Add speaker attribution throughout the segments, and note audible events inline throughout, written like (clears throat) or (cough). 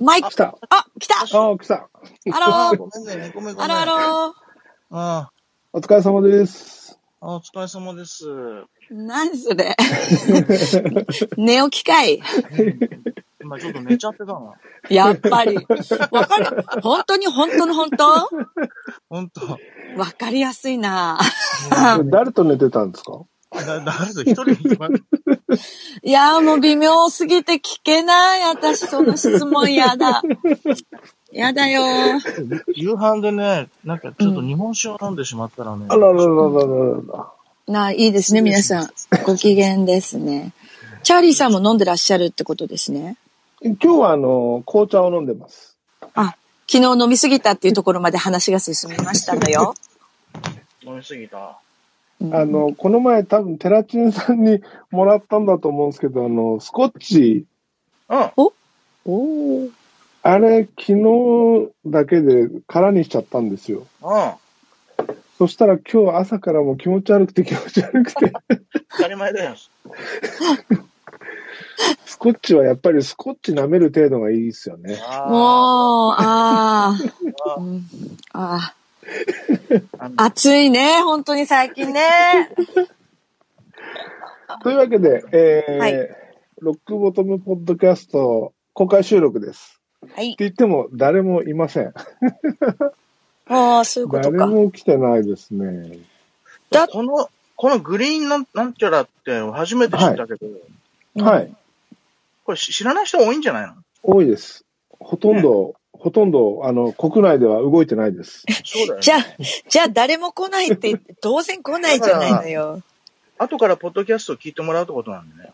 Speaker 1: マイク
Speaker 2: 来、た。
Speaker 1: あ、来た
Speaker 2: ああ、来た。
Speaker 1: あ
Speaker 3: あ
Speaker 1: ら
Speaker 3: あ、
Speaker 1: ー
Speaker 3: ごめんね、ごめんごめ
Speaker 1: あ
Speaker 3: ん。
Speaker 1: らあらー
Speaker 3: あ
Speaker 2: お疲れ様です。
Speaker 3: あ、お疲れ様です。
Speaker 1: 何それ (laughs) 寝起きかい
Speaker 3: 今ちょっと寝ちゃってたな。
Speaker 1: やっぱり。わかる本当に本当の本当
Speaker 3: ほんと。
Speaker 1: わかりやすいな。
Speaker 2: 誰と寝てたんですか
Speaker 3: だ、だ、一人で行きま
Speaker 1: いやーもう微妙すぎて聞けない。私、その質問やだ。やだよー。
Speaker 3: 夕飯でね、なんかちょっと日本酒を飲んでしまったらね。
Speaker 2: あらららららら。
Speaker 1: なあ、いいですね、皆さん。ご機嫌ですね。チャーリーさんも飲んでらっしゃるってことですね。
Speaker 2: 今日はあの、紅茶を飲んでます。
Speaker 1: あ、昨日飲みすぎたっていうところまで話が進みましたのよ。
Speaker 3: 飲みすぎた。
Speaker 1: うん
Speaker 2: あの、この前多分テラチンさんにもらったんだと思うんですけど、あの、スコッチ、
Speaker 3: うん。
Speaker 1: おー
Speaker 2: あれ昨日だけで空にしちゃったんですよ。
Speaker 3: うん。
Speaker 2: そ
Speaker 3: 当
Speaker 2: したら今日朝からもう気持ち悪くて気持ち悪
Speaker 1: (laughs)
Speaker 2: くて、
Speaker 3: たり前だよ。
Speaker 2: スコッチはやっぱりスコッチ舐める程度がいいですよね。
Speaker 3: あ
Speaker 1: もう、あー。
Speaker 3: あ
Speaker 1: う
Speaker 3: ー。
Speaker 1: んあ
Speaker 3: あの
Speaker 1: あ、暑いね、本当に最近ね。
Speaker 2: というわけで、えー
Speaker 1: はい
Speaker 2: ロックボトムポッドキャスト公開収録です。
Speaker 1: はい
Speaker 2: っ。て言っても誰もいません。
Speaker 1: ああ、そういうこと
Speaker 2: 誰
Speaker 1: か。
Speaker 2: も来てないですね。
Speaker 1: だ
Speaker 3: この、このグリーンなん、なんちゃらって初めて知ったけど、
Speaker 2: はい。
Speaker 3: これし知らない人多いんじゃないの
Speaker 2: 多いです。ほとんど、ほとんど、あの、国内では動いてないです。
Speaker 3: そうだよ、ね。
Speaker 1: じゃあ、じゃあ誰も来ないって、当然来ないじゃないのよ。。
Speaker 3: 後からポッドキャストを聞いてもらうってことなんだね。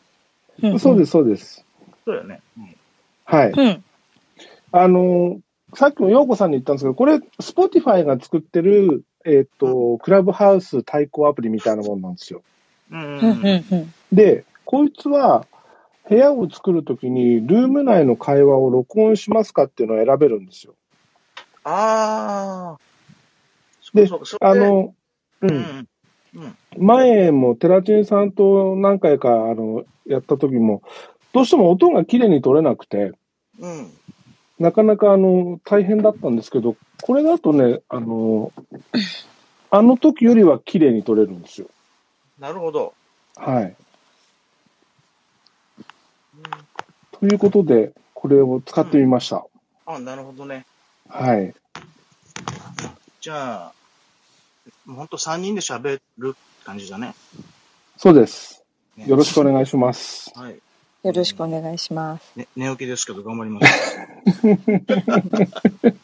Speaker 2: そうですす、そうです。
Speaker 3: そうだよね。うん。
Speaker 2: はい。
Speaker 1: うん。
Speaker 2: あの、さっきも陽子さんに言ったんですけど、これ、Spotify が作ってる、えっ、と、クラブハウス対抗アプリみたいなもんなんですよ。
Speaker 3: う
Speaker 1: う
Speaker 3: んうん
Speaker 1: う
Speaker 3: ん、うん。
Speaker 1: んうん。
Speaker 2: で、こいつは、部屋を作るときに、ルーム内の会話を録音しますかっていうのを選べるんですよ。
Speaker 3: ああ。
Speaker 2: で
Speaker 3: そうかそうか
Speaker 2: あ
Speaker 3: それで
Speaker 2: の、う。
Speaker 3: うんん。うん。
Speaker 2: 前もテラチンさんと何回かあのやった時も、どうしても音が綺麗に取れなくて、
Speaker 3: うん。
Speaker 2: なかなかあの大変だったんですけど、これだとね、あの、あの時よりは綺麗に取れるんですよ。
Speaker 3: なるほど。
Speaker 2: はい。
Speaker 3: うん
Speaker 2: ということで、これを使ってみました。
Speaker 3: あ、なるほどね。
Speaker 2: はい。
Speaker 3: じゃあ、ほんと3人で喋る感じだね。
Speaker 2: そうです。
Speaker 3: ね
Speaker 2: よろしくお願いします。
Speaker 3: はい、
Speaker 1: よろしくお願いします。
Speaker 3: ね。寝起きですけど頑張ります。
Speaker 2: (laughs)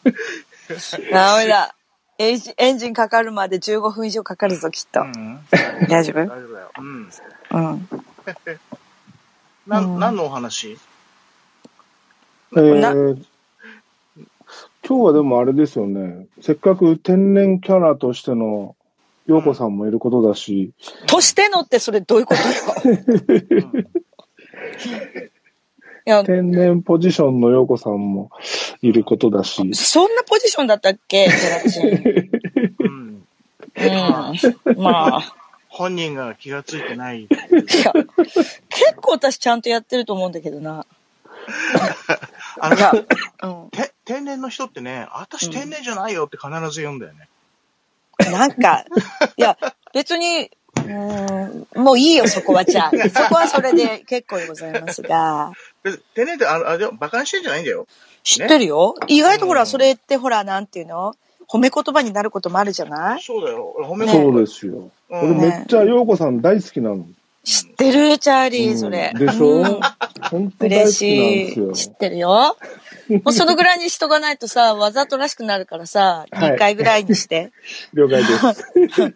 Speaker 1: ダメだ。エンジンエンジンかかるまで15分以上かかるぞ、きっ
Speaker 3: う
Speaker 1: と。
Speaker 3: ん。
Speaker 1: 大丈
Speaker 3: 大
Speaker 1: 夫
Speaker 3: 丈夫だよ。うん。
Speaker 1: うん。
Speaker 3: な、
Speaker 1: うん
Speaker 3: ん、何のお話
Speaker 2: え
Speaker 1: な
Speaker 2: ー、今日はでもあれですよね、せっかく天然キャラとしての陽子さんもいることだし、
Speaker 1: としてのってそれどういうことよ。
Speaker 3: うん
Speaker 1: いや、
Speaker 2: 天然ポジションの陽子さんもいることだし、
Speaker 1: そんなポジションだったっけ、ゼラチン。
Speaker 3: うん。
Speaker 1: うん。まあ。
Speaker 3: 本人が気がついてない。
Speaker 1: いや、結構私ちゃんとやってると思うんだけどな。
Speaker 2: (laughs)
Speaker 3: あの
Speaker 1: いや
Speaker 3: さ、、
Speaker 1: うん。
Speaker 3: て天然の人ってね、私天然じゃないよって必ず言うんだよね。
Speaker 1: なんか、いや、別に、うーん、もういいよ、そこはじゃあ。そこはそれで結構でございますが。
Speaker 3: 別に天然ってあの、あれだよ、馬鹿にしてんじゃないんだよ。
Speaker 1: 知ってるよ、意外とほ
Speaker 3: う
Speaker 1: ら、
Speaker 3: ん
Speaker 1: それってほら、なんていうの褒め言葉になることもあるじゃない
Speaker 3: そうだよ。褒め
Speaker 1: ね
Speaker 2: そうですよ。
Speaker 3: う
Speaker 2: 俺
Speaker 3: ん。
Speaker 2: めっちゃ陽子さん大好きなの。
Speaker 1: 知ってるチャーリ
Speaker 2: う
Speaker 1: ー、
Speaker 2: ん
Speaker 1: それ。
Speaker 2: でしょ、
Speaker 1: うん
Speaker 2: 本当大
Speaker 1: 嬉
Speaker 2: 好き
Speaker 1: し
Speaker 2: なん
Speaker 1: い。
Speaker 2: です
Speaker 1: 知
Speaker 2: よ
Speaker 1: っ。てるよ。もうそのぐらいにしとかないとさ、わざとらしくなるからさ、
Speaker 2: はい
Speaker 1: 2回ぐらいにして。
Speaker 2: 了解です。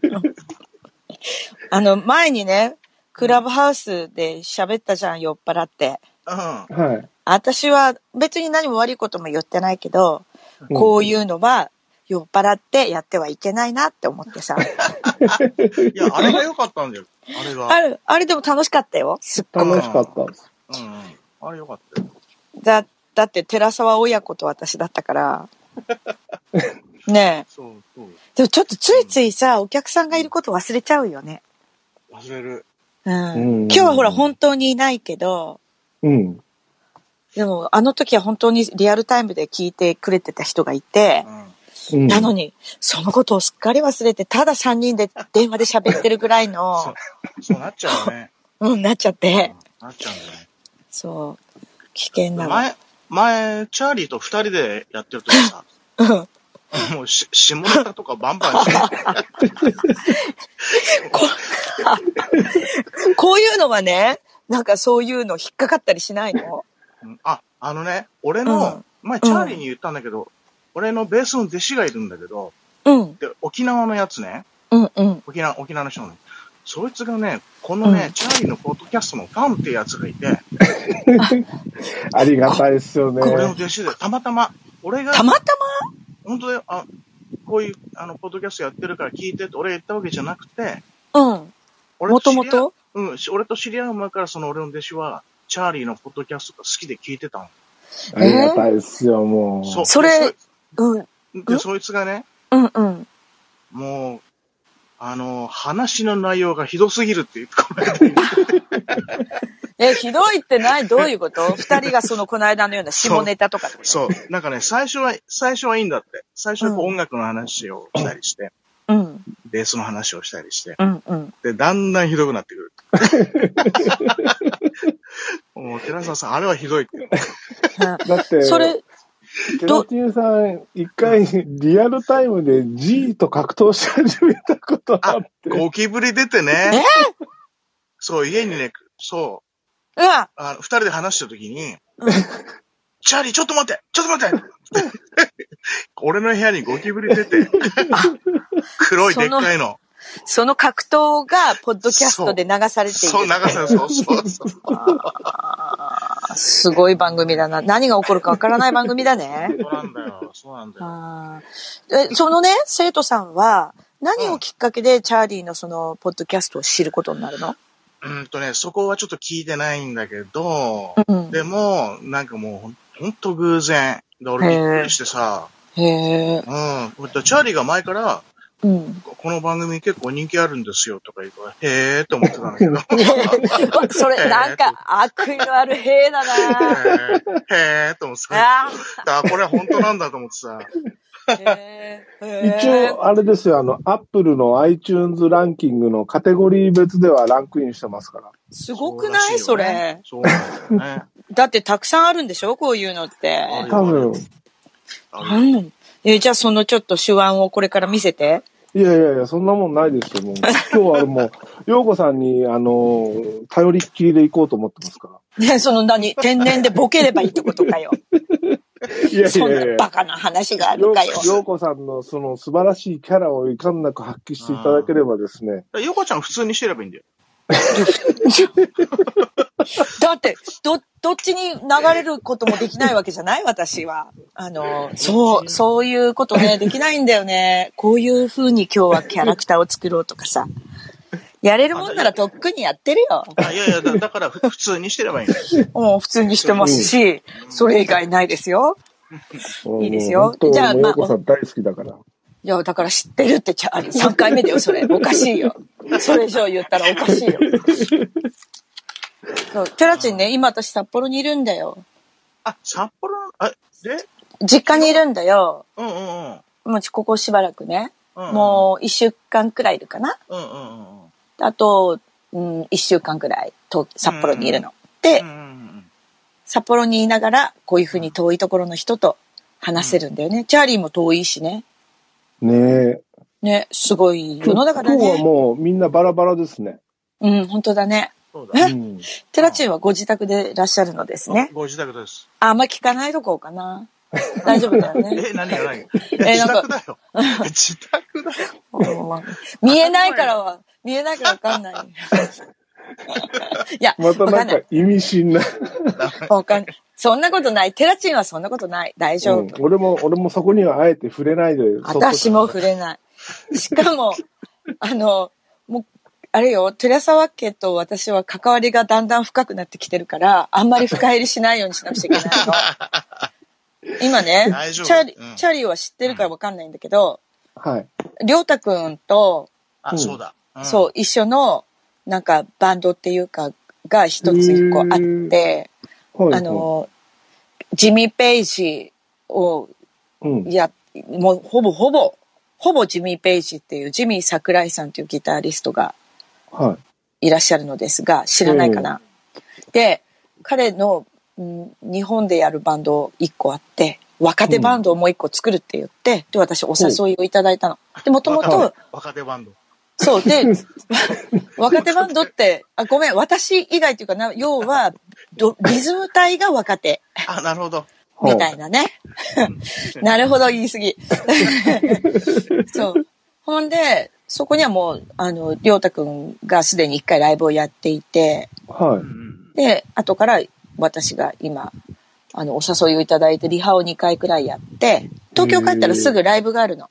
Speaker 1: あの、前にね、クラブハウスで喋ったじゃん、酔っ払って。
Speaker 3: うん。
Speaker 2: はい。
Speaker 1: 私は別に何も悪いことも言ってないけど、
Speaker 2: うん
Speaker 1: こういうのは酔っ払ってやってはいけないなって思ってさ。
Speaker 3: いや、あれが良かったんだよ。あれが。
Speaker 1: ある、あれでも楽しかったよ。すっごい
Speaker 2: 楽しかったです。
Speaker 3: うんうん。あれ良かったよ。
Speaker 1: だ、だって寺沢親子と私だったから。ねえ。
Speaker 3: そうそう。
Speaker 1: でもちょっとついついさ、お客さんがいること忘れちゃうよね。
Speaker 3: 忘れる。
Speaker 1: うん。
Speaker 2: うん
Speaker 1: 今日はほら本当にいないけど、
Speaker 2: うん。
Speaker 1: でも、あの時は本当にリアルタイムで聞いてくれてた人がいて
Speaker 3: う、ん。
Speaker 2: うん
Speaker 1: なのに、そのことをすっかり忘れて、ただ3人で電話で喋ってるぐらい
Speaker 3: そ
Speaker 1: の、
Speaker 3: う、そうなっちゃうよね。
Speaker 1: うん、なっちゃっ
Speaker 3: うん
Speaker 1: て、
Speaker 3: なっちゃうんだよね。
Speaker 1: そう、危険なの。
Speaker 3: 前、前、チャーリーと二人でやってる時さ、
Speaker 1: うん
Speaker 3: もうし、下ネタとかバンバ
Speaker 1: (laughs)
Speaker 3: ンして、
Speaker 1: ここういうのはね、なんかそういうの引っかかったりしないの
Speaker 3: うんあ、あのね、俺の、前、チャーリーに言ったんだけど、俺のベースの弟子がいるんだけど、
Speaker 1: うん、
Speaker 3: で、沖縄のやつね、
Speaker 1: うん、うん。
Speaker 3: 沖縄、沖縄の人のね、そいつがね、このね、
Speaker 1: うん
Speaker 3: チャーリーのポッドキャストのファンっていうやつがいて、
Speaker 2: ありがたいですよね。
Speaker 3: 俺の弟子で、たまたま、俺が、
Speaker 1: たまた
Speaker 3: 本当だよ、あ、こういう、あの、ポッドキャストやってるから聞いてって俺が言ったわけじゃなくて、
Speaker 1: まうん。
Speaker 3: 俺
Speaker 1: もと
Speaker 3: 知り合
Speaker 1: も
Speaker 3: い
Speaker 1: と
Speaker 3: うん、し俺と知り合う前からその俺の弟子は、チャーリーのポッドキャストが好きで聞いてたの。
Speaker 2: ありがたいですよ、もう。
Speaker 3: そう。
Speaker 1: それ
Speaker 3: で
Speaker 1: うん、
Speaker 3: そ
Speaker 1: うん
Speaker 3: で、そいつがね、
Speaker 1: うん、うん。
Speaker 3: もう、あの、話の内容がひどすぎるって言って、この
Speaker 1: (laughs)
Speaker 3: 間言って
Speaker 1: え、ひどいってないどういうこと二人がその、この間のような下ネタとかってこと
Speaker 3: そう。なんかね、最初は、最初はいいんだって。最初はこう
Speaker 1: うん
Speaker 3: 音楽の話をしたりして、
Speaker 1: うん、
Speaker 3: ベースの話をしたりして、
Speaker 1: うん、
Speaker 3: (laughs)
Speaker 1: うん。
Speaker 3: で、だんだんひどくなってくる。もう、寺澤さん、あれはひどいって。
Speaker 2: だって、
Speaker 1: それ、
Speaker 2: ケロティンさん、一回リアルタイムで G と格闘し始めたことあ
Speaker 3: あ
Speaker 2: って、、
Speaker 3: ゴキブリ出てね。そう、家にね、そう、
Speaker 1: うわ、
Speaker 3: あの、二人で話したときに、チャーリー、ちょっと待ってちょっと待って (laughs) 俺の部屋にゴキブリ出て、黒いでっかいの。
Speaker 1: その格闘が、ポッドキャストで流されている。
Speaker 3: そう、長さ、そう、そう、
Speaker 1: (laughs)
Speaker 3: そう。
Speaker 1: すごい番組だな。何が起こるかわからない番組だ (laughs) ね。
Speaker 3: そうなんだよ、そうなんだよ。
Speaker 1: あーえそのね、生徒さんは、何をきっかけでチャーリーのその、ポッドキャストを知ることになるの
Speaker 3: うーんとね、そこはちょっと聞いてないんだけど、
Speaker 1: うん。
Speaker 3: でも、なんかもうほん、ほんと偶然。で、俺びっくりしてさ、
Speaker 1: へえ。
Speaker 3: うん。でチャーリーが前から、
Speaker 1: うん。
Speaker 3: この番組結構人気あるんですよとか言うから、へーって思ってたん
Speaker 1: (laughs)
Speaker 3: だけど、
Speaker 1: それ、なんか、悪意のある兵だ (laughs) な
Speaker 3: へーって思ってた。
Speaker 1: あ
Speaker 3: あ、これは本当なんだと思ってさ。
Speaker 1: ーへーへ
Speaker 2: 一
Speaker 1: ー
Speaker 2: 応、あれですよ、あの、アップルの iTunes ランキングのカテゴリー別ではランクインしてますから。
Speaker 1: すごくないそれ。
Speaker 3: そうなんだよね。
Speaker 1: だってたくさんあるんでしょこういうのって。
Speaker 3: ある
Speaker 2: 多分、
Speaker 3: あ
Speaker 1: あ
Speaker 3: れ
Speaker 1: んのにえじゃあそのちょっと手腕をこれから見せて。
Speaker 2: いやいやいや、そんなもんないですよ、もう。今日はもう、ようこさんに、あの、頼りっきりでいこうと思ってますか
Speaker 1: ね、その何天然でボケればいいってことかよ。
Speaker 2: ら。いやい
Speaker 1: そん
Speaker 2: やい
Speaker 1: な
Speaker 2: や。
Speaker 1: バカな話があ
Speaker 2: よ
Speaker 1: る
Speaker 2: う
Speaker 1: かよ。
Speaker 2: ようこさんのその素晴らしいキャラをいかんなく発揮していただければですね、
Speaker 3: ヨコちゃん普通にしてればいいんだよ。
Speaker 1: だって、ど、どっちに流れることもできないわけじゃない私は。あの、そう、そういうことね、できないんだよね。こういう風に今日はキャラクターを作ろうとかさ。やれるもんならとっくにやってるよ。
Speaker 3: あいやいや、だだからふ普通にしてればいいんだよ。
Speaker 1: もう普通にしてますし、それ以外ないですよ。
Speaker 2: うん
Speaker 1: いいですよ
Speaker 2: 本当
Speaker 1: じゃあ
Speaker 2: もう
Speaker 1: まあ
Speaker 2: ようこさん大好きだから。
Speaker 1: いや、だから知ってるってちゃ、3回目だよ、それ。おかしいよ。それ以上言ったらおか
Speaker 2: (laughs)
Speaker 1: しいよ。そう、テラチンね、今私札幌にいるんだよ。
Speaker 3: あ、札幌の、あ、で
Speaker 1: 実家にいるんだよ。
Speaker 3: うんうんうん。
Speaker 1: もうここしばらくね。
Speaker 3: うんうん
Speaker 1: もう1週間くらいいるかな。
Speaker 3: うんうんうんうん。
Speaker 1: あと、うん、1週間くらい、東札幌にいるの。で
Speaker 3: うんう、ん
Speaker 1: 札幌にいながら、こういうふうに遠いところの人と話せるんだよね。チャーリーも遠いしね。
Speaker 2: ねえ。
Speaker 1: ね、すごい世
Speaker 2: 今
Speaker 1: の
Speaker 2: 日
Speaker 1: 中だね。
Speaker 2: はもうみんなバラバラですね。
Speaker 1: うん、本当だね。
Speaker 3: そう
Speaker 1: え
Speaker 3: だ。
Speaker 2: うん
Speaker 1: テラチンはご自宅でいらっしゃるのですね。
Speaker 3: ご自宅です。
Speaker 1: あんま聞かないとこうかな。大丈夫だよ (laughs) ね。
Speaker 3: え、何が何が
Speaker 1: え
Speaker 3: 自
Speaker 1: なん
Speaker 3: 宅
Speaker 1: か
Speaker 3: だよ。自宅だよ。
Speaker 1: うん見えないからは、見えないからわかんない。
Speaker 2: (laughs)
Speaker 1: いや、
Speaker 2: また
Speaker 1: わ
Speaker 2: な
Speaker 1: か
Speaker 2: ん
Speaker 1: ん
Speaker 2: か
Speaker 1: な
Speaker 2: 意味深
Speaker 1: (laughs)
Speaker 2: な。
Speaker 1: い。わかんない。そんなことない。テラチンはそんなことない。大丈
Speaker 2: うん
Speaker 1: 夫。
Speaker 2: 俺も、俺もそこにはあえて触れないで。そっと
Speaker 1: 私も触れない。しかも、あの、もう、あれよ、寺沢家と私は関わりがだんだん深くなってきてるから、あんまり深入りしないようにしなくちゃいけないの。
Speaker 3: (laughs)
Speaker 1: 今ね、
Speaker 3: 大丈夫
Speaker 1: チャリ、
Speaker 3: うん
Speaker 1: チャリは知ってるからわかんないんだけど、
Speaker 2: はい。
Speaker 1: りょうたくんと、
Speaker 2: う
Speaker 3: あ、
Speaker 2: ん
Speaker 3: そうだ。ん
Speaker 1: そう、一緒の、なんか、バンドっていうか、が一つ一個あって、
Speaker 2: はい。
Speaker 1: あの、ジミー・ペイジを
Speaker 2: うん。
Speaker 1: や、もうほぼほぼ、ほぼジミー・ペイジっていう、ジミー桜井さんというギタリストが
Speaker 2: はい
Speaker 1: らっしゃるのですが、知らないかな。で、彼の、うん日本でやるバンド1個あって、若手バンドをもう1個作るって言って、で、私お誘いをいただいたの。で、もともと、
Speaker 3: 若手バンド。
Speaker 1: そう。 (laughs) で、わ若手バンドって、あ、ごめん、私以外というかな、要は、どリズム体が若手、
Speaker 3: あ、なるほど。
Speaker 2: い。
Speaker 1: みたいなね。なるほど、言い過ぎ。 (laughs) そう。ほんで、そこにはもう、あの、りょうたくんがすでに一回ライブをやっていて、
Speaker 2: はい。
Speaker 3: う
Speaker 2: はい。
Speaker 3: ん
Speaker 1: で、後から私が今、あの、お誘いをいただいて、リハを2回くらいやって、東京帰ったらすぐライブがあるの。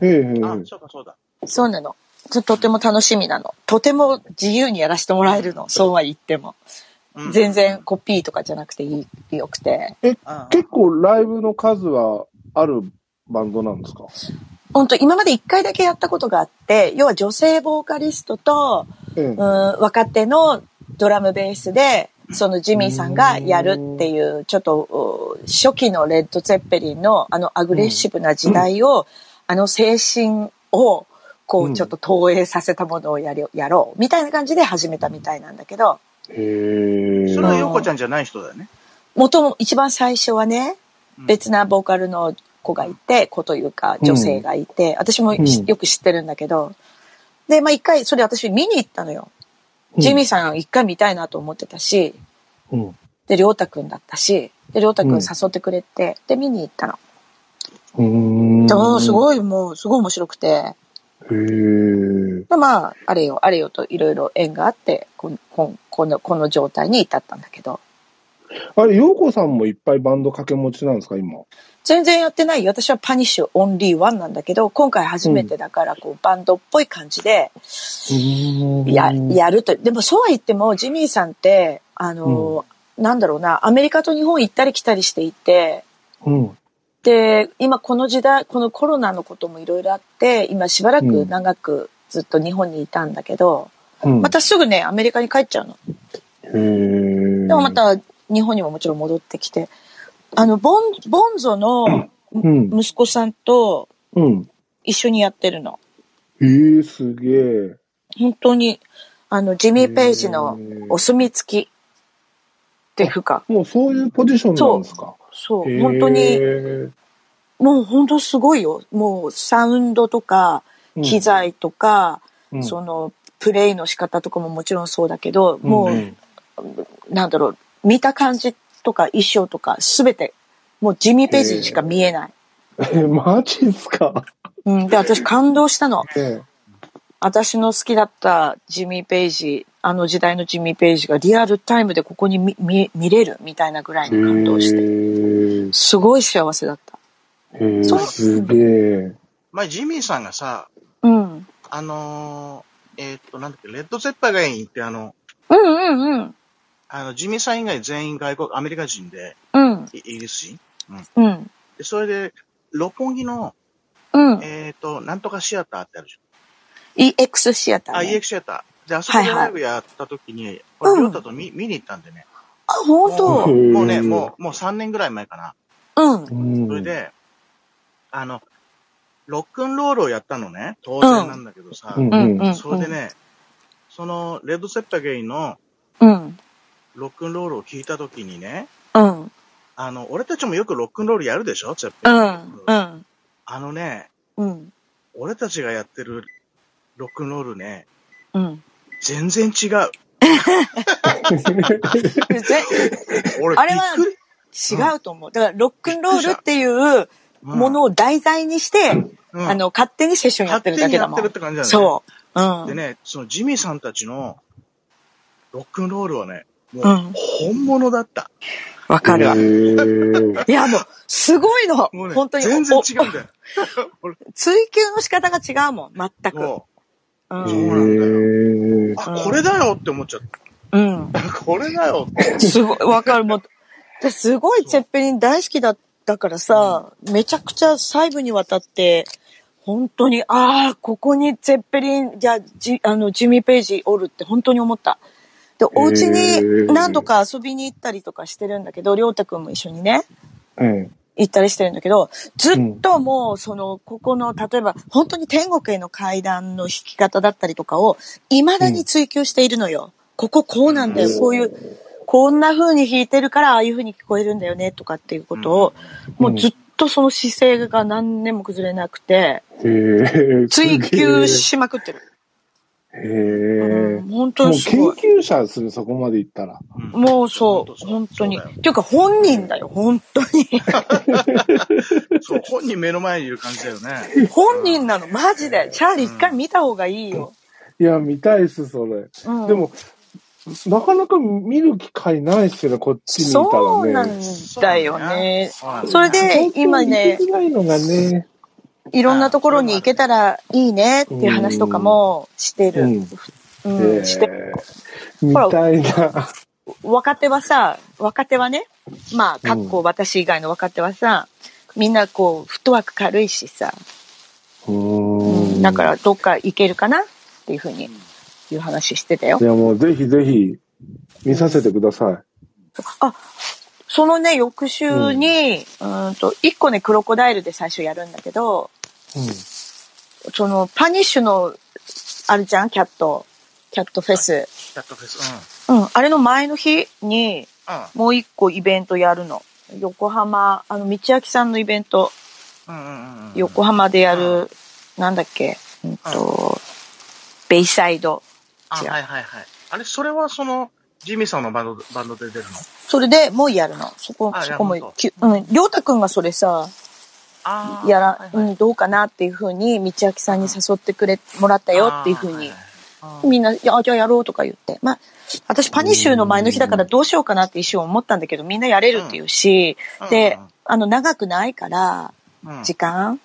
Speaker 2: ええええ
Speaker 3: うんあ、そうかそうだ。
Speaker 1: そうなの。ととても楽しみなの。とても自由にやらせてもらえるの。そうは言っても。
Speaker 3: うん
Speaker 1: 全。然コピーとかじゃなくていい、よくて。
Speaker 3: あ
Speaker 2: 結構ライブの数はあるバンドなんですか
Speaker 1: 本当今まで一回だけやったことがあって、要は女性ボーカリストと、
Speaker 2: ええ
Speaker 1: うん、若手のドラムベースで、そのジミーさんがやるっていう、ちょっと、う初期のレッド・ツェッペリンのあのアグレッシブな時代を、あの精神を、こ
Speaker 2: うん
Speaker 1: う、ちょっと投影させたものをやりやろう、みたいな感じで始めたみたいなんだけど、
Speaker 2: へえ。
Speaker 3: それはヨコちゃんじゃない人だよね。
Speaker 1: もとも一番最初はね、
Speaker 3: うん
Speaker 1: 別なボーカルの子がいて、子というか女性がいて、私もし
Speaker 2: うん
Speaker 1: よく知ってるんだけど、で、まあ一回、それ私見に行ったのよ。ジミーさん一回見たいなと思ってたし、
Speaker 2: うん。うん
Speaker 1: で、りょうたくんだったし、で、りょうたくん
Speaker 2: うん
Speaker 1: 誘ってくれて、で、見に行ったの。
Speaker 2: うーん。
Speaker 1: でもす
Speaker 2: い。
Speaker 1: ごい、もう、すごい面白くて、
Speaker 2: へえ。
Speaker 1: でまあ、あれよ、あれよといろいろ縁があって、こんこんこの、この状態に至ったんだけど、
Speaker 2: あれ、洋子さんもいっぱいバンド掛け持ちなんですか、今。
Speaker 1: 全然やってないよ私はパニッシュオンリーワンなんだけど、今回初めてだから、こう、バンドっぽい感じで、や、やると。でもそうは言っても、ジミーさんって、あの、なんだろうな、アメリカと日本行ったり来たりしていて、
Speaker 2: うん。
Speaker 1: で、今この時代、このコロナのこともいろいろあって、今しばらく長くずっと日本にいたんだけど、
Speaker 2: うん。
Speaker 1: またすぐね、アメリカに帰っちゃうの。
Speaker 2: へえ。
Speaker 1: でもま。た日本にももちろん戻ってきて、あの、ボン、ボンゾの
Speaker 2: うん。
Speaker 1: 息子さんと
Speaker 2: うん。
Speaker 1: 一緒にやってるの。
Speaker 2: ええ、すげえ。
Speaker 1: 本当に、あの、ジミー・ペイジのお墨付きっていうか、
Speaker 2: もうそういうポジションなんですか。
Speaker 1: そう、本当に、もう本当すごいよ。もうサウンドとか、
Speaker 2: に
Speaker 1: 機、材とか、
Speaker 2: うん
Speaker 1: その、プレイの仕方とかももちろんそうだけど、もう、
Speaker 2: ん
Speaker 1: なんだろう、見た感じとか衣装とか、すべて、もうジミー・ページにしか見えない。
Speaker 2: え、マジっすか。
Speaker 1: うん、で、私感動したの。
Speaker 2: え
Speaker 1: 私の好きだったジミー・ページ、あの時代のジミー・ページがリアルタイムでここに見見見れるみたいなぐらい
Speaker 2: え。
Speaker 1: の感動して、
Speaker 2: へ
Speaker 1: すごい幸せだった。
Speaker 2: え。へえ、
Speaker 1: そう
Speaker 2: すげえ。
Speaker 3: 前、ジミーさんがさ、
Speaker 1: うん。
Speaker 3: あのー、えーっと、なんだっけ、レッドゼッパーがいいって、あの、
Speaker 1: うんうんうん。
Speaker 3: あの、ジミーさん以外全員外国、アメリカ人で、
Speaker 1: うん。
Speaker 3: イイギリス人
Speaker 1: うん。
Speaker 3: で、それで、六本木の、
Speaker 1: うん。
Speaker 3: えーっと、なんとかシアターってあるじ
Speaker 1: EX シアタ
Speaker 3: ゃ
Speaker 1: ー、
Speaker 3: ん。あ、
Speaker 1: ね。
Speaker 3: EX シアター。で、あそこでライブやった時に、これ、
Speaker 1: うん
Speaker 3: りょうたと見見に行ったんでね。
Speaker 1: あ、本
Speaker 3: もう
Speaker 1: 当
Speaker 3: もうね、
Speaker 2: へー
Speaker 3: もう、もう3年ぐらい前かな。
Speaker 1: うん。
Speaker 2: うん。
Speaker 3: それで、あの、ロックンロールをやったのね。当然なんだけどさ。
Speaker 2: うん、
Speaker 1: う。
Speaker 2: うんん、
Speaker 1: うん。
Speaker 3: それでね、その、レッド・セッパゲイの
Speaker 1: うん。
Speaker 3: ロックンロールを聞いたときにね、
Speaker 1: うん。
Speaker 3: あの、俺たちもよくロックンロールやるでしょセッペ
Speaker 1: う
Speaker 3: リン
Speaker 1: ん。うん。
Speaker 3: あのね、
Speaker 1: うん。
Speaker 3: 俺たちがやってるロックンロールね、
Speaker 1: うん。
Speaker 3: 全然違う。
Speaker 1: ぜ
Speaker 3: 俺、
Speaker 1: あれは
Speaker 3: びっくり。
Speaker 1: 違うと思う。だから、ロックンロールっていう
Speaker 3: うん
Speaker 1: ものを題材にして、
Speaker 3: うん
Speaker 1: あの、勝手にセッションやって
Speaker 3: 勝
Speaker 1: るだ
Speaker 3: 手に
Speaker 1: け
Speaker 3: や
Speaker 1: だ
Speaker 3: っ
Speaker 1: も
Speaker 3: てるっ
Speaker 1: ん。
Speaker 3: て感じだね。
Speaker 1: そう。う
Speaker 3: で
Speaker 1: ん。
Speaker 3: ね、そのジミーさんたちのロックンロールはね、もう
Speaker 1: うん
Speaker 3: 本物だった。
Speaker 1: わかるわ。い
Speaker 2: わ。
Speaker 1: や、もう、すごいの。
Speaker 3: もうね、
Speaker 1: 本当に。
Speaker 3: 全然違うん
Speaker 1: お
Speaker 3: だよ。俺
Speaker 1: お追求の仕方が違うもん。全く。
Speaker 3: そう
Speaker 1: ん。
Speaker 2: へえ。
Speaker 3: う。
Speaker 1: う
Speaker 3: あ、
Speaker 1: ん
Speaker 3: これだよって思っちゃっ
Speaker 1: うん。
Speaker 3: た。 (laughs) これだよって。
Speaker 1: すごい、わかる。もう、ですごいゼッペリン大好きだったからさ、めちゃくちゃ細部にわたって、本当に、ああ、ここにゼッペリン、じゃあ、ジあの、ジミー・ペイジおるって本当に思った。で、お家
Speaker 2: へ
Speaker 1: に
Speaker 2: ー
Speaker 1: 何度か遊びに行ったりとかしてるんだけど、りょうたくんも一緒にね、
Speaker 2: ええ。
Speaker 1: 行ったりしてるんだけど、ずっともう、その、ここの、例えば、本当に天国への階段の引き方だったりとかを、未だに追求しているのよ。こここうなんだよ。こういう、こんな風に弾いてるから、ああいう風に聞こえるんだよね、とかっていうことを、もうずっとその姿勢が何年も崩れなくて、
Speaker 2: へえ。
Speaker 1: 追求
Speaker 2: す
Speaker 1: しまくってる。
Speaker 2: げえ。へ
Speaker 1: う
Speaker 2: え
Speaker 1: ん、。本当
Speaker 2: もう
Speaker 1: にす
Speaker 2: 研
Speaker 1: ごい。
Speaker 2: 究者でする、そこまで行ったら。
Speaker 3: うん
Speaker 1: もうそう、本当に。っ
Speaker 3: そうだよ
Speaker 1: ていうか本人だよ、本当に。
Speaker 3: そう、本人目の前にいる感じだよね。
Speaker 1: 本人なの、マジで。チャーリー一回見た方がいいよ。
Speaker 2: いや、見たいっす、それ。
Speaker 1: うん
Speaker 2: でも、なかなか見る機会ないっすよね、こっちにいたらね。
Speaker 1: そうなんだよね。
Speaker 3: そうなんだよ
Speaker 1: それで
Speaker 2: 東、京
Speaker 1: 今ね
Speaker 2: 行、きづらいのがね。
Speaker 1: いろんなところに行けたらいいねっていう話とかもしてる。う
Speaker 2: え
Speaker 1: ん、
Speaker 2: え
Speaker 1: して
Speaker 2: み
Speaker 1: ほら
Speaker 2: たいな。
Speaker 1: 若手はさ、若手はね、まあ、かっこ私以外の若手はさ、みんなこう、フットワーク軽いしさ、
Speaker 2: うーん。
Speaker 1: だからどっか行けるかなっていうふうに、いう話してたよ
Speaker 2: い。や、もうぜひぜひ、見させてくださ
Speaker 1: そのね、翌週に、うーんと、一個ね、クロコダイルで最初やるんだけど、
Speaker 2: い。うん。
Speaker 1: その、パニッシュの、あるじゃん、キャット、キャットフェス。
Speaker 3: キャットフェス。う
Speaker 1: うん、あれの前の日に、
Speaker 3: ん。
Speaker 1: もう一個イベントやるの。横浜、あの、道明さんのイベント、
Speaker 3: うん。うんうんうん。
Speaker 1: 横浜でやる、なんだっけ、うんと、ベイサイド。
Speaker 3: あ、
Speaker 1: 違う
Speaker 3: はいはいはい。あれ、それはその、ジミーさんのバンド、バンドで出るの
Speaker 1: それでもうやるの。そこ、
Speaker 3: あ
Speaker 1: そこも
Speaker 3: やるの、
Speaker 1: きゅうん、りょうたくんがそれさ、
Speaker 3: あー
Speaker 1: や
Speaker 3: は
Speaker 1: ら
Speaker 3: い、は
Speaker 1: う
Speaker 3: い
Speaker 1: ん、どうかなっていうふうに、道明さんに誘ってくれ、もらったよっていうふうに、
Speaker 3: あーはいはいはい
Speaker 1: みんな、いや、じゃあやろうとか言って。まあ、私パニッシュの前の日だからどうしようかなって一瞬思ったんだけど、みんなやれるっていうし、
Speaker 3: うん
Speaker 1: で
Speaker 3: うんうん、
Speaker 1: あの、長くないから、
Speaker 3: うん
Speaker 1: 時間、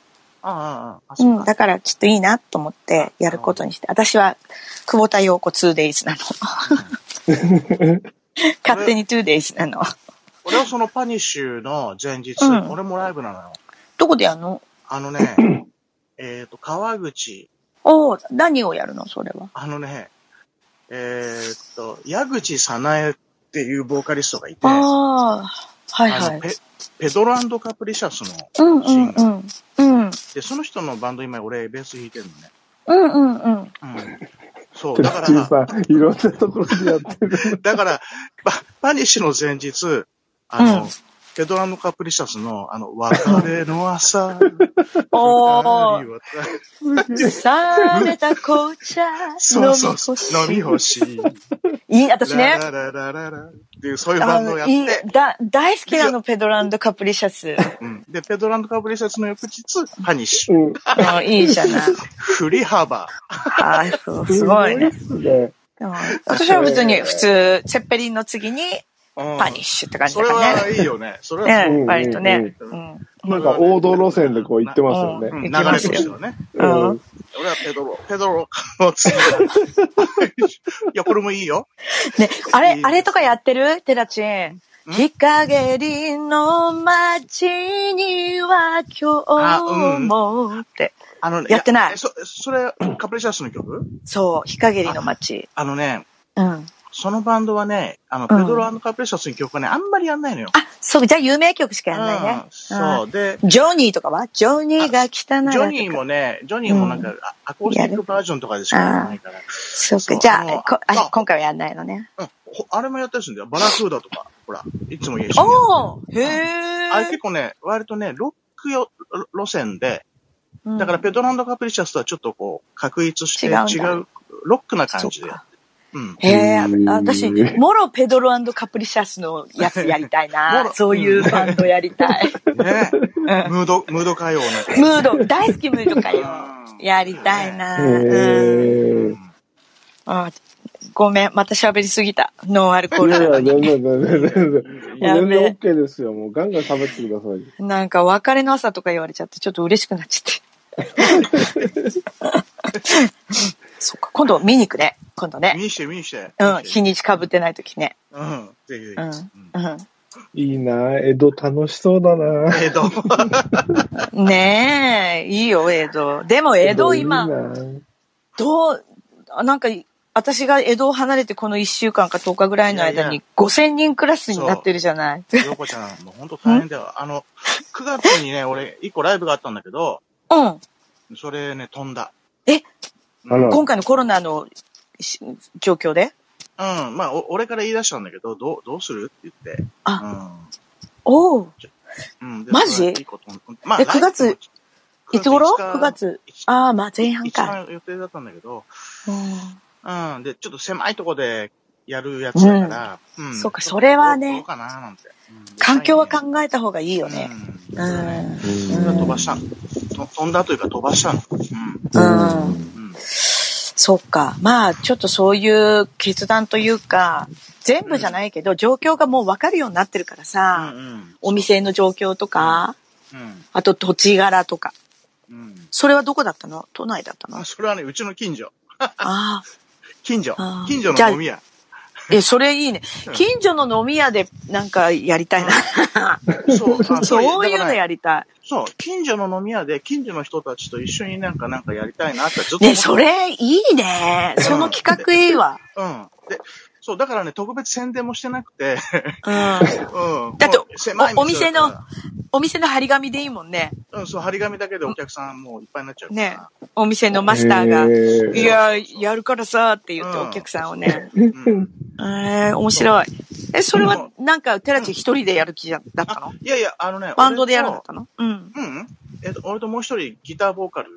Speaker 3: ああ、ああ、あ、
Speaker 1: う
Speaker 3: そ
Speaker 1: ん、
Speaker 3: うか。
Speaker 1: だからちょっといいなと思ってやることにして、私は久保田陽子 2days なの。勝手に 2days なの。
Speaker 3: 俺はそのパニッシュの前日、
Speaker 1: うん
Speaker 3: 俺もライブなのよ。
Speaker 1: どこでやるの
Speaker 3: あ
Speaker 1: (clears throat)
Speaker 3: のね、えっと、川口、
Speaker 1: おお何をやるのそれは。
Speaker 3: あのね、えっと、矢口早苗っていうボーカリストがいて、
Speaker 1: ああ、はい
Speaker 3: あ
Speaker 1: は
Speaker 3: の
Speaker 1: い。
Speaker 3: ペペドロカプリシャスの
Speaker 1: うんう
Speaker 3: シ
Speaker 1: ん
Speaker 3: ンガー
Speaker 1: うん。うん。
Speaker 3: で、その人のバンド今俺ベース弾いてるのね。
Speaker 1: うんうんうん。
Speaker 3: うん。そう、
Speaker 2: て
Speaker 3: だ
Speaker 2: っ
Speaker 3: か
Speaker 2: ち
Speaker 3: ら、
Speaker 2: さん、いろんなところでやってる。
Speaker 3: だから、パパニッシュの前日、あの、
Speaker 1: うん
Speaker 3: ペドラのカプリシャスの、あの、別れの朝、
Speaker 1: (laughs) おー
Speaker 3: 二人は
Speaker 1: された紅茶飲
Speaker 3: そう
Speaker 1: み
Speaker 3: そう
Speaker 1: 干
Speaker 3: そう、
Speaker 1: し。
Speaker 3: 飲み干し。
Speaker 1: いい、私ね。
Speaker 3: ララララララっていう、そういうバ
Speaker 1: あ
Speaker 3: ンドをや
Speaker 1: の、
Speaker 3: っ
Speaker 1: いい
Speaker 3: て、、
Speaker 1: だ、大好きなの、ペドランドカプリシャス。
Speaker 3: うん、で、ペドラのカプリシャスの翌日、パニッシュ。
Speaker 2: うん。
Speaker 1: あいいじゃない。
Speaker 3: 振り幅。
Speaker 1: あそう (laughs) すごいね
Speaker 2: っ。すね。
Speaker 1: でも私は別に普通、セッペリンの次にパニッシュって感
Speaker 3: ュ
Speaker 1: じ
Speaker 3: そ
Speaker 1: だ
Speaker 3: れ
Speaker 1: から
Speaker 3: は
Speaker 1: ね。
Speaker 3: いいよね。それは
Speaker 1: ね
Speaker 3: そう
Speaker 2: うん
Speaker 1: 割とね。
Speaker 3: う
Speaker 1: うんん。
Speaker 2: なんか王道路線でこう行ってますよね。
Speaker 1: う
Speaker 3: うんん、
Speaker 1: い
Speaker 3: 流
Speaker 1: き
Speaker 3: れ
Speaker 1: ま
Speaker 3: と
Speaker 1: すよ
Speaker 3: してはね。
Speaker 1: うん
Speaker 2: うん
Speaker 3: 俺はペドロ、ペドロの次だ。いや、これもいいよ。
Speaker 1: ね、あ
Speaker 3: いい
Speaker 1: れ、
Speaker 3: です
Speaker 1: あれとかやってるテラチン。日陰りの街には今日もって。
Speaker 3: あのね、
Speaker 1: やってない
Speaker 3: えそ、それ、カプリシャスの曲
Speaker 1: そう、日陰りの街。
Speaker 3: あのね、
Speaker 1: うん。
Speaker 3: そのバンドはね、あの、ペドロカプリシャスの曲はね、あんまりやんないのよ。
Speaker 1: あ、そう、じゃあ有名曲しかやんないね
Speaker 3: うん。そう。で、
Speaker 1: うん。ジョニーとかはジョニーが来たなら
Speaker 3: ジ
Speaker 1: とか。
Speaker 3: ョニーもね、ジョニーもなんか、あアコースティックバージョンとかでしかやらないから。
Speaker 1: そう
Speaker 3: そ
Speaker 1: か
Speaker 3: う。
Speaker 1: じゃ
Speaker 3: あの
Speaker 1: あ、こ
Speaker 3: あ
Speaker 1: あ今回はやんないのね。
Speaker 3: うんほあれもやったりするんだよ。バラクーダとか。ほら、いつも一緒にやる。
Speaker 1: おーへ
Speaker 3: あれ
Speaker 1: ー
Speaker 3: 結構ね、割とね、ロックよ路線で、
Speaker 1: うん
Speaker 3: だからペドランド・カプリシャスとはちょっとこう、確立して
Speaker 1: 違
Speaker 3: 違
Speaker 1: うんだ
Speaker 3: う、ロックな感じで
Speaker 1: そっ。か
Speaker 3: うん。
Speaker 1: へえ、あ
Speaker 2: うん
Speaker 1: 私、モロペドロカプリシャスのやつやりたい
Speaker 3: モ
Speaker 1: な。
Speaker 3: ロ
Speaker 1: そういうバンドやりたい。
Speaker 3: ね (laughs)
Speaker 1: ムー
Speaker 3: ムード、ムード歌謡ね。
Speaker 1: ド、大好きムードかよ
Speaker 3: うん。
Speaker 1: やりたいな。うん
Speaker 2: へえ。
Speaker 1: あごめん、また喋りすぎた。ノンアルコー
Speaker 2: い
Speaker 1: ル
Speaker 2: や
Speaker 1: ないの
Speaker 2: や、全
Speaker 1: に。
Speaker 2: 然全然全然。もう
Speaker 1: や
Speaker 2: 全
Speaker 1: べえ
Speaker 2: 然 OK ですよ。もうガンガン喋ってください。
Speaker 1: なんか別れの朝とか言われちゃって、ちょっと嬉しくなっちゃって。そっか、今度見に行くね。今度
Speaker 3: 見
Speaker 1: ね。
Speaker 3: にして、見にして。
Speaker 1: うん、日にちかぶってない時ね。
Speaker 3: うん。ぜひぜひ。
Speaker 1: うん、う
Speaker 2: いいな江戸楽しそうだな
Speaker 3: えっと、
Speaker 1: ん。ねえ、いいよ、江戸。でも江戸今、
Speaker 2: いいな
Speaker 1: どう、あなんか、私が江戸を離れてこの1週間か10日ぐらいの
Speaker 3: いや
Speaker 1: 間
Speaker 3: いや
Speaker 1: に5000人クラスになってるじゃない。
Speaker 3: ヨコちゃん、もうほんと大変だよ。あの、9月にね、俺、1個ライブがあったんだけど、
Speaker 1: うん。
Speaker 3: それね、飛んだ。
Speaker 1: え
Speaker 2: あら
Speaker 1: 今回のコロナのし状況で
Speaker 3: うん、まあ、お俺から言い出したんだけど、どう、どうするって言って。
Speaker 1: あ、おお
Speaker 3: うん。うん、で
Speaker 1: マジ
Speaker 3: それ一個飛んまあ、
Speaker 1: え9月
Speaker 3: 来
Speaker 1: いつ頃
Speaker 3: ?9
Speaker 1: ?9 月。ああ、まあ前半
Speaker 3: 一
Speaker 1: か。
Speaker 3: 番予定だったんだけど、
Speaker 1: うん
Speaker 3: うん、で、ちょっと狭いとこでやるやつだから、うん。
Speaker 1: そうかそれはね
Speaker 3: どうどうかななんて。うん
Speaker 1: 環境は
Speaker 3: う
Speaker 1: 考えた方がいいよね。
Speaker 3: ん
Speaker 1: う
Speaker 3: うん
Speaker 1: ん。
Speaker 3: それは飛ばしたの。と飛んだというか飛ばしたの。う
Speaker 1: うん。
Speaker 3: ん。うん。
Speaker 1: そっか。まあ、ちょっとそういう決断というか、全部じゃないけど、状況がもうわかるようになってるからさ、
Speaker 3: うん。
Speaker 1: お店の状況とか、
Speaker 3: うん。
Speaker 1: あと土地柄とか。
Speaker 3: うん。
Speaker 1: それはどこだったの都内だったの
Speaker 3: ま
Speaker 1: あ
Speaker 3: あ、それはね、うちの近所。
Speaker 1: あ。
Speaker 3: 近所
Speaker 1: あ。ー
Speaker 3: 近所の飲み屋。
Speaker 1: え、それいいね
Speaker 3: うん。
Speaker 1: 近所の飲み屋でなんかやりたいな。
Speaker 3: そう、
Speaker 1: (laughs)
Speaker 3: あ
Speaker 1: そういう
Speaker 3: だ
Speaker 1: の
Speaker 3: からね
Speaker 1: やりた
Speaker 3: そう、近所の飲み屋で、近所の人たちと一緒になんか、なんかやりたいなってずっと
Speaker 1: い。
Speaker 3: 思っ
Speaker 1: ね、
Speaker 3: て。
Speaker 1: それいいね。その企画いいわ。
Speaker 3: うん。で、そう、だからね、特別宣伝もしてなくて、 (laughs)
Speaker 1: うん。
Speaker 3: う
Speaker 1: (laughs)
Speaker 3: ん。
Speaker 1: だって
Speaker 3: もう狭い
Speaker 1: おお店の
Speaker 3: 店だか
Speaker 1: お店の張り紙でいいもんね。
Speaker 3: らうん、そう、張り紙だけでお客さんもういっぱいになっちゃうから。
Speaker 1: ねお店のマスターが。
Speaker 2: え
Speaker 1: いや、やるからさって言って
Speaker 3: うん
Speaker 1: お客さんをね。
Speaker 3: うん。
Speaker 1: えー、面白い。え、それは
Speaker 3: そ
Speaker 1: なんか、寺地一人でやる気じゃだった
Speaker 3: あ
Speaker 1: の、
Speaker 3: いやいや、あのね、
Speaker 1: バンドでやるんだ
Speaker 3: 俺
Speaker 1: っ
Speaker 3: と
Speaker 1: たのうん。
Speaker 3: うん。えっと、俺ともう一人ギターボーカル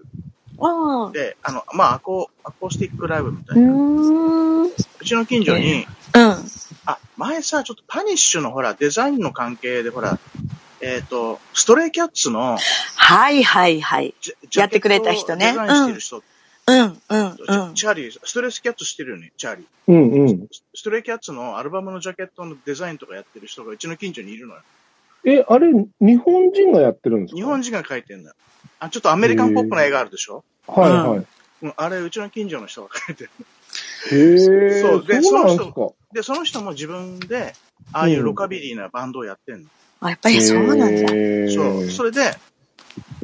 Speaker 1: うん。う
Speaker 3: で、あの、まあ、アコ、アコースティックライブみたいな。
Speaker 1: ーん。うん。
Speaker 3: うちの近所に、あ、前さ、ちょっとパニッシュのほら、デザインの関係でほら、えっ、と、ストレイキャッツの
Speaker 1: はいはいはい。
Speaker 3: ジャ、
Speaker 1: やってくれた人ね
Speaker 3: ジャケットをデザインしてる人、
Speaker 1: うん、うん、
Speaker 3: チ
Speaker 1: う
Speaker 3: ャ
Speaker 1: ん。
Speaker 3: チャーリー、ストレスキャッツしてるよね、チャーリー。
Speaker 2: うんうん。
Speaker 3: ストレイキャッツのアルバムのジャケットのデザインとかやってる人がうちの近所にいるのよ。
Speaker 2: え、あれ、日本人がやってるんですか
Speaker 3: 日本人が描いてんだよ。あ、ちょっとアメリカンポップな絵があるでしょ、
Speaker 2: はいはい。
Speaker 3: うん、あれ、うちの近所の人が描いてる。
Speaker 2: へえ。
Speaker 3: そ
Speaker 2: そう
Speaker 3: で
Speaker 2: うなんで
Speaker 3: そ
Speaker 2: す
Speaker 3: の
Speaker 2: か。
Speaker 3: で、その人も自分で、ああいうロカビリーなバンドをやってんの。
Speaker 1: あ、やっぱりそうなんだ。
Speaker 2: へー
Speaker 3: そう。それで、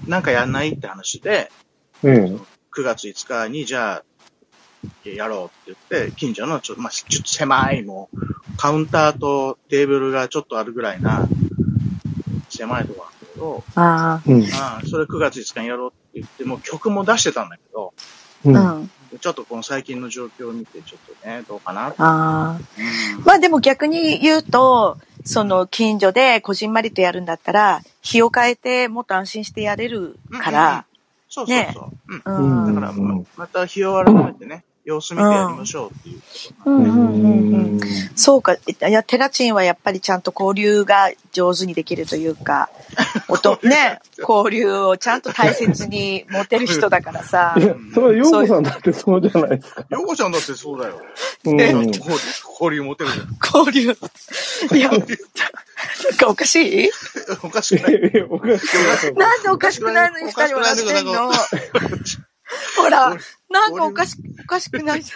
Speaker 3: なんかやんないって話で、
Speaker 2: え
Speaker 3: 9月5日に、じゃあ、やろうって言って、近所のちょ,、まあ、ちょっと狭い、もう、カウンターとテーブルがちょっとあるぐらいな、狭いとこなんだけど、
Speaker 1: あ
Speaker 2: え。うん。
Speaker 3: ああそれ9月5日にやろうって言って、もう曲も出してたんだけど、
Speaker 1: あ、う
Speaker 2: うん
Speaker 1: ん。
Speaker 3: ちょっとこの最近の状況を見て、ちょっとね、どうかなって。
Speaker 1: ああ。
Speaker 3: うん
Speaker 1: まあでも逆に言うと、その近所でこじんまりとやるんだったら、日を変えてもっと安心してやれるから、
Speaker 3: そうそうそう。うん。
Speaker 1: う
Speaker 2: う
Speaker 1: ん。
Speaker 2: ん
Speaker 1: う
Speaker 3: だ
Speaker 1: ん
Speaker 3: から、ままた日を改めてね、様子見てやりましょうっていうこと
Speaker 1: う
Speaker 3: なんんで。
Speaker 1: うんうんそうか。いや、テラチンはやっぱりちゃんと交流が上手にできるというか、おと、ね、交流をちゃんと大切に持てる人だからさ
Speaker 2: い。や、それは陽子さんだってそうじゃないですか。
Speaker 3: ヨコちゃんだってそうだよ。
Speaker 2: うん。 (laughs)
Speaker 1: え
Speaker 3: 交流、交流持てる (laughs) じゃん。
Speaker 1: 交流。いや、なんかおかしい
Speaker 3: おかしくない。
Speaker 2: ええ、おかしくない
Speaker 1: なんでおかしくないのに二人笑ってんのほら、なんかおかし、おかしくないじ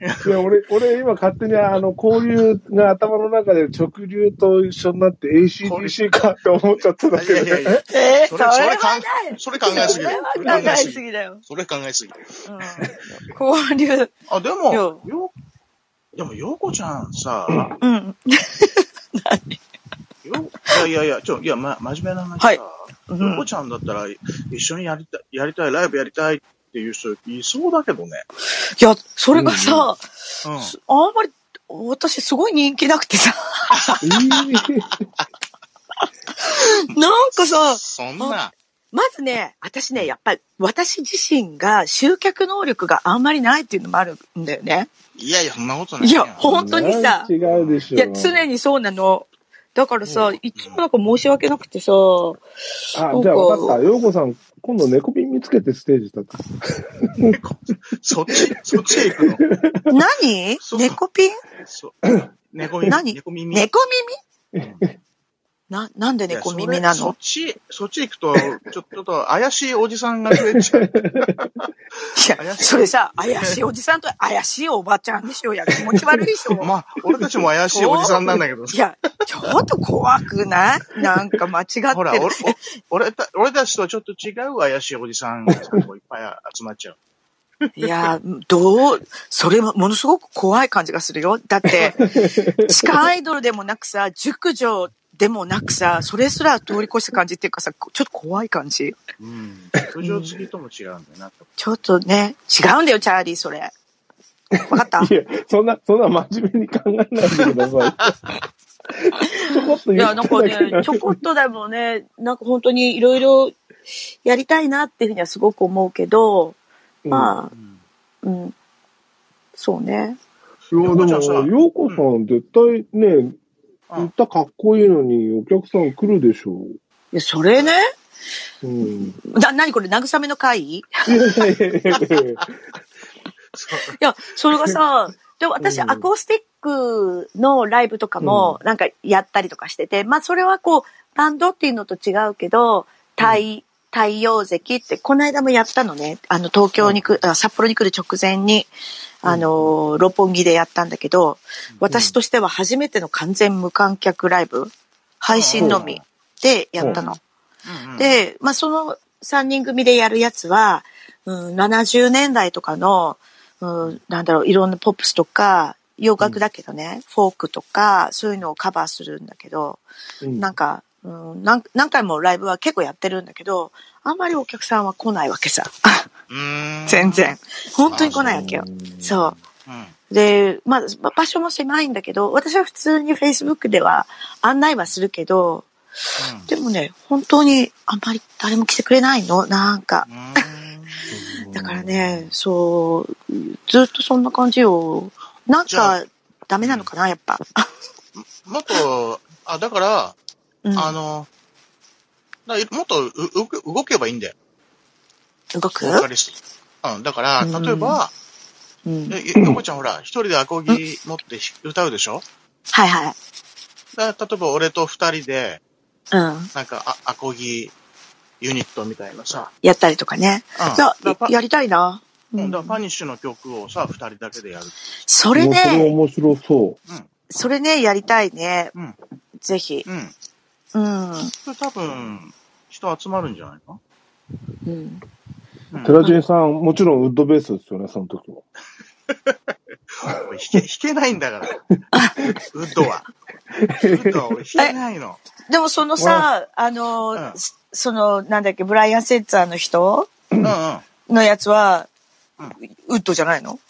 Speaker 2: いや、俺、俺今勝手にあの、交流が頭の中で直流と一緒になって ACDC かって思っちゃったんだ
Speaker 3: い
Speaker 2: け
Speaker 3: や
Speaker 2: ど
Speaker 3: いやい
Speaker 2: ね。
Speaker 1: ゃん。
Speaker 3: や、 (laughs)
Speaker 1: えー、そ
Speaker 3: そ
Speaker 1: れ
Speaker 3: れ、それ
Speaker 1: は
Speaker 3: 考
Speaker 1: ない。
Speaker 3: え、それ考えす
Speaker 1: そ
Speaker 3: ぎ
Speaker 1: れ
Speaker 3: だよ。それ
Speaker 1: は
Speaker 3: 考
Speaker 1: 考
Speaker 3: え
Speaker 1: え
Speaker 3: す
Speaker 1: す
Speaker 3: ぎ。
Speaker 1: ぎだよ。
Speaker 3: それ考えすぎ。
Speaker 1: うん。交流。
Speaker 3: あ、でも、
Speaker 1: よ
Speaker 3: よ、でも、ヨコちゃんさ、
Speaker 1: うん。
Speaker 3: よ、いやいやいや、ちょ、いや、ま、真面目な話さ、
Speaker 1: はい
Speaker 3: ヨ
Speaker 1: うん
Speaker 3: コちゃんだったら、一緒にやりたい、やりたい、ライブやりたいっていう人いそうだけどね。
Speaker 1: いや、それがさ、
Speaker 3: うん。
Speaker 1: あんまり、私すごい人気なくてさ、 (laughs) なんかさ、
Speaker 3: そんな、
Speaker 1: まずね、私ね、やっぱり、私自身が集客能力があんまりないっていうのもあるんだよね。
Speaker 3: いやいや、そんなことない
Speaker 1: い
Speaker 3: や
Speaker 1: や、
Speaker 3: ん。
Speaker 1: 本当にさ、
Speaker 2: 違うでしょ。
Speaker 1: いや、常にそうなの。だからさ
Speaker 3: うん、
Speaker 1: いつもなんか申し訳なく
Speaker 3: (laughs)
Speaker 1: てさ、
Speaker 2: あ、じゃあ分かった。陽子さん、今度猫瓶見つけてステージ立って。
Speaker 3: (laughs) そっち、そっちへ行くの。
Speaker 1: 何
Speaker 3: そう
Speaker 1: 猫ピン
Speaker 3: そう。猫耳。
Speaker 1: 何
Speaker 3: 猫耳。
Speaker 1: 猫
Speaker 3: う
Speaker 1: 耳
Speaker 3: ん
Speaker 1: な、なんで
Speaker 3: いや
Speaker 1: 猫耳な
Speaker 3: それそ
Speaker 1: の
Speaker 3: っち、そっち行くと、ちょちょっと怪しいおじさんが増えち
Speaker 1: (laughs)
Speaker 3: ゃう。
Speaker 1: いや、
Speaker 3: 怪しい
Speaker 1: それさ、怪しいおじさんと怪しいおばちゃんでしょ。いや、気持ち悪いで
Speaker 3: (laughs)
Speaker 1: しょ。
Speaker 3: まあ、俺たちも怪しいおじさんなんだけど
Speaker 1: い。や、ちょっと怖くないなんか間違って
Speaker 3: ほら、
Speaker 1: る
Speaker 3: 俺。、俺た、俺たちとちょっと違う怪しいおじさんがいっぱい集まっちゃう。
Speaker 1: いや、どう、それもものすごく怖い感じがするよ。だ
Speaker 3: (laughs)
Speaker 1: って、地下アイドルでもなくさ、熟女でもなくさ、それすら通り越した感じっていうかさ、ちょっと怖い感じ。
Speaker 3: うん。通常付きとも違うんだよな。
Speaker 1: ちょっとね、違うんだよ、チャーリー、それ。わかった
Speaker 2: いや、そんな、そんな真面目に考えないで
Speaker 1: (laughs)
Speaker 2: ください。ちょこっと
Speaker 1: い
Speaker 2: 言
Speaker 1: や、
Speaker 2: っ
Speaker 1: なん
Speaker 2: た
Speaker 1: か
Speaker 2: だけ
Speaker 1: ね、ちょこっとでもね、なんか本当にいろいろやりたいなっていうふうにはすごく思うけど、
Speaker 2: あ。
Speaker 1: まあ
Speaker 3: う、ん。
Speaker 1: うん。そうね。
Speaker 2: いや、でも、
Speaker 3: じゃあさ
Speaker 2: ようこさん絶対ね、
Speaker 3: うん
Speaker 2: 言ったらかっこいいのにお客さん来るでしょ
Speaker 1: いや、それね、
Speaker 2: う。うん。
Speaker 1: (laughs)
Speaker 2: い
Speaker 1: な、何これ、慰めの会
Speaker 2: やいやいやいやいや
Speaker 3: そう
Speaker 1: いや、それがさ、でも私、
Speaker 2: うん
Speaker 1: アコースティックのライブとかも、なんかやったりとかしてて、まあ、それはこう、バンドっていうのと違うけど、太、太陽石って、この間もやったのね。あの、東京に来る、あ札幌に来る直前に、あの、六本木でやったんだけど、私としては初めての完全無観客ライブ、配信のみでやったの。
Speaker 3: うんうん、
Speaker 1: で、まあ、その3人組でやるやつは、うん、70年代とかの、うん、なんだろう、いろんなポップスとか、洋楽だけどね、フォークとか、そういうのをカバーするんだけど、
Speaker 2: うん
Speaker 1: なんか、うん、なん何回もライブは結構やってるんだけど、あんまりお客さんは来ないわけさ。
Speaker 3: うーん
Speaker 1: 全。然。本当に来ないわけよ。そう。
Speaker 3: うん。
Speaker 1: で、まあ、ば場所も狭いんだけど、私は普通に Facebook では案内はするけど、でもね、本当にあんまり誰も来てくれないのなんか。
Speaker 3: うん。
Speaker 1: だからね、そう、ずっとそんな感じよ。なん
Speaker 3: じゃ
Speaker 1: か、ダメなのかなやっぱ。
Speaker 3: うんもっと、あ、だから、
Speaker 1: うん、
Speaker 3: あの、だからもっとううく動けばいいんだよ。
Speaker 1: 動く
Speaker 3: ボーカリスト。うん。だから、
Speaker 1: うん
Speaker 3: 例えば、
Speaker 1: うん。
Speaker 3: ええ横ちゃんほら、一人でアコギ持ってひ歌うでしょ
Speaker 1: はいはい。
Speaker 3: だから例えば俺と二人で、
Speaker 1: うん。
Speaker 3: なんかあアコギユニットみたいなさ。
Speaker 1: やったりとかね。
Speaker 3: うん。
Speaker 1: いや
Speaker 3: だからパ、
Speaker 1: やりたいな。
Speaker 3: う
Speaker 1: うんん
Speaker 3: だからパニッシュの曲をさ、二人だけでやる。
Speaker 1: それ
Speaker 2: もうそれ
Speaker 1: ね、
Speaker 2: 面白そ
Speaker 1: それね、やりたいね。
Speaker 3: うん
Speaker 1: ぜひ。
Speaker 3: うん。
Speaker 1: うん。
Speaker 3: それ多分、人集まるんじゃないの
Speaker 1: うん。
Speaker 3: うん
Speaker 2: う。。寺陣さん、もちろんウッドベースですよね、その時は。
Speaker 3: 俺弾け、弾けないんだから。ウッドは。ウッドは俺弾けないの。
Speaker 1: でもそのさ、あの、
Speaker 3: うん
Speaker 1: そその、なんだっけ、ブライアン・セッツァーの人
Speaker 3: うんうん。ウ
Speaker 1: のやつは、
Speaker 3: うん
Speaker 1: ウッドじゃないの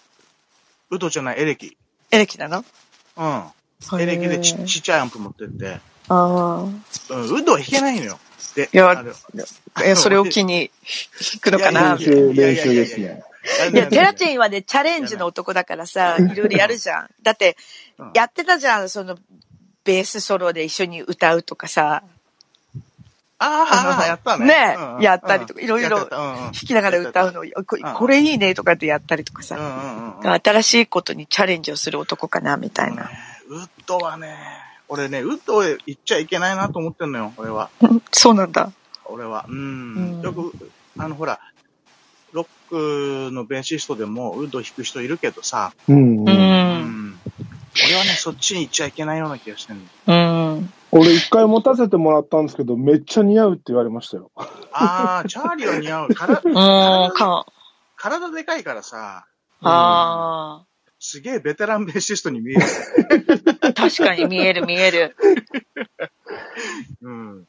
Speaker 3: ッドじゃない、エレキ。
Speaker 1: エレキなの
Speaker 3: うん。エレキで
Speaker 1: へ
Speaker 3: ち
Speaker 1: ー
Speaker 3: ちっちゃいアンプ持ってって。
Speaker 1: あ
Speaker 3: うん、ウッドは弾けないのよ。で、
Speaker 1: いや
Speaker 3: あれ
Speaker 1: あ。え、それを機に弾くのかな
Speaker 3: や
Speaker 2: 練
Speaker 1: み
Speaker 3: い
Speaker 1: たいな
Speaker 3: や
Speaker 2: 習、練習ですね。
Speaker 3: (laughs)
Speaker 1: いや、テラチ
Speaker 3: ン。
Speaker 1: ンはね、チャレンジの男だからさ、いろいろやるじゃん。だって
Speaker 3: うん、
Speaker 1: やってたじゃん、その、ベースソロで一緒に歌うとかさ、
Speaker 3: ああ、やったね。
Speaker 1: ね
Speaker 3: うんうん
Speaker 1: やったりとか
Speaker 3: うん
Speaker 1: いろいろ
Speaker 3: やったやったうんう
Speaker 1: 弾
Speaker 3: ん
Speaker 1: きながら歌うの、こ
Speaker 3: うん
Speaker 1: これいいねとかってやったりとか
Speaker 3: うんう
Speaker 1: さ、
Speaker 3: んうんうん。
Speaker 1: 新しいことにチャレンジをする男かな、みたいな。
Speaker 3: ウッドはね、俺ね、ウッドへ行っちゃいけないなと思ってんのよ、俺は。
Speaker 1: そうなんだ。
Speaker 3: 俺は。う
Speaker 1: うん
Speaker 3: ん。よく、あの、ほら、ロックのベーシストでもウッド弾く人いるけどさ、
Speaker 2: うん。
Speaker 1: う。
Speaker 2: うん、
Speaker 3: うんん俺はね、そっちに行っちゃいけないような気がしてる
Speaker 1: うん。
Speaker 2: 俺一回持たせてもらったんですけど、めっちゃ似合うって言われましたよ。
Speaker 3: ああ、チャーリーは似合う。から
Speaker 1: (laughs) うん、か。
Speaker 3: 体でかいからさ、
Speaker 1: あ
Speaker 3: すげえベテランベーシストに見える。
Speaker 1: あ。確かに見える見える。
Speaker 3: うん。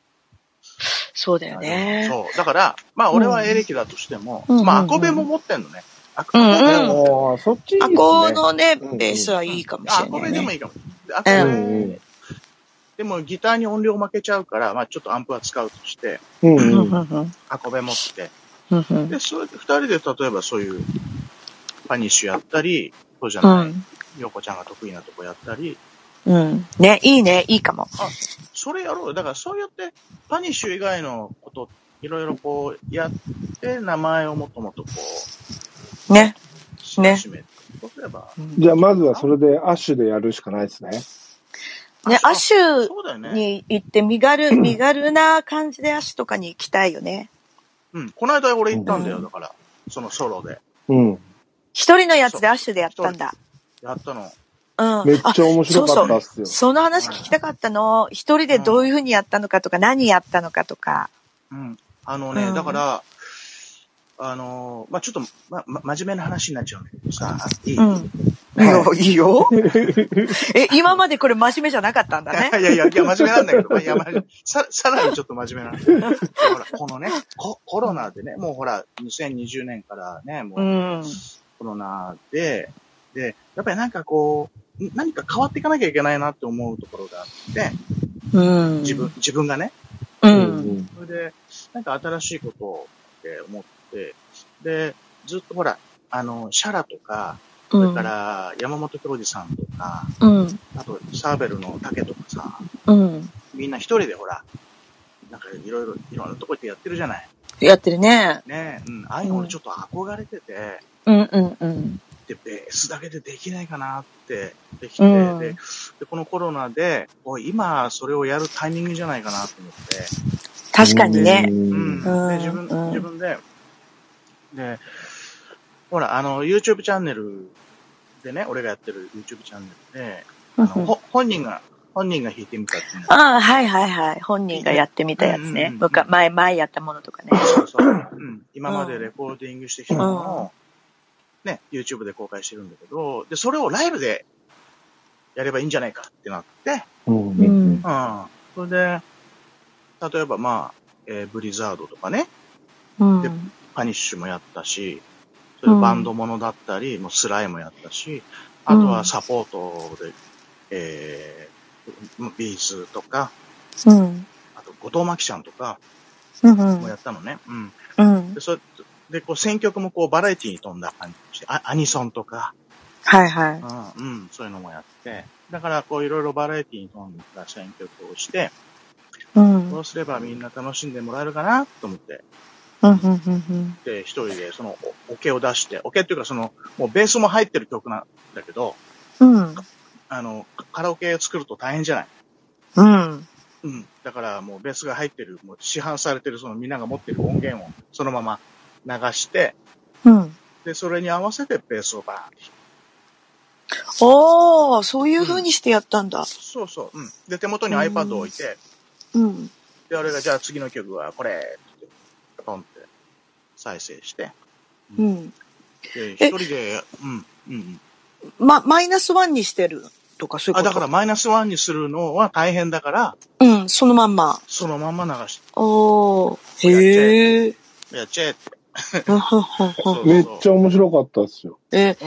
Speaker 1: そうだよね。
Speaker 3: そう。だから、まあ俺はエレキだとしても、
Speaker 1: うん
Speaker 3: まあ
Speaker 1: う
Speaker 3: ア
Speaker 1: んうんうん
Speaker 3: コベも持ってんのね。アコ
Speaker 1: う
Speaker 3: ベ
Speaker 1: ん
Speaker 2: あ
Speaker 1: うん
Speaker 3: も、
Speaker 2: あ、そっちいいです
Speaker 1: ア
Speaker 2: ね。
Speaker 1: コのね、
Speaker 2: うん
Speaker 1: ベースはいいかもし
Speaker 3: あ
Speaker 1: れ
Speaker 3: アコ
Speaker 1: な
Speaker 3: ベ
Speaker 1: い
Speaker 3: でも
Speaker 1: ね。
Speaker 3: いいかも。でアコベ、
Speaker 2: うんうん
Speaker 3: でもギターに音量負けちゃうから、まあちょっとアンプは使うとして、
Speaker 2: う
Speaker 1: う
Speaker 2: ん
Speaker 1: ん
Speaker 2: うん
Speaker 1: う。んうん
Speaker 3: アコベ持って。
Speaker 1: うんうん。
Speaker 3: で、それで二人で例えばそういう、パニッシュやったり、そうじゃ
Speaker 1: う
Speaker 3: ない、
Speaker 1: ん。
Speaker 3: ヨコちゃんが得意なとこやったり、
Speaker 1: うん。ね、いいね、いいかも。
Speaker 3: それやろうよ。だからそうやって、パニッシュ以外のこと、いろいろこう、やって、名前をもっともっとこう、
Speaker 1: ね。
Speaker 3: 知らしめて。そうすれば、
Speaker 2: じゃあ、まずはそれで、アッシュでやるしかないですね。
Speaker 1: ね、
Speaker 3: あ
Speaker 1: アシュ
Speaker 3: そうだよね。
Speaker 1: に行って身軽、身軽な感じでアシュとかに行きたいよね。
Speaker 3: うん。この間俺行ったんだよ、
Speaker 1: うん
Speaker 3: だから。そのソロで。
Speaker 2: うん。
Speaker 1: 一人のやつでアシュでやったんだ。
Speaker 3: やったの。
Speaker 1: うん。
Speaker 2: めっちゃ面
Speaker 1: あそう
Speaker 2: 白かったっす
Speaker 1: そ
Speaker 2: よ
Speaker 1: う。。その話聞きたかったの。一人でどういうふうにやったのかとか、何やったのかとか。
Speaker 3: うん。あのね、
Speaker 1: うん
Speaker 3: だから、あのーまあ、ちょっと、ま、ま、真面目な話になっちゃうんだけどさ、いい、
Speaker 1: うん。いいよ、いいよ。え、今までこれ真面目じゃなかったんだね。
Speaker 3: いやいや、いや、真面目なんだけど、まあいや、まあさ、さらにちょっと真面目なんだけど、ほら、このね、ココロナでね、もうほら、2020年からね、も
Speaker 1: う。
Speaker 3: うんコロナで、で、やっぱりなんかこう、ん何か変わっていかなきゃいけないなって思うところがあって、
Speaker 1: うん。
Speaker 3: 自分、。自分がね、
Speaker 1: う。
Speaker 2: うんん。
Speaker 3: それで、なんか新しいことをって思って、で、ずっとほら、あの、シャラとか、
Speaker 1: う
Speaker 3: そ
Speaker 1: ん。
Speaker 3: れから山本教授さんとか、
Speaker 1: うん。
Speaker 3: あとサーベルの竹とかさ、
Speaker 1: うん。
Speaker 3: みんな一人でほら、なんかいろいろ、いろんなとこ行ってやってるじゃない。
Speaker 1: やってるね。
Speaker 3: ねえ、うん、ああいうの俺ちょっと憧れてて、
Speaker 1: うんうんうん。
Speaker 3: で、ベースだけでできないかなって、できて、
Speaker 1: うん
Speaker 3: で、でこのコロナで、おい今それをやるタイミングじゃないかなと思って、
Speaker 1: 確かにね。
Speaker 3: うん。
Speaker 2: う
Speaker 3: で、
Speaker 1: うん
Speaker 3: 自分
Speaker 1: うん、
Speaker 3: 自分で、で、ほら、あの、YouTube チャンネルでね、俺がやってる YouTube チャンネルで、あの
Speaker 1: うん
Speaker 3: ほ本人が、本人が弾いてみたっていうの
Speaker 1: ああ、はいはいはい。本人がやってみたやつ
Speaker 3: うんうんう
Speaker 1: ね
Speaker 3: ん。
Speaker 1: 僕は前、前やったものとかね。
Speaker 3: そうそう。うん。今までレコーディングしてきたのを、ね、YouTube で公開してるんだけど、で、それをライブでやればいいんじゃないかってなって、
Speaker 2: ん。
Speaker 1: う
Speaker 2: うんん。
Speaker 3: うん。それで、例えばまあ、えーブリザードとかね、
Speaker 1: うん。
Speaker 3: でパニッシュもやったし、それバンドものだったり、もうスライもやったし、あとはサポートで、えー、ビーズとか、
Speaker 1: うん。
Speaker 3: あと後藤真希ちゃんとか
Speaker 1: うん
Speaker 3: もやったのね。うん。
Speaker 1: うん。
Speaker 3: で、そで、こう選曲もこうバラエティに飛んだ感じにして、あアニソンとか、
Speaker 1: はいはい。
Speaker 3: うん、うん、そういうのもやって、だからこういろいろバラエティに飛んだ選曲をして、
Speaker 1: うん。う
Speaker 3: ど
Speaker 1: ん
Speaker 3: うすればみんな楽しんでもらえるかなと思って、
Speaker 1: うんうん
Speaker 3: で、一人でそのおオケを出して、オケっていうかその、もうベースも入ってる曲なんだけど、
Speaker 1: うん。うん。
Speaker 3: あの、カカラオケを作ると大変じゃない
Speaker 1: うん。
Speaker 3: うん。だからもうベースが入ってる、もう市販されてるそのみんなが持ってる音源をそのまま流して、
Speaker 1: うん。
Speaker 3: で、それに合わせてベースをバーンって弾く。
Speaker 1: おー、そういう風にしてやったんだ。
Speaker 3: そうそう。うん。で、手元に iPad を置いて、
Speaker 1: うん。
Speaker 3: で、俺がじゃあ次の曲はこれって、ポンって再生して、
Speaker 1: うん。
Speaker 3: で、一人で、うん、うんうん。
Speaker 1: ま、マイナスワンにしてるとかそういうこ
Speaker 3: あ、
Speaker 1: と
Speaker 3: だからマイナスワンにするのは大変だから、
Speaker 1: うん、そのまんま。
Speaker 3: そのまんま流し
Speaker 1: おー。へえ。
Speaker 3: て、やっちゃえって。
Speaker 1: うんふんふんふん
Speaker 2: めっちゃ面白かったっすよ。
Speaker 1: え、
Speaker 3: う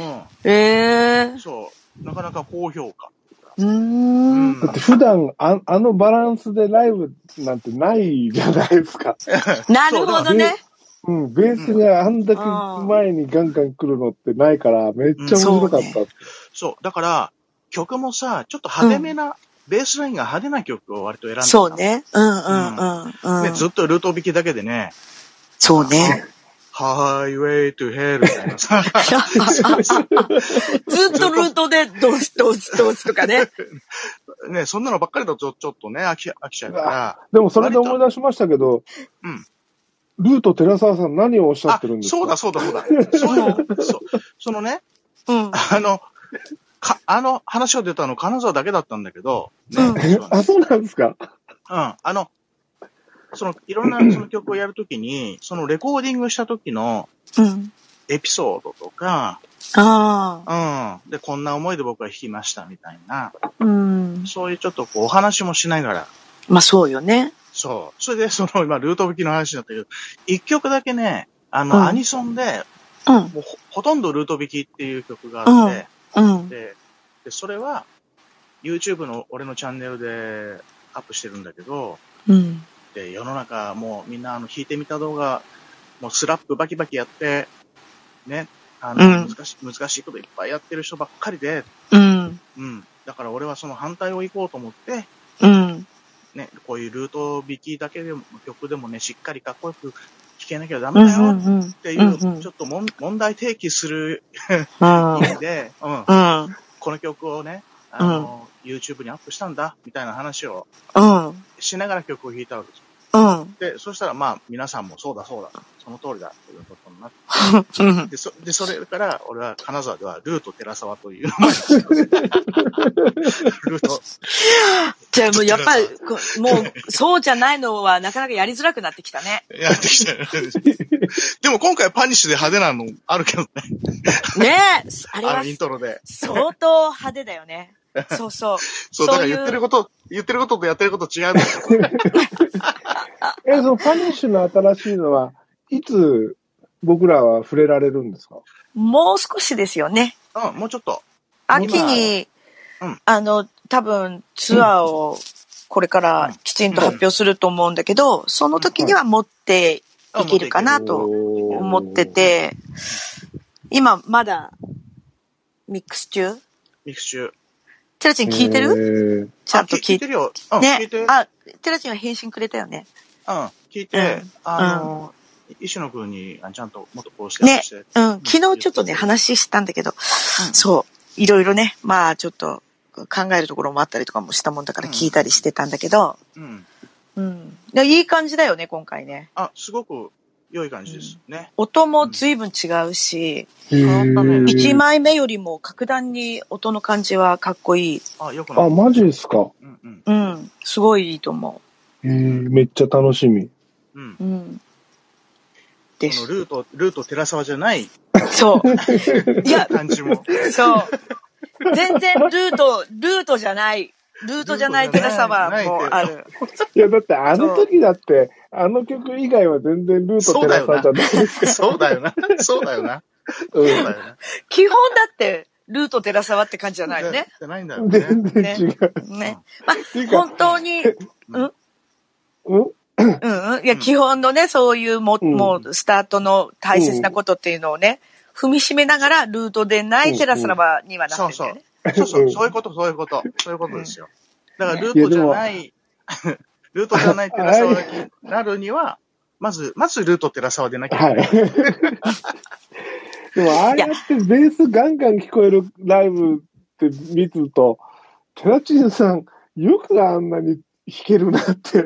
Speaker 1: ええ
Speaker 3: ん。。そう。なかなか高評価。
Speaker 1: うー
Speaker 3: うん
Speaker 1: ん。
Speaker 2: だって普段あ、あのバランスでライブなんてないじゃないです
Speaker 3: (laughs)
Speaker 2: か。
Speaker 1: なるほどね。
Speaker 2: うん、ベースがあんだけ前にガンガン来るのってないから、めっちゃ面白かったっす。
Speaker 3: そう。だから、曲もさ、ちょっと派手めな、ベースラインが派手な曲を割と選んでた
Speaker 1: そう。ね。うんうんうんう
Speaker 3: ね
Speaker 1: ん。
Speaker 3: ずっとルート弾きだけでね、
Speaker 1: そうね。
Speaker 3: ハイウェイトゥヘルみたいな
Speaker 1: (laughs)
Speaker 3: さ、
Speaker 1: ずっとルートで、ドスドスドスとかね。
Speaker 3: ね、そんなのばっかりだとちょっとね、飽き飽きちゃうから。
Speaker 2: でもそれで思い出しましたけど、
Speaker 3: うん
Speaker 2: ルート寺澤さん何をおっしゃっ
Speaker 3: あ
Speaker 2: てるん、ですか
Speaker 3: そうだそうだそうだ。そうそうそのね、
Speaker 1: うん。
Speaker 3: あの、か、あの話を出たの金沢だけだったんだけど、ね、
Speaker 1: うん
Speaker 3: 実 (laughs) はね
Speaker 2: あ、そうなんですか
Speaker 3: うん。あの、その、い
Speaker 2: (clears throat)
Speaker 3: ろんなその曲をやるときに、そのレコーディングしたときの
Speaker 1: うん。
Speaker 3: エピソードとか、
Speaker 1: ああ。
Speaker 3: うん。で、こんな思いで僕は弾きましたみたいな、
Speaker 1: うん。
Speaker 3: そういうちょっとこうお話もしながら、
Speaker 1: まあそうよね。
Speaker 3: そう。それで、その、今、ルート吹きの話になったけど、一曲だけね、あの、
Speaker 1: うん
Speaker 3: アニソンで、
Speaker 1: うん。
Speaker 3: もうほ、ほとんどルート吹きっていう曲があって、
Speaker 1: うん。
Speaker 3: で、で、それは、YouTube の俺のチャンネルでアップしてるんだけど、
Speaker 1: うん。
Speaker 3: で、世の中もうみんなあの、弾いてみた動画、もうスラップバキバキやって、ね、あの、
Speaker 1: うん
Speaker 3: 難しい、難しいこといっぱいやってる人ばっかりで、
Speaker 1: うん。
Speaker 3: うん。だから俺はその反対を行こうと思って、
Speaker 1: うん。
Speaker 3: ね、こういうルート弾きだけでも、曲でもね、しっかりかっこよく弾けなきゃダ
Speaker 1: う
Speaker 3: メだよっ
Speaker 1: ん。うん。
Speaker 3: ていう、
Speaker 1: うんうん
Speaker 3: ちょっともん問題提起する意
Speaker 1: うん。
Speaker 3: 味で、うん、
Speaker 1: うん。
Speaker 3: この曲をね、あの、YouTube にアップしたんだ、みたいな話を
Speaker 1: うん。
Speaker 3: しながら曲を弾いたわけです。
Speaker 1: うん。
Speaker 3: で、そしたらまあ、皆さんもそうだそうだ、その通りだ、ということになって、
Speaker 1: うん。
Speaker 3: で、そでそれから、俺は
Speaker 1: (laughs)
Speaker 3: 金沢では、ルート寺沢という、ルート、
Speaker 1: じゃあもうやっぱり、こもう、そうじゃないのはなかなかやりづらくなってきたね。
Speaker 3: やってきたよね。でも今回パニッシュで派手なのあるけどね。
Speaker 1: ねえ、あれ
Speaker 3: あ
Speaker 1: は
Speaker 3: のイントロで。
Speaker 1: 相当派手だよね。そうそう。
Speaker 3: そう、だから言ってること、言ってることとやってること違うんだよ。
Speaker 2: え、そのパニッシュの新しいのは、いつ僕らは触れられるんですか
Speaker 1: もう少しですよね。
Speaker 3: うん、もうちょっと。
Speaker 1: 秋に、
Speaker 3: うん
Speaker 1: あの、多分ツアーをこれからきちんと発表すると思うんだけど、その時には持っていけるかなと思
Speaker 2: 思
Speaker 1: って。て、今まだミックス中
Speaker 3: ミクシュ。
Speaker 1: テラチン聞いてる
Speaker 2: る
Speaker 1: ちゃんと聞いて。
Speaker 3: てるよ。うん、聞い
Speaker 1: ね
Speaker 3: て。。
Speaker 1: あ、テラチンは返信くれたよね。
Speaker 3: うん、聞いうて
Speaker 1: ん。
Speaker 3: あの、石野くんにあちゃんともっとこうして、
Speaker 1: ね
Speaker 3: こうして
Speaker 1: うん、昨日ちょっとね、話したんだけど、そう、いろいろね、まあちょっと考えるところもあったりとかもしたもんだから聞いたりしてたんだけど、
Speaker 3: うん。
Speaker 1: うん。でいい感じだよね、今回ね。
Speaker 3: あ、すごく良い感じですね。
Speaker 1: 音も随分違うし、
Speaker 3: 変わったね
Speaker 1: 1枚目よりも格段に音の感じはかっこいい。
Speaker 3: あ、よくな
Speaker 2: あ、
Speaker 3: い。
Speaker 2: マジですか。
Speaker 3: うん、
Speaker 1: う
Speaker 3: うん、
Speaker 1: ん。すごいいいと思
Speaker 2: へーめっちゃ楽しみ。
Speaker 3: うん。こ
Speaker 1: う。うん。で
Speaker 3: の
Speaker 1: す。
Speaker 3: ルート、ルート寺沢じゃない
Speaker 1: そう。
Speaker 2: (laughs)
Speaker 1: いや、
Speaker 3: 感じも。
Speaker 1: そう。全然ルート、ルートじゃない。ルートじゃない寺沢もある。
Speaker 2: いや、だってあの時だって、あの曲以外は全然ルート照らされたんです
Speaker 3: (laughs) そうだよな。そうだよな。そうだよな。
Speaker 1: 基本だって、ルート寺沢って感じじゃないよね。
Speaker 3: じゃないんだよ
Speaker 2: (laughs)
Speaker 3: ね。
Speaker 2: 全然違う。
Speaker 1: ね。まあ
Speaker 2: ていう、か
Speaker 1: 本当に、
Speaker 2: うん
Speaker 1: うんうん。いや、基本のね、そういうも、
Speaker 2: うん
Speaker 1: もう、スタートの大切なことっていうのをね、踏みしめながら、ルートでないテラスラバにはなって
Speaker 3: そ
Speaker 1: る
Speaker 3: う
Speaker 1: だよ
Speaker 3: んそう
Speaker 1: ね。。
Speaker 3: そうそう。そういうこと、そういうこと。そういうことですよ。だからルートじゃない、 (laughs) ルートじゃない寺沢になるには、まず、まずルート寺沢でなきゃいけ
Speaker 2: は
Speaker 3: ない
Speaker 2: い。でも、ああやってベースガンガン聞こえるライブって見てると、テラチンさん、よくあんなに弾けるなって。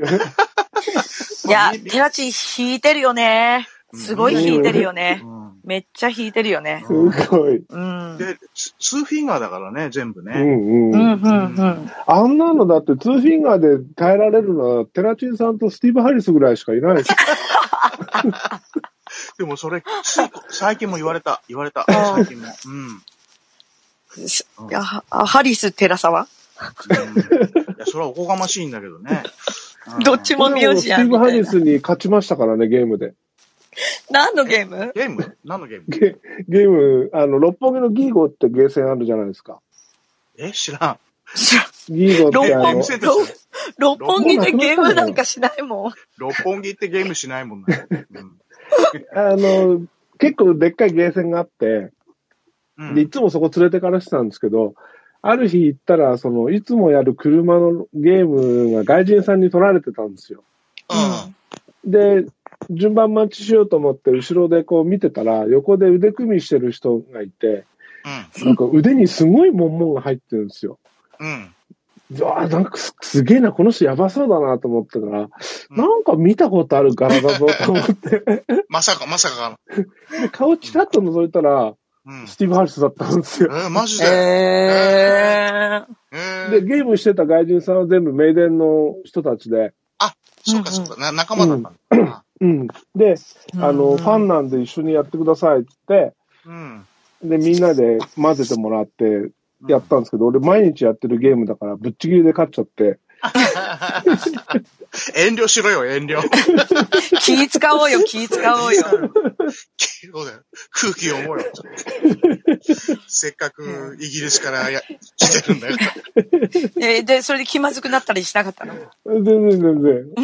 Speaker 1: いや、テラチ弾いてるよね。すごい弾いてるよね。
Speaker 3: う
Speaker 1: めっちゃ弾いてるよね。
Speaker 2: すごい。
Speaker 1: うん。うんん、
Speaker 3: で、ツツーフィンガーだからね、全部
Speaker 2: う
Speaker 3: ね。
Speaker 1: う
Speaker 2: んうん。
Speaker 1: ん、うん。
Speaker 2: あんなのだって、ツーフィンガーで耐えられるのは、テラチンさんとスティーブ・ハリスぐらいしかいないです。
Speaker 3: でもそれ、つい最近も言われた、言われた、
Speaker 1: あー
Speaker 3: 最近も。うん。うん
Speaker 1: すいやはハリス、テラサワ
Speaker 3: いや、それはおこがましいんだけどね。うん
Speaker 1: どっちもミュージア
Speaker 2: ステ
Speaker 1: ン
Speaker 2: ィー
Speaker 1: み
Speaker 2: ブ・ハ
Speaker 1: たい
Speaker 2: リ
Speaker 1: な。
Speaker 2: スに勝ちましたからね、ゲームで。
Speaker 1: 何のゲーム
Speaker 3: ゲーム何のゲーム
Speaker 2: ゲゲーム、あの、六本木のギーゴってゲーセンあるじゃないですか。
Speaker 3: え知らん。
Speaker 2: ギーゴってあ
Speaker 1: 六本
Speaker 2: の
Speaker 3: ゲーム
Speaker 1: 木、
Speaker 3: センターじゃない
Speaker 1: 六本木でゲームなんかしないもん。
Speaker 3: 六本木ってゲームしないもんね。うん
Speaker 2: あの、結構でっかいゲーセンがあって、
Speaker 3: う
Speaker 2: で、い
Speaker 3: ん。
Speaker 2: つもそこ連れてからしてたんですけど、ある日行ったら、その、いつもやる車のゲームが外人さんに取られてたんですよ。
Speaker 3: うん
Speaker 2: で、順番待ちしようと思って、後ろでこう見てたら、横で腕組みしてる人がいて、なんか腕にすごいモンモンが入ってるんですよ。
Speaker 3: うん。うん。
Speaker 2: うわあなんかすすげえな、この人やばそうだなと思ったから、
Speaker 3: ん
Speaker 2: なんか見たことある柄だぞと思って、
Speaker 3: まさか、まさか
Speaker 2: で顔ちらっと覗いたら、
Speaker 3: の。うん。
Speaker 2: スティーブ・ハリスだったんですよ。
Speaker 3: えー、マジで。
Speaker 1: えー。
Speaker 3: え
Speaker 2: で、
Speaker 3: ー、
Speaker 2: ゲームしてた外人さんは全部名電の人たちで、
Speaker 3: そうかそうか、な仲間だったんだ。
Speaker 2: うん。で、あの、
Speaker 1: うん
Speaker 2: ファンなんで一緒にやってくださいってって、
Speaker 3: うん。
Speaker 2: で、みんなで混ぜてもらってやったんですけど、俺毎日やってるゲームだからぶっちぎりで勝っちゃって、
Speaker 3: 遠慮しろよ、遠慮。
Speaker 1: 気使おうよ、気使おうよ。
Speaker 3: そうだよ。空気読もう (laughs) よ。せっかくイギリスからや来てるんだよ。
Speaker 1: えーで、それで気まずくなったりしなかったの
Speaker 2: 全然全然。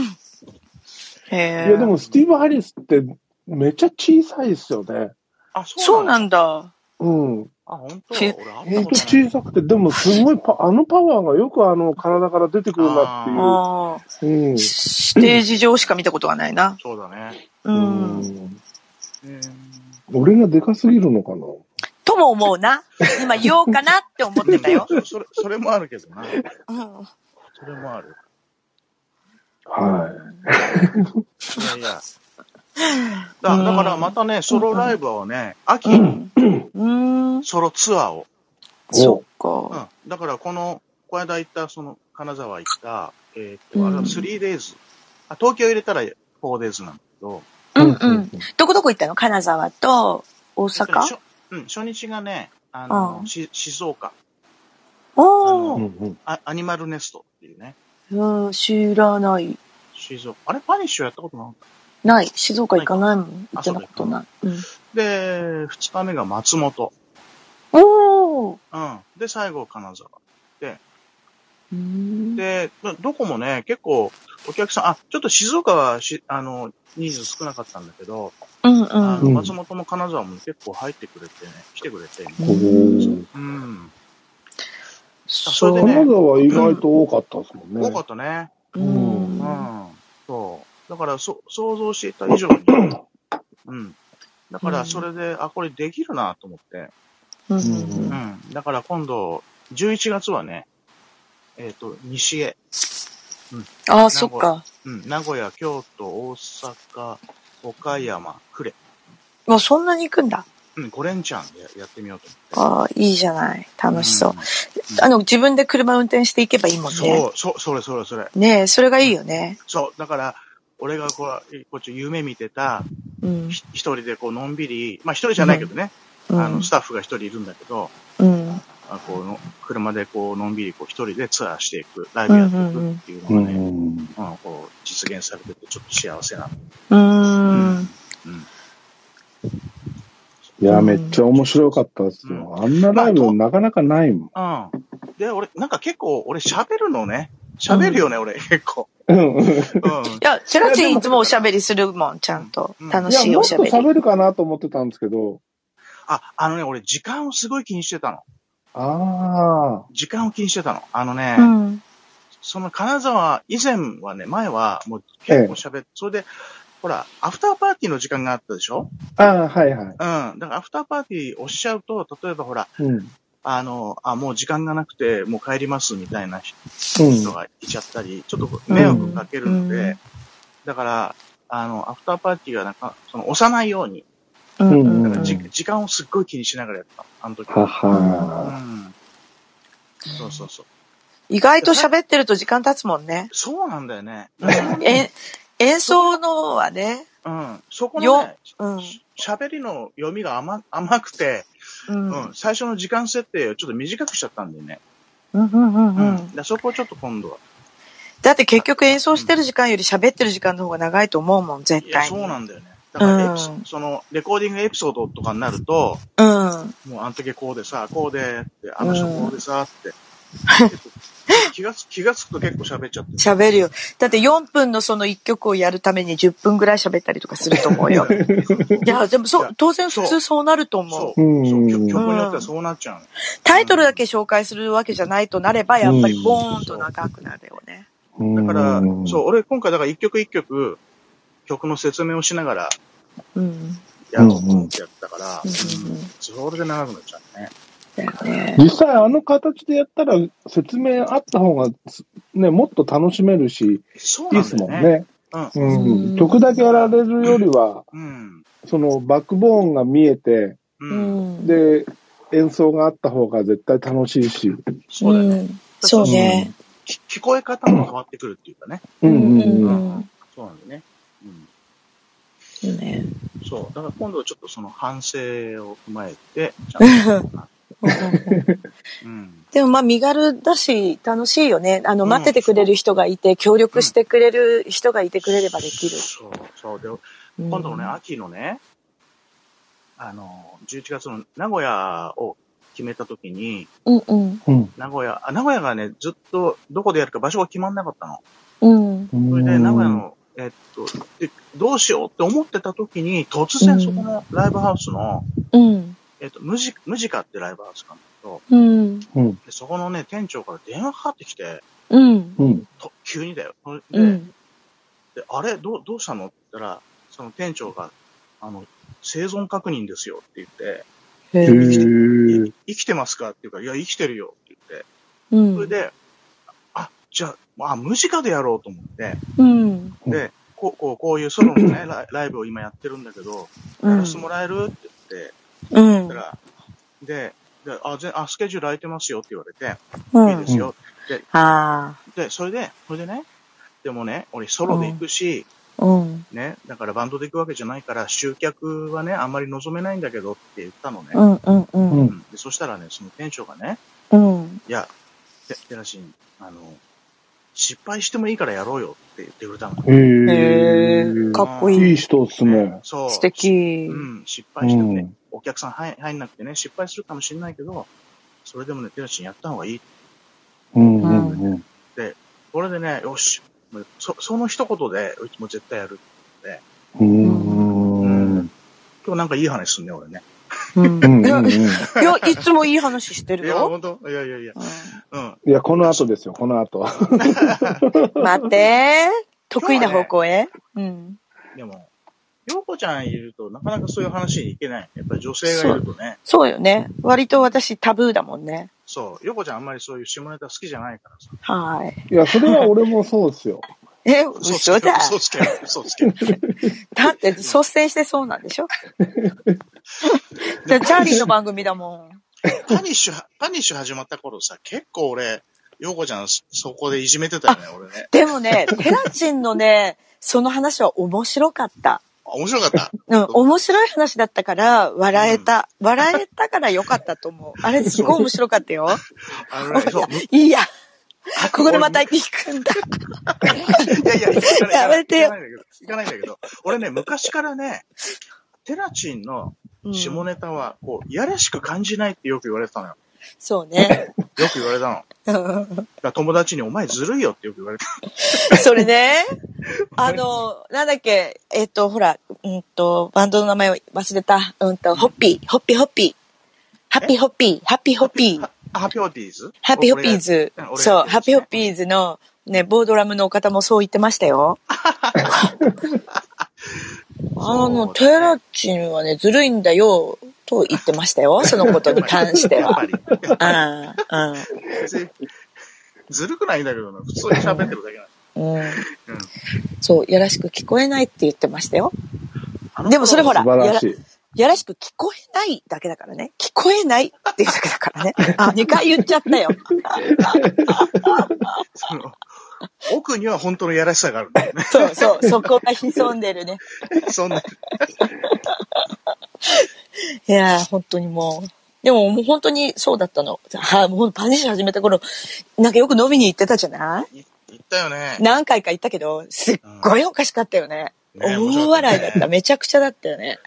Speaker 1: へ
Speaker 2: いや、でもスティーブ・ハリスってめっちゃ小さいですよね。
Speaker 3: (laughs) あ、
Speaker 1: そうなん
Speaker 3: だ。
Speaker 1: んだ。
Speaker 2: うん。
Speaker 3: あ、本当。
Speaker 1: へ
Speaker 3: 俺あった
Speaker 2: ほん
Speaker 3: こととない。
Speaker 2: 小さくて、でもすごいパ、あのパワーがよくあの体から出てくるなっ
Speaker 1: ああ。
Speaker 2: ていう。
Speaker 1: ステージ上しか見たことがないな。
Speaker 3: そうだね。
Speaker 1: う。
Speaker 2: うん。うんん。
Speaker 3: うん
Speaker 2: 俺がでかすぎるのかな
Speaker 1: とも思うな。今言おうかなって思ってたよ。
Speaker 3: そそれ、それもあるけどな。
Speaker 1: うん。
Speaker 3: それもある。
Speaker 2: はい。
Speaker 3: いやいや。だだからまたね、ソロライブをね、秋に
Speaker 1: うん。
Speaker 3: ソロツアーを。
Speaker 1: そっ
Speaker 3: う
Speaker 1: か。
Speaker 3: ん。だからこの、この間行ったその、金沢行った、えーっと、あれは 3days。あ、東京入れたら 4days なんだけど、
Speaker 1: うんうん。どこどこ行ったの金沢と大阪
Speaker 3: 初うん、初日がね、あの、
Speaker 1: うん
Speaker 3: し静岡
Speaker 1: お
Speaker 2: う
Speaker 1: ー
Speaker 2: んうん。
Speaker 3: あ、アニマルネストっていうね、
Speaker 1: うん、知らない。
Speaker 3: 静岡。あれパニッシュやったことなかっ
Speaker 1: ない。静岡行かないもん。行
Speaker 3: あ
Speaker 1: ってなことない。うん、
Speaker 3: た。で、二日目が松本。
Speaker 1: おー
Speaker 3: うん。で、最後金沢。
Speaker 1: うーん
Speaker 3: で、どどこもね、結構、お客さん、あ、ちょっと静岡はし、あの、人数少なかったんだけど、
Speaker 1: うん
Speaker 3: あ
Speaker 1: う
Speaker 3: の
Speaker 2: うん
Speaker 3: 松本も金沢も結構入ってくれてね、来てくれて。
Speaker 2: お
Speaker 1: ん。
Speaker 2: ー
Speaker 3: うん。
Speaker 1: そ
Speaker 3: それでね
Speaker 2: 金沢意外と多かったですもんね。
Speaker 3: 多かったね。
Speaker 1: う。
Speaker 3: うんん。そう。だから、そ、想像していた以上に。うん。だから、それで、あ、これできるなと思って。
Speaker 1: うん
Speaker 2: うん
Speaker 3: うん。だから今度、11月はね、えっ、と、西へ。
Speaker 1: ああ、そっか。
Speaker 3: うん。名古屋、京都、大阪、岡山、呉。
Speaker 1: もうそんなに行くんだ。
Speaker 3: うん、5連チャンでややってみようと思って。
Speaker 1: ああ、いいじゃない。楽しそう。
Speaker 3: ん
Speaker 1: あの、自分で車運転していけばいいもんね。
Speaker 3: そう、そう、それそれそれ。
Speaker 1: ねえ、それがいいよね。
Speaker 3: そう、だから、俺がこう、こっち夢見てた、
Speaker 1: うん。
Speaker 3: ひ一人でこう、のんびり、まあ一人じゃないけどね、
Speaker 1: う
Speaker 3: あの、
Speaker 1: ん
Speaker 3: ス。タッフが一人いるんだけど、
Speaker 1: うん。
Speaker 3: あこうの、車でこう、のんびりこう、一人でツアーしていく、ライブやっていくっていう
Speaker 2: う
Speaker 3: のがね、うん
Speaker 2: ん。
Speaker 3: こう、実現されてて、ちょっと幸せな。
Speaker 1: うーん。
Speaker 3: うん。
Speaker 2: いや、めっちゃ面白かったですよ。あんなライブなかなかないもん。
Speaker 3: うん。で、俺、なんか結構、俺喋るのね、喋るよね、俺、 (laughs) 結構。
Speaker 2: うん
Speaker 3: うん
Speaker 1: い。や、チェラチンいつもおしゃべりするもん、ちゃんと
Speaker 3: うん。
Speaker 1: 楽
Speaker 2: いや、
Speaker 1: しい
Speaker 2: も
Speaker 1: お
Speaker 2: っ
Speaker 1: しゃ
Speaker 2: と
Speaker 1: べり。
Speaker 2: 喋るかなと思ってたんですけど、
Speaker 3: あ、あのね、俺、時間をすごい気にしてたの。
Speaker 2: あ
Speaker 3: 時間を気にしてたの。あのね、
Speaker 1: うん。
Speaker 3: その金沢、以前はね、前はもう結構喋って、それで、ほら、アフターパーティーの時間があったでしょ
Speaker 2: あ、ああ、はいはい。
Speaker 3: うん。だからアフターパーティー押しちゃうと、例えばほら、
Speaker 2: うん。うん。
Speaker 3: あの、あ、もう時間がなくて、もう帰りますみたいな人がいちゃったり、ちょっと迷惑かけるので、
Speaker 1: うん
Speaker 3: だから、あの、アフターパーティーはなんか、その、押さないように、
Speaker 1: うんう
Speaker 2: うん
Speaker 3: だ
Speaker 1: う
Speaker 3: から
Speaker 1: ん
Speaker 3: じ
Speaker 2: うん
Speaker 3: 時間をすっごい気にしながらやったのあの時
Speaker 2: は
Speaker 3: は。う
Speaker 2: は
Speaker 3: ん。そうそうそう。
Speaker 1: 意外と喋ってると時間経つもんね。
Speaker 3: そうなんだよね。
Speaker 1: え演奏のはね。
Speaker 3: うん。そこの
Speaker 1: よ
Speaker 3: ね、
Speaker 1: うん。
Speaker 3: 喋りの読みが甘甘くて、
Speaker 1: うん。う
Speaker 3: うんん、最初の時間設定をちょっと短くしちゃったんでね。
Speaker 1: うんうん
Speaker 3: う。
Speaker 1: うんん。
Speaker 3: でそこをちょっと今度は。
Speaker 1: だって結局演奏してる時間より喋ってる時間の方が長いと思うもん、絶
Speaker 3: いや、
Speaker 1: 対
Speaker 3: そ
Speaker 1: に。
Speaker 3: うなんだよね。だからエピソ、
Speaker 1: うん
Speaker 3: その、レコーディングエピソードとかになると、
Speaker 1: うん。
Speaker 3: もうあの時こうでさ、こうで、って、あの人こうでさ、って。結構気がつ、気がつくと結構喋っちゃってる。
Speaker 1: 喋るよ。だって4分のその1曲をやるために10分ぐらい喋ったりとかすると思うよ。いや、でもそ、
Speaker 3: (laughs) いう
Speaker 1: 当然普通そうなると思。
Speaker 3: そうう、
Speaker 2: うん
Speaker 3: そう曲曲によってはそうなっちゃうの。
Speaker 1: タイトルだけ紹介するわけじゃないとなれば、やっぱりボーンと長くなるよね。
Speaker 2: い。
Speaker 3: だから、そう、
Speaker 2: う。
Speaker 3: 俺今回だから一曲一曲、曲の説明をしながら
Speaker 1: うん。
Speaker 3: やろうと思ってやったから、
Speaker 1: うん
Speaker 3: うんそれで長くなっちゃうね。
Speaker 1: だよね。
Speaker 2: 実際あの形でやったら説明あった方が、ね、もっと楽しめるし、
Speaker 3: そう
Speaker 2: いい
Speaker 3: な
Speaker 2: で
Speaker 3: ん
Speaker 2: す
Speaker 3: だよ
Speaker 2: もん
Speaker 3: ね。
Speaker 2: ね。うん
Speaker 1: うん
Speaker 2: 曲だけやられるよりは、
Speaker 3: うん。
Speaker 2: そのバックボーンが見えて、
Speaker 1: う
Speaker 3: うん。
Speaker 1: ん。
Speaker 2: で、演奏があった方が絶対楽しいし。
Speaker 3: そうだよね。
Speaker 1: んそうね。
Speaker 3: き聞こえ方も変わってくるっていうかね。
Speaker 2: うんうんうん。
Speaker 1: ん。
Speaker 3: そうなんだよね。うん。
Speaker 1: そうね。
Speaker 3: そう。だから今度はちょっとその反省を踏まえて、ちゃんと。うん。
Speaker 1: でもまあ身軽だし楽しいよね。あの
Speaker 3: うん
Speaker 1: 待っててくれる人がいて、協力してくれる人がいてくれればできる。
Speaker 3: そう、そう。で、今度のね、秋のね、あの、11月の名古屋を決めたときに、
Speaker 1: うんうん
Speaker 2: うん。
Speaker 3: 名古屋、あ、名古屋がね、ずっとどこでやるか場所が決まんなかったの。
Speaker 1: うん。
Speaker 2: うん
Speaker 3: それで名古屋の、えっと、でどうしようって思ってたときに、突然そこのライブハウスの、
Speaker 1: うん。
Speaker 3: えっと、ムジ、ムジカってライブハウスかな。
Speaker 1: うん。
Speaker 2: うん。
Speaker 3: で、そこのね、店長から電話かかってきて、
Speaker 1: うん。
Speaker 2: うん。
Speaker 3: と急にだよ。それで、
Speaker 1: うん。
Speaker 3: であれどう、どうしたのって言ったら、その店長が、あの、生存確認ですよって言って、
Speaker 1: へ
Speaker 2: へ
Speaker 1: え
Speaker 2: ー
Speaker 3: い生きてますかっていうから、いや、生きてるよって言っ
Speaker 1: う
Speaker 3: て、それ
Speaker 1: ん。
Speaker 3: で、あ、じゃあ、あ、無ジカでやろうと思って、
Speaker 1: うん。
Speaker 3: で、こう、こう、こういうソロのね、ライライブを今やってるんだけど、
Speaker 1: う
Speaker 3: や
Speaker 1: ん
Speaker 3: らせてもらえるって言って、
Speaker 1: うん
Speaker 3: だから、で、であ、ぜあ、スケジュール空いてますよって言われて、
Speaker 1: う
Speaker 3: いい
Speaker 1: ん
Speaker 3: で。すよ。
Speaker 1: ああ。
Speaker 3: でで、それで、それでね、でもね、俺ソロで行くし、
Speaker 1: うん。
Speaker 3: ね、だからバンドで行くわけじゃないから、集客はね、あんまり望めないんだけどって言ったのね。
Speaker 1: うんうんうん。
Speaker 3: うんでそしたらね、その店長がね、
Speaker 1: うん。
Speaker 3: いや、て、てらしん、あの、失敗してもいいからやろうよって言ってくれたの。
Speaker 2: へ
Speaker 1: へ
Speaker 2: え
Speaker 1: え、。かっこい
Speaker 2: い
Speaker 1: い。
Speaker 2: い人っすね。
Speaker 3: そう。
Speaker 1: 素敵
Speaker 3: う。ん、失敗してもね、
Speaker 2: うん
Speaker 3: お客さん入入んなくてね、失敗するかもしれないけど、それでもね、テラチンやった方がいい。
Speaker 2: うんうんうん。
Speaker 3: これでね、よし、もうそその一言で、うちも絶対やる。
Speaker 2: うん。うん
Speaker 3: 今日なんかいい話すんね、俺ね。
Speaker 1: うん
Speaker 2: うん
Speaker 1: いや、
Speaker 2: うん。
Speaker 1: いやいつもいい話して
Speaker 3: い
Speaker 1: る
Speaker 3: や、
Speaker 1: よ。
Speaker 3: 本当いやいやいや、うん。
Speaker 2: いや、この後ですよ、この後。
Speaker 1: うん待って。得意な方向へ。うん。
Speaker 3: でも、洋子ちゃんいると、なかなかそういう話にいけない。やっぱり女性がいるとね、
Speaker 1: そうよね。割と私タブーだもんね。
Speaker 3: そう、洋子ちゃんあんまりそういう下ネタ好きじゃないからさ。
Speaker 1: はい。
Speaker 2: いや、それは俺もそうですよ。
Speaker 1: え、嘘だ。
Speaker 3: 嘘つけ、嘘つけ。
Speaker 1: だって率先してそうなんで
Speaker 3: (laughs)
Speaker 1: しょじゃあチャーリーの番組だもん。
Speaker 3: パニッシュ、パニッシュ始まった頃さ、結構俺、洋子ちゃんそそこでいじめてたよね、俺ね。
Speaker 1: でも (laughs) ね、テラチンのね、その話は面白かった。
Speaker 3: あ面白かった。
Speaker 1: うん、面白い話だったから、笑えた。笑えたから良かったと思 (laughs) う。あれ、すごい面白かったよ。
Speaker 3: あのね、そう、
Speaker 1: (laughs) いいや、ここでまた行くんだ。
Speaker 3: いやいや、行かない
Speaker 1: やめてよ
Speaker 3: 行かないんだけど、行かないんだけど、俺ね、昔からね、テラチンの
Speaker 1: うん
Speaker 3: 下ネタは、こう、いやらしく感じないってよく言われてたのよ。
Speaker 1: そうね。
Speaker 3: よく言われたの。だか
Speaker 1: うん
Speaker 3: ら友達に、お前ずるいよってよく言われた。
Speaker 1: それね、あの、なんだっけ、えっと、ほら、うんと、バンドの名前を忘れた。うんと、ホッピー、ホッピーホッピー。ハッピーホッピー、ハッピーホッピー。
Speaker 3: あハッピーホッピーズ
Speaker 1: ハッピーホッピーズ
Speaker 3: 俺が。俺が
Speaker 1: そう、
Speaker 3: やってるやつね
Speaker 1: ハッピーホッピーズの、ね、ボードラムのお方もそう言ってましたよ。あの、テラチンはね、ずるいんだよ、と言ってましたよ。そのことに関して
Speaker 3: やっぱ
Speaker 1: は。
Speaker 3: り。やっぱり
Speaker 1: ああ、
Speaker 3: 別にずるくないんだけどな、普通に喋ってるだけなの
Speaker 1: うん。うん
Speaker 3: うん。
Speaker 1: そう、やらしく聞こえないって言ってましたよ。
Speaker 3: あの
Speaker 1: でも (laughs) それほ
Speaker 2: 素
Speaker 1: ら
Speaker 2: 晴らしい。
Speaker 1: やらしく聞こえないだけだからね。聞こえないっていうだけだからね。あ、2回言っちゃったよ。
Speaker 3: その奥には本当のやらしさがあるん
Speaker 1: (laughs)
Speaker 3: だよね。
Speaker 1: そうそう、そこが潜んでるね。
Speaker 3: そんな、
Speaker 1: いやー、本当にもう。でも、もう本当にそうだったの。はい、もうパニッシュ始めた頃、なんかよく飲みに行ってたじゃない
Speaker 3: い言ったよね。
Speaker 1: 何回か行ったけど、すっごいおかしかったよね。
Speaker 3: ね面白
Speaker 1: 大
Speaker 3: かったね
Speaker 1: 笑いだった。めちゃくちゃだったよね。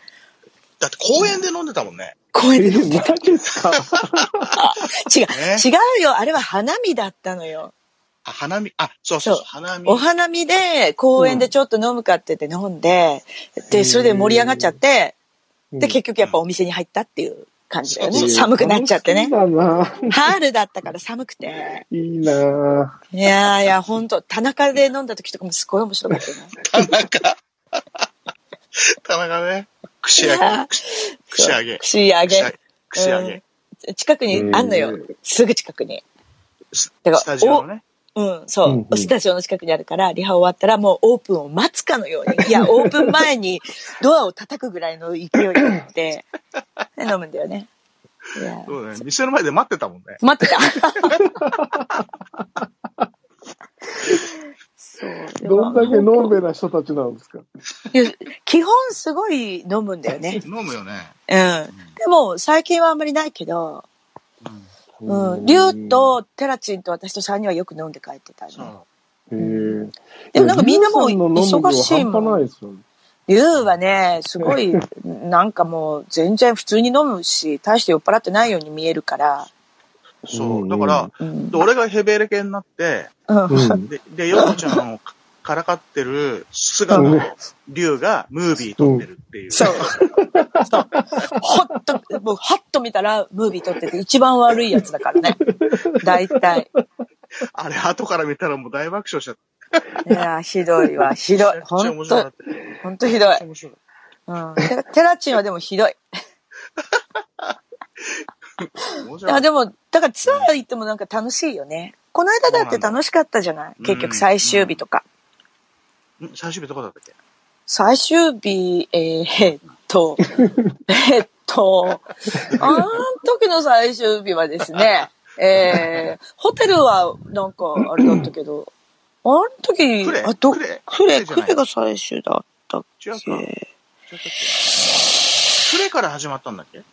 Speaker 3: だって公園で飲んでたもんね。
Speaker 1: 公
Speaker 2: え、
Speaker 1: 園で飲んで
Speaker 2: (laughs) マジですか
Speaker 1: 違う、
Speaker 3: ね
Speaker 1: 違うよ。あれは花見だったのよ。
Speaker 3: あ、花見、あ、そうそう
Speaker 1: そう
Speaker 3: 花見。
Speaker 1: お花見で、公園でちょっと飲むかって言って飲んで、で、それで盛り上がっちゃって、 (laughs) で、結局やっぱお店に入ったっていう感じだよ
Speaker 3: う
Speaker 1: ね。
Speaker 3: ん
Speaker 1: 寒くなっちゃってね。
Speaker 2: 楽しそうだな。
Speaker 1: 春だったから寒くて。
Speaker 2: いいない
Speaker 1: やーいや、ほんと、田中で飲んだ時とかもすごい面白かったよね。
Speaker 3: 田中。田中ね。串揚げ。串 (laughs) 串揚げ。
Speaker 1: 串揚
Speaker 3: 串揚げ
Speaker 1: げ。。
Speaker 3: 串揚げ。
Speaker 1: 近くにあんの
Speaker 2: へ
Speaker 1: よ
Speaker 2: ー。
Speaker 1: すぐ近くに。
Speaker 3: ス
Speaker 1: てか
Speaker 3: スタジオのね。
Speaker 1: うん、そう。
Speaker 2: うんうん
Speaker 1: スタジオの近くにあるから、リハ終わったらもうオープンを待つかのように。い
Speaker 2: (laughs)
Speaker 1: や、オープン前にドアを叩くぐらいの勢いがあって、で飲むんだよね。いや
Speaker 3: そうだね。店の前で待ってたもんね。
Speaker 1: 待って
Speaker 2: (laughs)
Speaker 1: た。そう。でも
Speaker 2: どんだけのんべな人たちなんですか
Speaker 1: いや基本すごい飲むんだよね。
Speaker 3: 飲むよね。
Speaker 1: うん。でも、最近はあんまりないけど、
Speaker 3: うん
Speaker 1: うん。竜、とテラチンと私と3人はよく飲んで帰ってたね。
Speaker 3: そう。
Speaker 2: へー
Speaker 1: でもなんかみんなもう
Speaker 2: いやリュウさんの飲む
Speaker 1: 忙
Speaker 2: 量
Speaker 1: しいも
Speaker 2: 半端ない
Speaker 1: ん。
Speaker 2: ですよね。
Speaker 1: 竜はね、すごい、なんかもう全然普通に飲むし、大して酔っ払ってないように見えるから。
Speaker 3: そうう。
Speaker 2: ん
Speaker 3: だから、
Speaker 1: うん
Speaker 3: で。俺がヘベレケになって、
Speaker 1: (laughs) うん
Speaker 2: うん。
Speaker 3: で、で、ヨコちゃんをかからかってる姿
Speaker 2: う
Speaker 3: の
Speaker 2: ん
Speaker 3: 竜がムービー撮ってるっていう。
Speaker 1: そう。そう。ほっと、もうはっと見たらムービー撮ってて一番悪いやつだからね。大体。
Speaker 3: あれ、後から見たらもう大爆笑しちゃっ
Speaker 1: いやー、ひどいわ。ひど
Speaker 3: た。
Speaker 1: い。
Speaker 3: めっ
Speaker 1: ほ
Speaker 3: ちゃ
Speaker 1: ん
Speaker 3: 面白かっ
Speaker 1: と、
Speaker 3: た。めっ
Speaker 1: ほんとひどい
Speaker 3: ちゃ。面白かっ
Speaker 1: うん。テラテラチンはでもひどい。
Speaker 3: た。面
Speaker 1: い
Speaker 3: 白か
Speaker 1: や、
Speaker 3: った。
Speaker 1: でも、だからツアー行ってもなんか楽しいよね。この間だって楽しかったじゃない
Speaker 3: うん
Speaker 1: 結局最終日とか。
Speaker 3: ん最終日どこだったっけ
Speaker 1: 最終日、えーえーっ
Speaker 3: (laughs)
Speaker 1: と、えーっと、あの時の最終日はですね、えー、ホテルは、なんか、あれだったけど、あの時
Speaker 3: クレ、
Speaker 1: あ、ど、
Speaker 3: クレ
Speaker 1: クレ、
Speaker 3: じゃ
Speaker 1: ク
Speaker 3: ない
Speaker 1: レが最終だったっ
Speaker 3: 違うか
Speaker 1: け
Speaker 3: ちょっと待ってクレから始まったんだっけ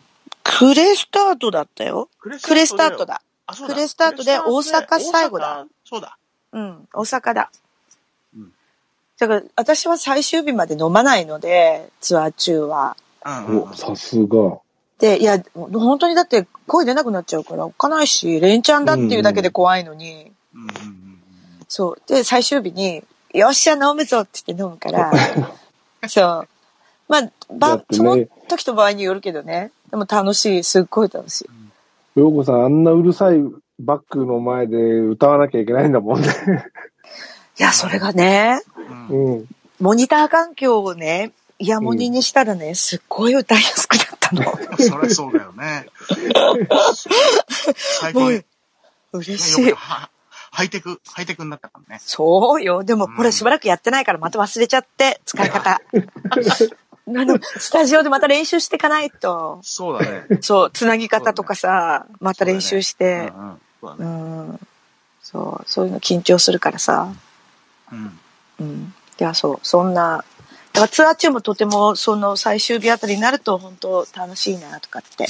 Speaker 1: クレスタートだったよ。
Speaker 3: クレス
Speaker 1: クレスタート。だ。
Speaker 3: あそう
Speaker 1: クレスタートで
Speaker 3: クレスタートで
Speaker 1: 大阪最後だ
Speaker 3: 大阪。そうだ。
Speaker 1: うん、大阪だ。
Speaker 3: うん
Speaker 1: だから、私は最終日まで飲まないので、ツアー中は。
Speaker 3: うんうんうん
Speaker 2: お、。さすが。
Speaker 1: で、いや、本当にだって声出なくなっちゃうから、おっかないし、レンチャンだっていうだけで怖いのに、
Speaker 3: うんうんうん
Speaker 1: そう。で、最終日に、よっしゃ、飲むぞって言って飲む
Speaker 3: (laughs)
Speaker 1: から、そう。まあ、
Speaker 2: だ
Speaker 1: ば、
Speaker 2: ってね
Speaker 1: その時と場合によるけどね。でも楽しい、すっごい楽しい。
Speaker 2: ようこさん、あんなうるさいバックの前で歌わなきゃいけないんだもんね。
Speaker 1: いや、それがね、
Speaker 3: うんうん
Speaker 2: うん。
Speaker 1: モニター環境をね、イヤモニにしたらね、すっごい歌いやすくなったの。
Speaker 3: そりゃそうだよ
Speaker 1: (laughs)
Speaker 3: ね。
Speaker 1: も
Speaker 3: 最近、
Speaker 1: う
Speaker 3: ね、
Speaker 1: 嬉し
Speaker 3: よ
Speaker 1: い
Speaker 3: く。はハイテク、ハイテクになったからね。
Speaker 1: そうよ。でも、
Speaker 3: うん
Speaker 1: これしばらくやってないから、また忘れちゃって、使い
Speaker 3: (laughs)
Speaker 1: 方。あの、スタジオでまた練習していかないと。
Speaker 3: そうだね。
Speaker 1: そう、つなぎ方とかさ、また練習し
Speaker 3: う
Speaker 1: て。
Speaker 3: んうん。そう
Speaker 1: う
Speaker 3: だね。
Speaker 1: んそう、そういうの緊張するからさ。
Speaker 3: うん。
Speaker 1: うん。いや、そう、そんな。だからツアー中もとても、その最終日あたりになると本当楽しいなとかって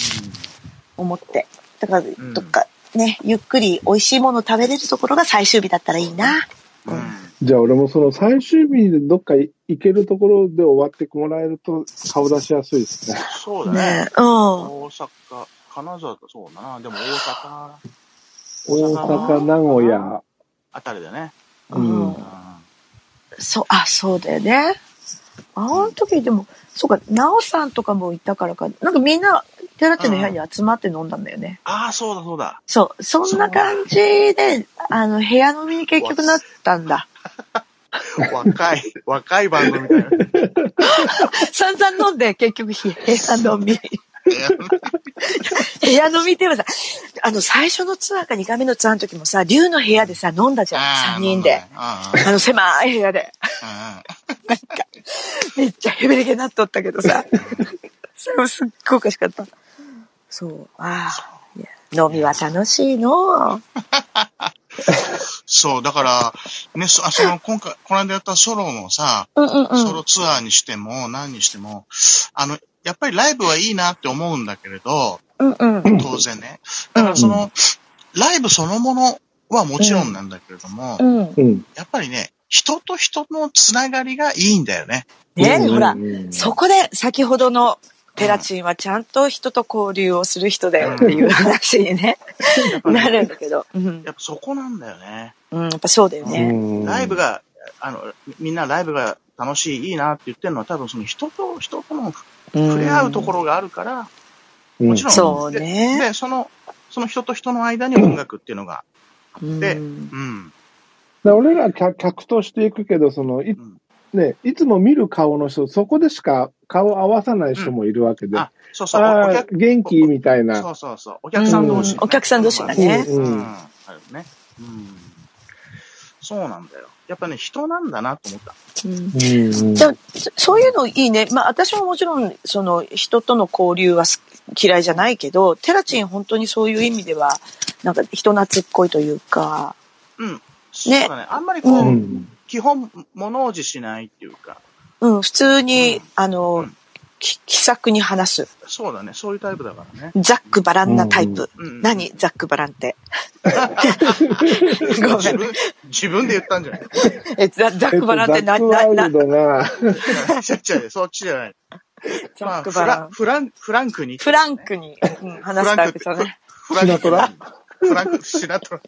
Speaker 1: 思って。だから、
Speaker 3: ん
Speaker 1: どっかね、ゆっくり美味しいもの食べれるところが最終日だったらいいな。
Speaker 3: うん。うん
Speaker 2: じゃあ俺もその最終日でどっか行けるところで終わってもらえると顔出しやすいですね。
Speaker 3: そうだね
Speaker 1: ね。うん。
Speaker 3: 大阪、金沢とそうだな。でも大阪
Speaker 2: 大阪、名古屋。
Speaker 3: あたりだね。
Speaker 2: うん
Speaker 3: うん。
Speaker 1: そう、あ、そうだよね。あの時でも、そうか、なおさんとかもいたからか、なんかみんな、寺地の部屋に集まって飲んだんだよね。
Speaker 3: ああ、そうだそう (laughs) だ。
Speaker 1: そう、そんな感じで、あの、部屋飲みに結局なったんだ。
Speaker 3: 若い、若いバンドみたいな。
Speaker 1: 散々飲んで、結局、部屋飲み。 (laughs) 部屋飲みって言えばさ、あの、最初のツアーか2回目のツアーの時もさ、竜の部屋でさ、飲んだじゃん、3人で。
Speaker 3: あ
Speaker 1: あの、狭い部屋で。
Speaker 3: あ、
Speaker 1: めっちゃヘベレケになっとったけど (laughs) さ。それもすっごいおかしかった。そう、ああ、いや飲みは楽しいの。
Speaker 3: そう、だから、ね、そあその、今回、この間やったソロのさ、
Speaker 1: うんうんう
Speaker 3: ソ
Speaker 1: ん。
Speaker 3: ロツアーにしても、何にしても、あの、やっぱりライブはいいなって思うんだけれど、
Speaker 1: うんうん。
Speaker 3: 当然ね。だからその、ライブそのものはもちろんなんだけれども、
Speaker 1: うん。
Speaker 2: うん。
Speaker 3: やっぱりね、人と人のつながりがいいんだよね。
Speaker 1: ね
Speaker 2: うん
Speaker 1: ほら
Speaker 2: う、ん
Speaker 1: そこで先ほどのペラチンはちゃんと人と交流をする人だよっていう話にね、なるんだけど。うん
Speaker 3: やっぱそこなんだよね。
Speaker 1: うん、やっぱそうだよね。
Speaker 2: うん
Speaker 3: ライブが、あの、みみんなライブが楽しい、いいなって言ってるのは多分その人と人との
Speaker 1: 触
Speaker 3: 触れ合うところがあるから、
Speaker 2: うん
Speaker 3: もちろん。
Speaker 1: そう
Speaker 3: で
Speaker 1: ね
Speaker 3: で、その、その人と人の間に音楽っていうのが、
Speaker 1: ろ
Speaker 3: で
Speaker 1: うん
Speaker 3: うん。
Speaker 2: で俺ら客客としていくけど、そのい、
Speaker 3: うん
Speaker 2: ね、いつも見る顔の人、そこでしか顔合わさない人もいるわけで、あ
Speaker 3: あ、そうそう、お
Speaker 2: あ
Speaker 3: 客
Speaker 2: ー、元気みたいな。
Speaker 3: そうそうそう。お客さん同士、ね
Speaker 1: うんお客さん同士だね
Speaker 3: うん。
Speaker 2: うん
Speaker 3: うんあるね。うん。そうなんだよ。やっぱね、人なんだなと思った。
Speaker 1: うん
Speaker 2: うん
Speaker 1: じゃあそそういうのいいね。まあ私ももちろん、その人との交流はす嫌いじゃないけど、テラチン本当にそういう意味では、なんか人懐っこいというか、
Speaker 3: そうだね。あんまりこう、
Speaker 2: うん
Speaker 3: 基本、物おじしないっていうか、
Speaker 1: うん、普通に、
Speaker 3: うん
Speaker 1: あ
Speaker 3: う
Speaker 1: の
Speaker 3: ん、
Speaker 1: き気さくに話す。
Speaker 3: そうだね。そういうタイプだからね。
Speaker 1: ザックバランなタイプ。
Speaker 3: うん。
Speaker 1: 何ザックバランって。 (laughs) ごめ
Speaker 3: 自
Speaker 1: ん。
Speaker 3: 分、自分で言ったんじゃない (laughs)
Speaker 1: え、ザザッ
Speaker 2: えっ
Speaker 1: ク
Speaker 2: と
Speaker 1: バランって
Speaker 2: ザ
Speaker 1: な、
Speaker 2: ック
Speaker 1: な、
Speaker 2: ワイ
Speaker 1: な
Speaker 2: ル、ドが、
Speaker 3: ちゃちゃで、そっちじゃない。
Speaker 1: ザ
Speaker 3: ま
Speaker 1: ッ
Speaker 3: あ、
Speaker 1: ク
Speaker 3: フ
Speaker 1: バラ
Speaker 3: ラ
Speaker 1: ン。
Speaker 3: フラン、フランクに。
Speaker 1: フランクに、うん、話すタイプだね。
Speaker 3: フランクって
Speaker 2: シナトラ
Speaker 3: フランク、シナトラ。 (laughs)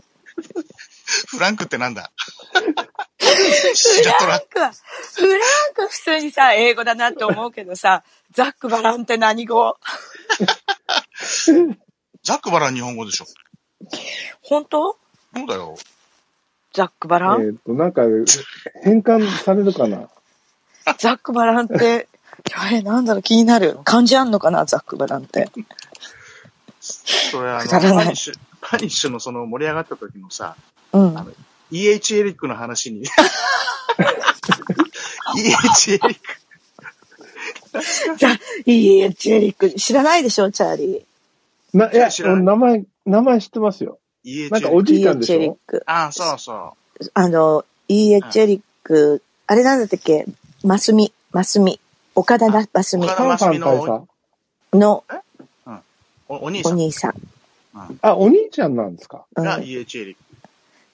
Speaker 3: フランクってなんだ (laughs) シナト
Speaker 1: フラ
Speaker 3: ラ
Speaker 1: ン。クは、フランクは普通にさ、英語だなって思うけどさ、ザックバランって何語
Speaker 3: ザックバラン日本語でしょ。
Speaker 1: 本当
Speaker 3: そうだよ。
Speaker 1: ザックバラン、
Speaker 2: (laughs) えっと、なんか、変換されるかな。
Speaker 1: ザックバランって、あれなんだろう気になる。漢字あんのかなザックバランって。
Speaker 3: それあの、
Speaker 1: くだ
Speaker 3: パ
Speaker 1: らない
Speaker 3: ニッシュ、パニッシュのその盛り上がった時のさ、
Speaker 1: うん。
Speaker 3: あの EH エリックの
Speaker 1: (laughs)
Speaker 3: 話に。EH エリック。
Speaker 1: いいえ、チェリック。知らないでしょチャーリー。
Speaker 2: な、いや
Speaker 3: 知、らない
Speaker 2: 俺名前、名前知ってますよ。
Speaker 3: 家
Speaker 2: なんかおじいちゃんで
Speaker 1: イ
Speaker 2: し
Speaker 1: エチェリッ
Speaker 2: ょ
Speaker 1: ク。
Speaker 3: ああ、そうそ
Speaker 1: あの、イエチェリック、あれなんだったっけマスミ、マスミ。岡田だ、マスミ
Speaker 3: 岡田
Speaker 2: パンパン大佐。
Speaker 1: の
Speaker 3: う。おお兄
Speaker 1: お
Speaker 3: さん
Speaker 1: 兄さん。
Speaker 2: あ、お兄ちゃんなんですか
Speaker 1: う
Speaker 3: が
Speaker 1: ん、
Speaker 3: 家チェリッ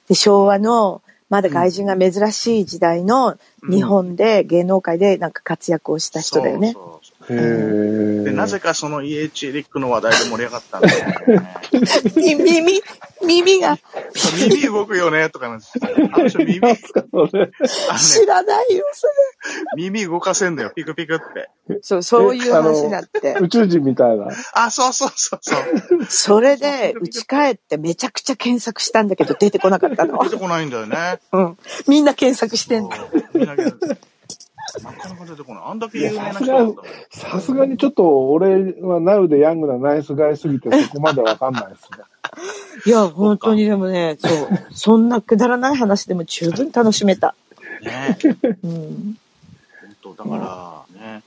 Speaker 1: で昭和の、まだ外人が珍しい時代の
Speaker 3: ク。
Speaker 1: 日本で芸能界でなんか活躍をした人だよね。
Speaker 3: そうそうそう
Speaker 2: へ
Speaker 3: で、
Speaker 2: え。
Speaker 3: なぜかその家チェリックの話題で盛り上がったんだよね。 (laughs)
Speaker 1: に耳、耳が
Speaker 3: 耳動くよね、とかなんです。あの人耳、
Speaker 2: (laughs)
Speaker 3: あの
Speaker 2: か
Speaker 3: ね
Speaker 2: それ。
Speaker 1: 知らないよ、そ
Speaker 3: 耳動かせんだよ、ピクピクって。
Speaker 1: れ。そう、そういう話になって。
Speaker 2: 宇宙人みたいな。
Speaker 3: あ、そうそうそうそう。
Speaker 1: それで、うち帰ってめちゃくちゃ検索したんだけど出てこなかったの
Speaker 3: 出。てこないんだよね。
Speaker 1: うん。みんな検索してんだ。
Speaker 3: そう見なきゃなかなか出てこない。あんだけ有名な人だったのに
Speaker 2: さすがにちょっと俺はナウでヤングなナイスガイすぎてそこまでわかんないですね。
Speaker 1: いや、本当にでもね、
Speaker 3: (laughs)
Speaker 1: そう。そんなくだらない話でも十分楽しめた。
Speaker 3: ね。
Speaker 1: うん。
Speaker 3: 本当だから、ね。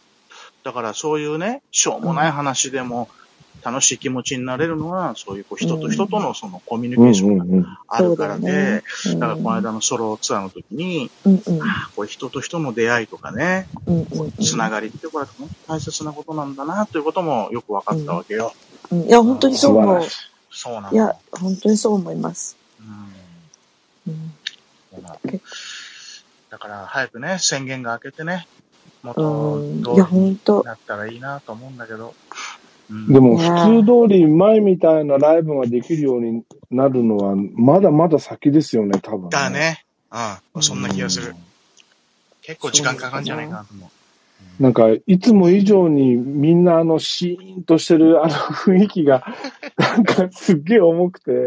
Speaker 3: だからそういうね、しょうもない話でも、楽しい気持ちになれるのは、そういうこう人と人とのそのコミュニケーションが
Speaker 2: ん。
Speaker 3: あるから
Speaker 1: そうだよ
Speaker 3: で
Speaker 1: ね、うん
Speaker 3: だからこの間のソロツアーの時に、
Speaker 1: うんうん
Speaker 3: ああこう人と人の出会いとかね、
Speaker 1: うんうん
Speaker 3: つながりってこれは本当大切なことなんだなということもよく分かったわけよ。
Speaker 1: うん。いや、本当にそう思う。
Speaker 3: そうなの。
Speaker 1: いや、本当にそう思います。
Speaker 3: うん
Speaker 1: うん。
Speaker 3: そうなの
Speaker 1: 結
Speaker 3: だから早くね、宣言が明けてね、元
Speaker 1: うん
Speaker 3: 通
Speaker 1: いや、
Speaker 3: りに
Speaker 1: 本当。
Speaker 3: なったらいいなと思うんだけど。うん
Speaker 2: でも普通通り前みたいなライブができるようになるのはまだまだ先ですよね、多分。
Speaker 3: だ。ね。うん。そんな気がす
Speaker 2: う
Speaker 3: る
Speaker 2: ん。
Speaker 3: 結構時間かかるんじゃないかなと思う。
Speaker 2: なんか、いつも以上にみんなあのシーンとしてるあの雰囲気が、 (laughs) なんかすっげえ重くて、
Speaker 3: う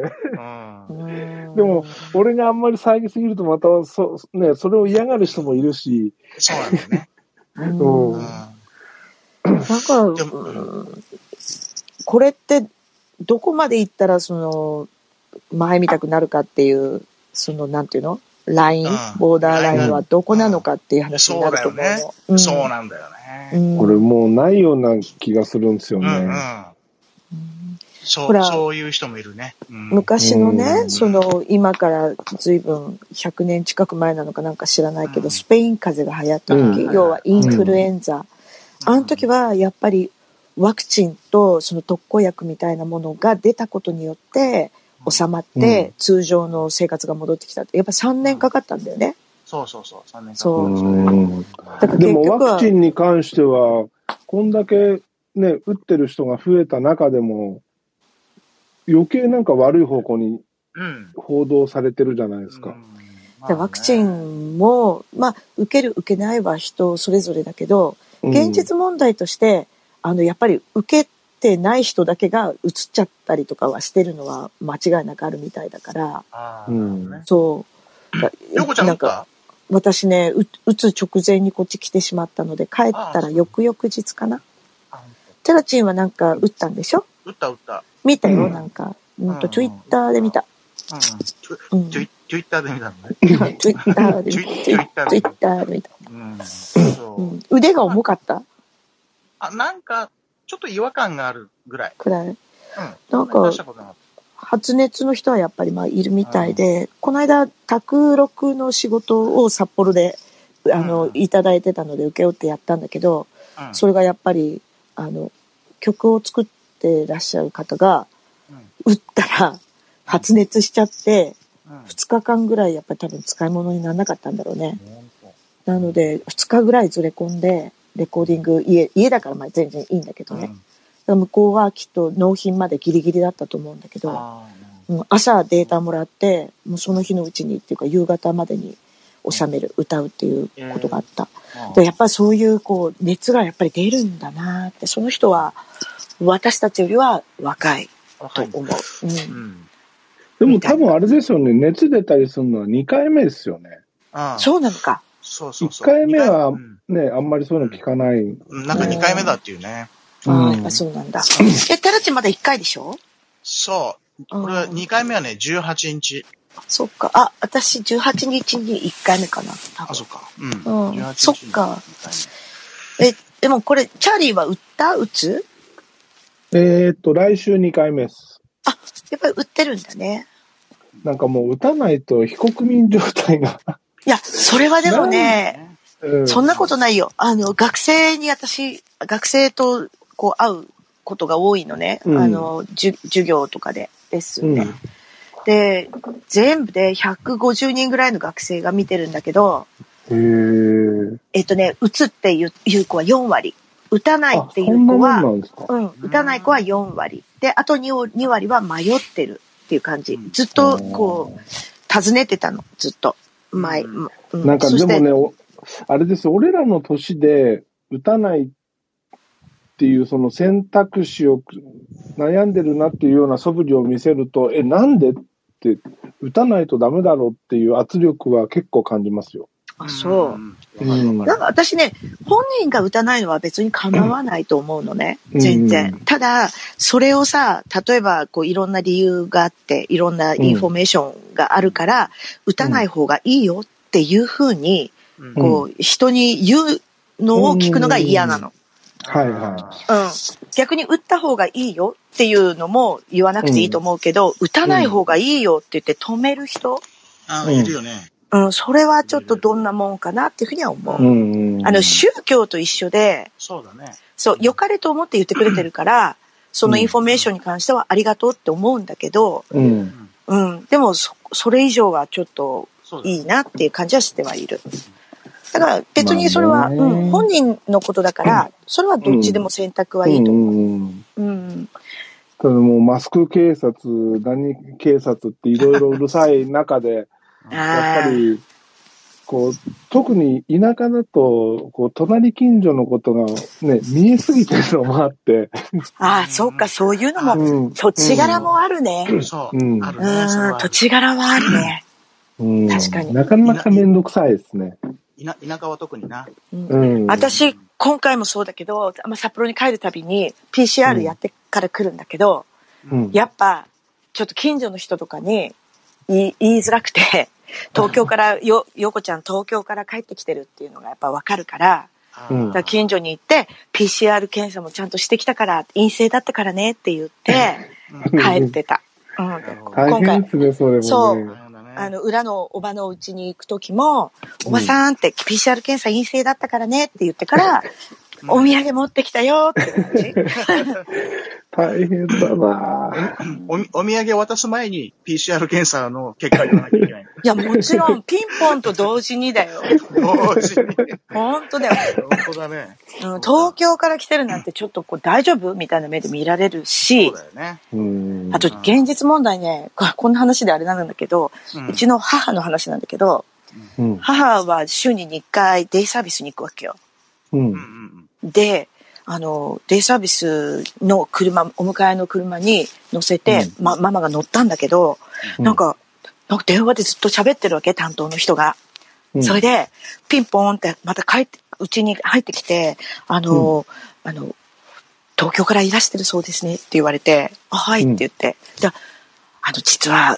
Speaker 3: ん。
Speaker 1: で
Speaker 2: でも、俺があんまり騒ぎすぎるとまたそ、ね、それを嫌がる人もいるし、
Speaker 3: そうなんだよね。
Speaker 1: うん
Speaker 2: うん
Speaker 1: だから、
Speaker 3: でも
Speaker 1: うんこれって、どこまで行ったら、その、前見たくなるかっていう、その、なんていうのライン
Speaker 3: うん
Speaker 1: ボーダーライン
Speaker 2: ライ
Speaker 1: はどこなのかっていう話にな (laughs) ると思う
Speaker 3: そうだよ
Speaker 1: の。
Speaker 3: う。
Speaker 1: うんん
Speaker 3: そうなんだよ
Speaker 1: う
Speaker 3: ね。
Speaker 1: ん
Speaker 2: これもうないような気がするんですよ
Speaker 3: うん
Speaker 2: ね。
Speaker 3: うん。そ
Speaker 1: ほ
Speaker 3: う、
Speaker 1: ら
Speaker 3: そういう人もいるね。うん。
Speaker 1: 昔の
Speaker 2: う
Speaker 1: ね、
Speaker 2: ん
Speaker 1: その、今から随分100年近く前なのかなんか知らないけ
Speaker 3: うん
Speaker 1: ど、スペイン風邪が流行った時、
Speaker 3: うん
Speaker 1: 要はインフルエンザ。あの時はやっぱりワクチンとその特効薬みたいなものが出たことによって収まっ
Speaker 2: うん
Speaker 1: て通常の生活が戻ってきたってやっぱ3年かかったんだよね。
Speaker 3: そうそうそう、3年間。
Speaker 1: そう
Speaker 2: うん
Speaker 1: だから
Speaker 2: で
Speaker 1: 結
Speaker 2: も
Speaker 1: 局は
Speaker 2: ワクチンに関しては、こんだけね、打ってる人が増えた中でも、余計なんか悪い方向に
Speaker 3: うん。
Speaker 2: 報道されてるじゃないです
Speaker 3: う
Speaker 2: か。
Speaker 3: んまあ
Speaker 1: で
Speaker 3: ね
Speaker 1: ワクチンも、まあ、受ける受けないは人それぞれだけど現実問題としてあのやっぱり受けてない人だけが移っちゃったりとかはしてるのは間違いなくあるみたいだから
Speaker 3: あ
Speaker 2: うん
Speaker 3: あ。
Speaker 1: そう。
Speaker 3: ヨコちゃん
Speaker 1: な
Speaker 3: 打
Speaker 1: ん
Speaker 3: っ
Speaker 1: か
Speaker 3: た
Speaker 1: 私ね、う打つ直前にこっち来てしまったので、帰ったら翌々日かな。
Speaker 3: あ
Speaker 1: テラチンはなんか打ったんでしょ
Speaker 3: 打った打った。
Speaker 1: 見たよ、
Speaker 2: うん
Speaker 1: なんか。うん
Speaker 3: う
Speaker 1: と、
Speaker 3: ん
Speaker 1: ツイッターで見た。
Speaker 3: うん。ツ
Speaker 1: うん。
Speaker 3: イ
Speaker 1: ツイ
Speaker 3: ツイッターで見たのね。
Speaker 1: ッターで見
Speaker 3: ツイッター
Speaker 1: た。ツイッターで見た。
Speaker 3: うん。そうう。
Speaker 1: ん。腕が重かった
Speaker 3: あ、なんか、ちょっと違和感があるぐらい。
Speaker 1: くらい。
Speaker 3: うん。
Speaker 1: なん
Speaker 3: そんなに
Speaker 1: か
Speaker 3: 大したことなかっ
Speaker 1: 発熱の人はやっぱりまあいるみたいで、この間、宅録の仕事を札幌で、あ
Speaker 3: うん
Speaker 1: の、いただいてたので請け負ってやったんだけど、
Speaker 3: たうん
Speaker 1: それがやっぱり、あの、曲を作ってらっしゃる方が、打ったら発熱しちゃって、
Speaker 3: うん。うん
Speaker 1: 2日間ぐらいやっぱり多分使い物にならなかったんだろうね。
Speaker 3: 本当
Speaker 1: なので、2日ぐらいずれ込んで、レコーディング、家、家だからまあ全然いいんだけどね。
Speaker 3: う
Speaker 1: だか
Speaker 3: ん
Speaker 1: ら向こうはきっと納品までギリギリだったと思うんだけど、
Speaker 3: あ
Speaker 1: うん朝データもらって、もうその日のうちにっていうか夕方までに収める、歌うっていうことがあった。
Speaker 3: ーうん
Speaker 1: でやっぱりそういうこう熱がやっぱり出るんだなってその人は私たちよりは若いと
Speaker 3: 若い
Speaker 1: 思う、
Speaker 3: う
Speaker 1: うん、
Speaker 3: ん。
Speaker 2: でも多分あれですよね、熱出たりするのは2回目ですよね。
Speaker 3: ああ
Speaker 1: そうなのか
Speaker 3: そうそう
Speaker 2: 一
Speaker 3: そう。
Speaker 2: 回目は
Speaker 3: 二回うん
Speaker 2: ね、あんまりそういうの聞かない。
Speaker 3: うんなんか2回目だっていうね。
Speaker 1: あ
Speaker 2: う
Speaker 1: あ
Speaker 2: ん
Speaker 1: やっぱそうなんだえタラチまだ1回でしょ
Speaker 3: そう。これ
Speaker 1: あ
Speaker 3: は
Speaker 1: ー
Speaker 3: 2回目はね、18日。
Speaker 1: そっかあ私18日に1回目かな多
Speaker 3: あ、
Speaker 1: 分
Speaker 3: そっか。う
Speaker 1: う
Speaker 3: ん。
Speaker 1: ん
Speaker 3: 18日
Speaker 1: そっか
Speaker 3: 二回
Speaker 1: えでもこれチャーリーは売った打つ
Speaker 2: えーっと、来週2回目です。
Speaker 1: やっぱり売ってるんだね
Speaker 2: なんかもう打たないと非国民状態が。
Speaker 1: いや、それはでもね、
Speaker 2: う
Speaker 1: (laughs)
Speaker 2: ん
Speaker 1: そんなことないよ。あの、学生に私、学生とこう会うことが多いのね。
Speaker 2: うん
Speaker 1: あの、じゅ授業とかで、レッス
Speaker 2: う
Speaker 1: ン
Speaker 2: ん
Speaker 1: で、で、全部で150人ぐらいの学生が見てるんだけど、
Speaker 2: へえ。
Speaker 1: えっとね、打つっていういう子は4割。打たない
Speaker 2: あ
Speaker 1: ってい
Speaker 2: そん
Speaker 1: う子
Speaker 2: なもん
Speaker 1: は
Speaker 2: な、んですか。
Speaker 1: うん、打たない子は4割。で、あと 2, 2割は迷ってるっていう感じ
Speaker 3: う。ん
Speaker 1: ずっと、こう、尋ねてたの、ずっと。前、
Speaker 3: うん
Speaker 1: う
Speaker 2: なんか
Speaker 1: そ
Speaker 2: で
Speaker 1: して
Speaker 2: もね、おあれです、俺らの年で打たないっていうその選択肢を悩んでるなっていうような素振りを見せると、え、なんでって、打たないとダメだろうっていう圧力は結構感じますよ。
Speaker 1: あ、そう。
Speaker 3: んわかるわ
Speaker 1: な
Speaker 3: か
Speaker 1: んか私ね、本人が打たないのは別に構わないと思うのね。
Speaker 2: うん
Speaker 1: 全
Speaker 2: う
Speaker 1: 然。ただ、それをさ、例えば、こう、いろんな理由があって、いろんなインフォメーションがあるから、打たない方がいいよっていうふうに、
Speaker 3: るうん
Speaker 1: こう、人に言うのを聞くのが嫌なの。
Speaker 2: はいは
Speaker 1: うん。逆に打った方がいいよっていうのも言わなくていいと思うけど、打たない方がいいよって言って止める人、
Speaker 3: あ
Speaker 2: う
Speaker 3: あ、
Speaker 2: ん
Speaker 3: いるよね。
Speaker 1: うん、それはちょっとどんなもんかなっていうふうには思う。
Speaker 2: い。うんうん。
Speaker 1: あの、宗教と一緒で、
Speaker 3: そうだね。
Speaker 1: そう、良かれと思って言ってくれてるから、そのインフォメーションに関してはありがとうって思うんだけど、
Speaker 2: うん。
Speaker 1: うん、でもそ、それ以上はちょっと
Speaker 3: そうだね。
Speaker 1: いいなっていう感じはしてはいる。だから別にそれは、
Speaker 2: まあね
Speaker 1: うん、本人のことだから、それはどっちでも選択はいいと思う。
Speaker 2: うんうんうん
Speaker 1: うん。
Speaker 2: ただもうマスク警察、何警察っていろいろうるさい中で、やっぱ
Speaker 1: あー
Speaker 2: り、こう、特に田舎だと、こう、隣近所のことがね、見えすぎてるのもあって、
Speaker 1: あー、そうか、そういうのも
Speaker 2: うん
Speaker 1: 土地柄もあるね。
Speaker 3: そう
Speaker 2: う。ん
Speaker 3: ある
Speaker 1: う
Speaker 3: ね。それ
Speaker 1: ん、
Speaker 3: はあ
Speaker 1: 土
Speaker 3: る
Speaker 1: 地柄はあるね。
Speaker 2: うん
Speaker 1: 確かに
Speaker 2: なかなかめんどくさいですね。
Speaker 3: 田田舎は特にな。
Speaker 1: うん
Speaker 2: うん。
Speaker 1: 私、今回もそうだけど、まあ札幌に帰るたびに PCR やってから来るんだけど、
Speaker 2: うん、
Speaker 1: やっぱ、ちょっと近所の人とかに言い言いづらくて、東京から、よ、よこちゃん東京から帰ってきてるっていうのがやっぱわかるから、
Speaker 3: あ
Speaker 2: うん
Speaker 3: ー
Speaker 1: だから近所に行って、PCR 検査もちゃんとしてきたから、陰性だったからねって言って、
Speaker 3: うん
Speaker 1: 帰ってた。うん、で
Speaker 2: 大変ですね、それもね。
Speaker 1: そう
Speaker 3: 大変だね
Speaker 1: あの、裏のおばのうちに行くときも、おばさんって PCR 検査陰性だったからねって言ってから、
Speaker 3: うん
Speaker 1: お土産持ってきたよって感じ。
Speaker 2: 大変だなぁ
Speaker 3: おみお土産渡す前に PCR 検査の結果を言わなきゃいけない。
Speaker 1: いや、もちろん、ピンポンと同時にだよ。
Speaker 3: 同時に
Speaker 1: 本当だよ。
Speaker 3: 本当だね。
Speaker 1: うん東京から来てるなんてちょっとこう大丈夫みたいな目で見られる
Speaker 3: そ
Speaker 1: し
Speaker 3: う、だよね。
Speaker 2: うん。
Speaker 1: あと現実問題ね、ここんな話であれなんだけど、
Speaker 3: うん
Speaker 1: うちの母の話なんだけど、
Speaker 2: うん。
Speaker 1: 母は週に2回デイサービスに行くわけよ。
Speaker 2: う。
Speaker 3: うんうんん
Speaker 1: で、あの、デイサービスの車、お迎えの車に乗せて、ま、ママが乗ったんだけど、
Speaker 2: うん
Speaker 1: なんか、なんか電話でずっと喋ってるわけ、担当の人が。
Speaker 2: うん
Speaker 1: それで、ピンポーンって、また帰って、うちに入ってきて、あの、あの、東京からいらしてるそうですねって言われて、あはいって言って、じゃああの、実は、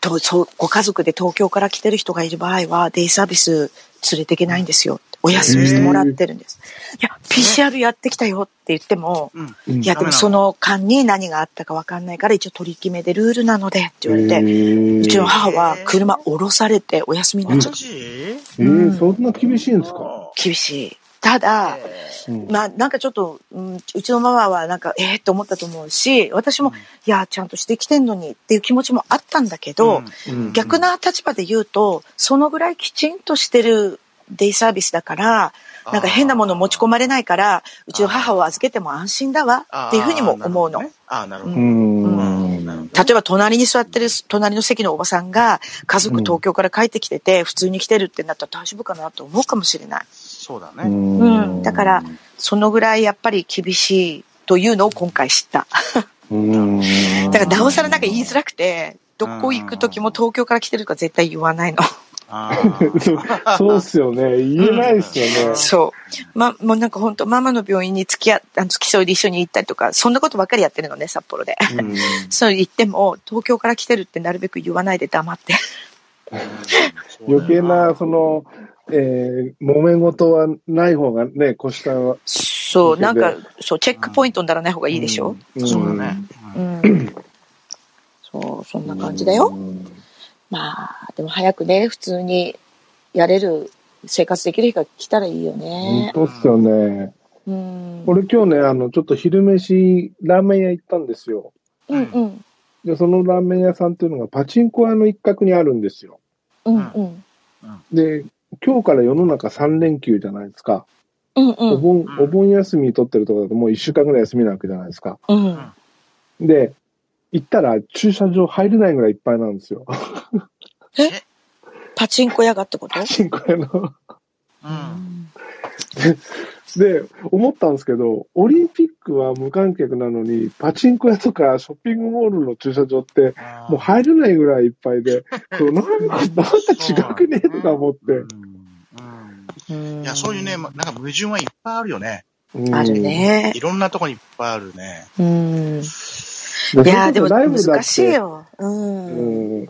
Speaker 1: とそうご家族で東京から来てる人がいる場合は、デイサービス連れていけないんですよ。お休みしてもらってるんです。いや、PCR やってきたよって言っても、
Speaker 3: うん。うん
Speaker 2: うん
Speaker 1: いや、でもその間に何があったかわかんないから、一応取り決めでルールなのでって言われて、
Speaker 2: へ
Speaker 1: うちの母は
Speaker 3: へー
Speaker 1: 車降ろされてお休みになっちゃ
Speaker 3: マ
Speaker 1: った。
Speaker 3: ジ
Speaker 2: えー、そんな厳しいんですか
Speaker 1: 厳しい。ただ、
Speaker 2: うん
Speaker 1: まあ、なんかちょっと、うん、うちのママはなんか、ええー、と思ったと思うし、私も、
Speaker 3: うん
Speaker 1: いや、ちゃんとしてきてんのにっていう気持ちもあったんだけど、
Speaker 2: うん
Speaker 1: 逆な立場で言うと、そのぐらいきちんとしてるデイサービスだから、なんか変なもの持ち込まれないから、うちの母を預けても安心だわっていうふうにも思うの。
Speaker 3: あーなるほど
Speaker 2: う
Speaker 3: ね
Speaker 2: ん。
Speaker 3: あー、なるほどね。うん
Speaker 1: 例えば隣に座ってる隣の席のおばさんが家族東京から帰ってきてて普通に来てるってなったら大丈夫かなと思うかもしれない。
Speaker 3: そうだ
Speaker 2: う
Speaker 3: ね。
Speaker 2: ん
Speaker 1: うんだからそのぐらいやっぱり厳しいというのを今回知った。
Speaker 2: うん。
Speaker 1: だからなおさらなんか言いづらくて、どこ行く時も東京から来てるとか絶対言わないの。
Speaker 3: あー
Speaker 2: そうそうっすよね。言えないっすよね。
Speaker 1: そう。ま、もうなんか本当ママの病院に付き合あの付き添いで一緒に行ったりとか、そんなことばっかりやってるのね、札幌で。
Speaker 2: うん
Speaker 1: そう言っても、東京から来てるってなるべく言わないで黙って。
Speaker 3: うん
Speaker 2: (laughs) 余計な、その、えー、揉め事はない方がね、腰下は。
Speaker 1: そう、なんか、そう、チェックポイントにならない方がいいでしょ、
Speaker 2: うん
Speaker 3: そうだね。
Speaker 1: うん。そう、そんな感じだよ。
Speaker 2: うん
Speaker 1: まあ、でも早くね、普通にやれる、生活できる日が来たらいいよね。
Speaker 2: 本当っすよね。
Speaker 1: うん。うん
Speaker 2: 俺今日ね、あの、ちょっと昼飯、ラーメン屋行ったんですよ。
Speaker 1: うん。
Speaker 2: で、そのラーメン屋さんっていうのがパチンコ屋の一角にあるんですよ。
Speaker 1: うんうん。
Speaker 2: で、今日から世の中3連休じゃないですか。
Speaker 1: うん
Speaker 2: お
Speaker 1: うん。
Speaker 2: 盆
Speaker 3: う、ん
Speaker 2: お盆休み取ってるところだともう1週間ぐらい休みなわけじゃないですか。
Speaker 1: うん。
Speaker 2: で、行ったら駐車場入れないぐらいいっぱいなんですよ。
Speaker 1: パチンコ屋がってこと
Speaker 2: パチンコ屋の。
Speaker 3: うん。
Speaker 2: で、思ったんですけど、オリンピックは無観客なのに、パチンコ屋とかショッピングモールの駐車場って、もう入れないぐらいいっぱい
Speaker 1: (laughs)
Speaker 2: で、そうなんか、なんか違くねとか思って。
Speaker 3: うんいや、そういうね、まなんか矛盾はいっぱいあるよね。
Speaker 2: うん
Speaker 1: ある。ね。
Speaker 3: いろんなとこにいっぱいあるね。
Speaker 1: うん。い
Speaker 2: い
Speaker 1: やー、でも
Speaker 2: ライブだ
Speaker 1: 難
Speaker 2: っ
Speaker 1: しい
Speaker 2: て、
Speaker 1: よ。うん。
Speaker 2: うん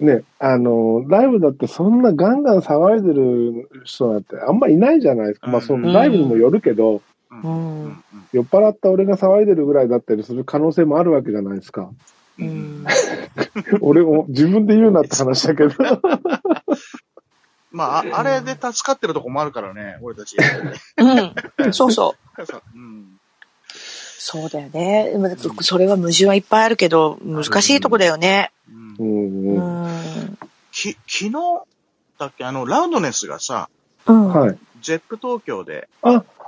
Speaker 2: ね、あの、ライブだってそんなガンガン騒いでる人なんてあんまいないじゃないですか。まあ、そのライブにもよるけど、
Speaker 3: うん
Speaker 1: うん
Speaker 3: うんうん
Speaker 2: 酔っ払った俺が騒いでるぐらいだったりする可能性もあるわけじゃないですか。
Speaker 1: う
Speaker 3: うん
Speaker 1: ん。
Speaker 2: 俺も自分で言うなって話だけ (laughs) ど。
Speaker 3: まあ、ああれで助かってるとこもあるからね、俺たち。
Speaker 1: うん。そうそう。
Speaker 3: うん
Speaker 1: そうだよね。でもそれは矛盾はいっぱいあるけど、難しいとこだよね。
Speaker 3: うん
Speaker 2: うん
Speaker 1: う
Speaker 2: うん
Speaker 1: ん。
Speaker 3: き、昨日だっけ、あの、ラウドネスがさ、
Speaker 1: うん。
Speaker 2: はい。
Speaker 3: ゼップ東京で、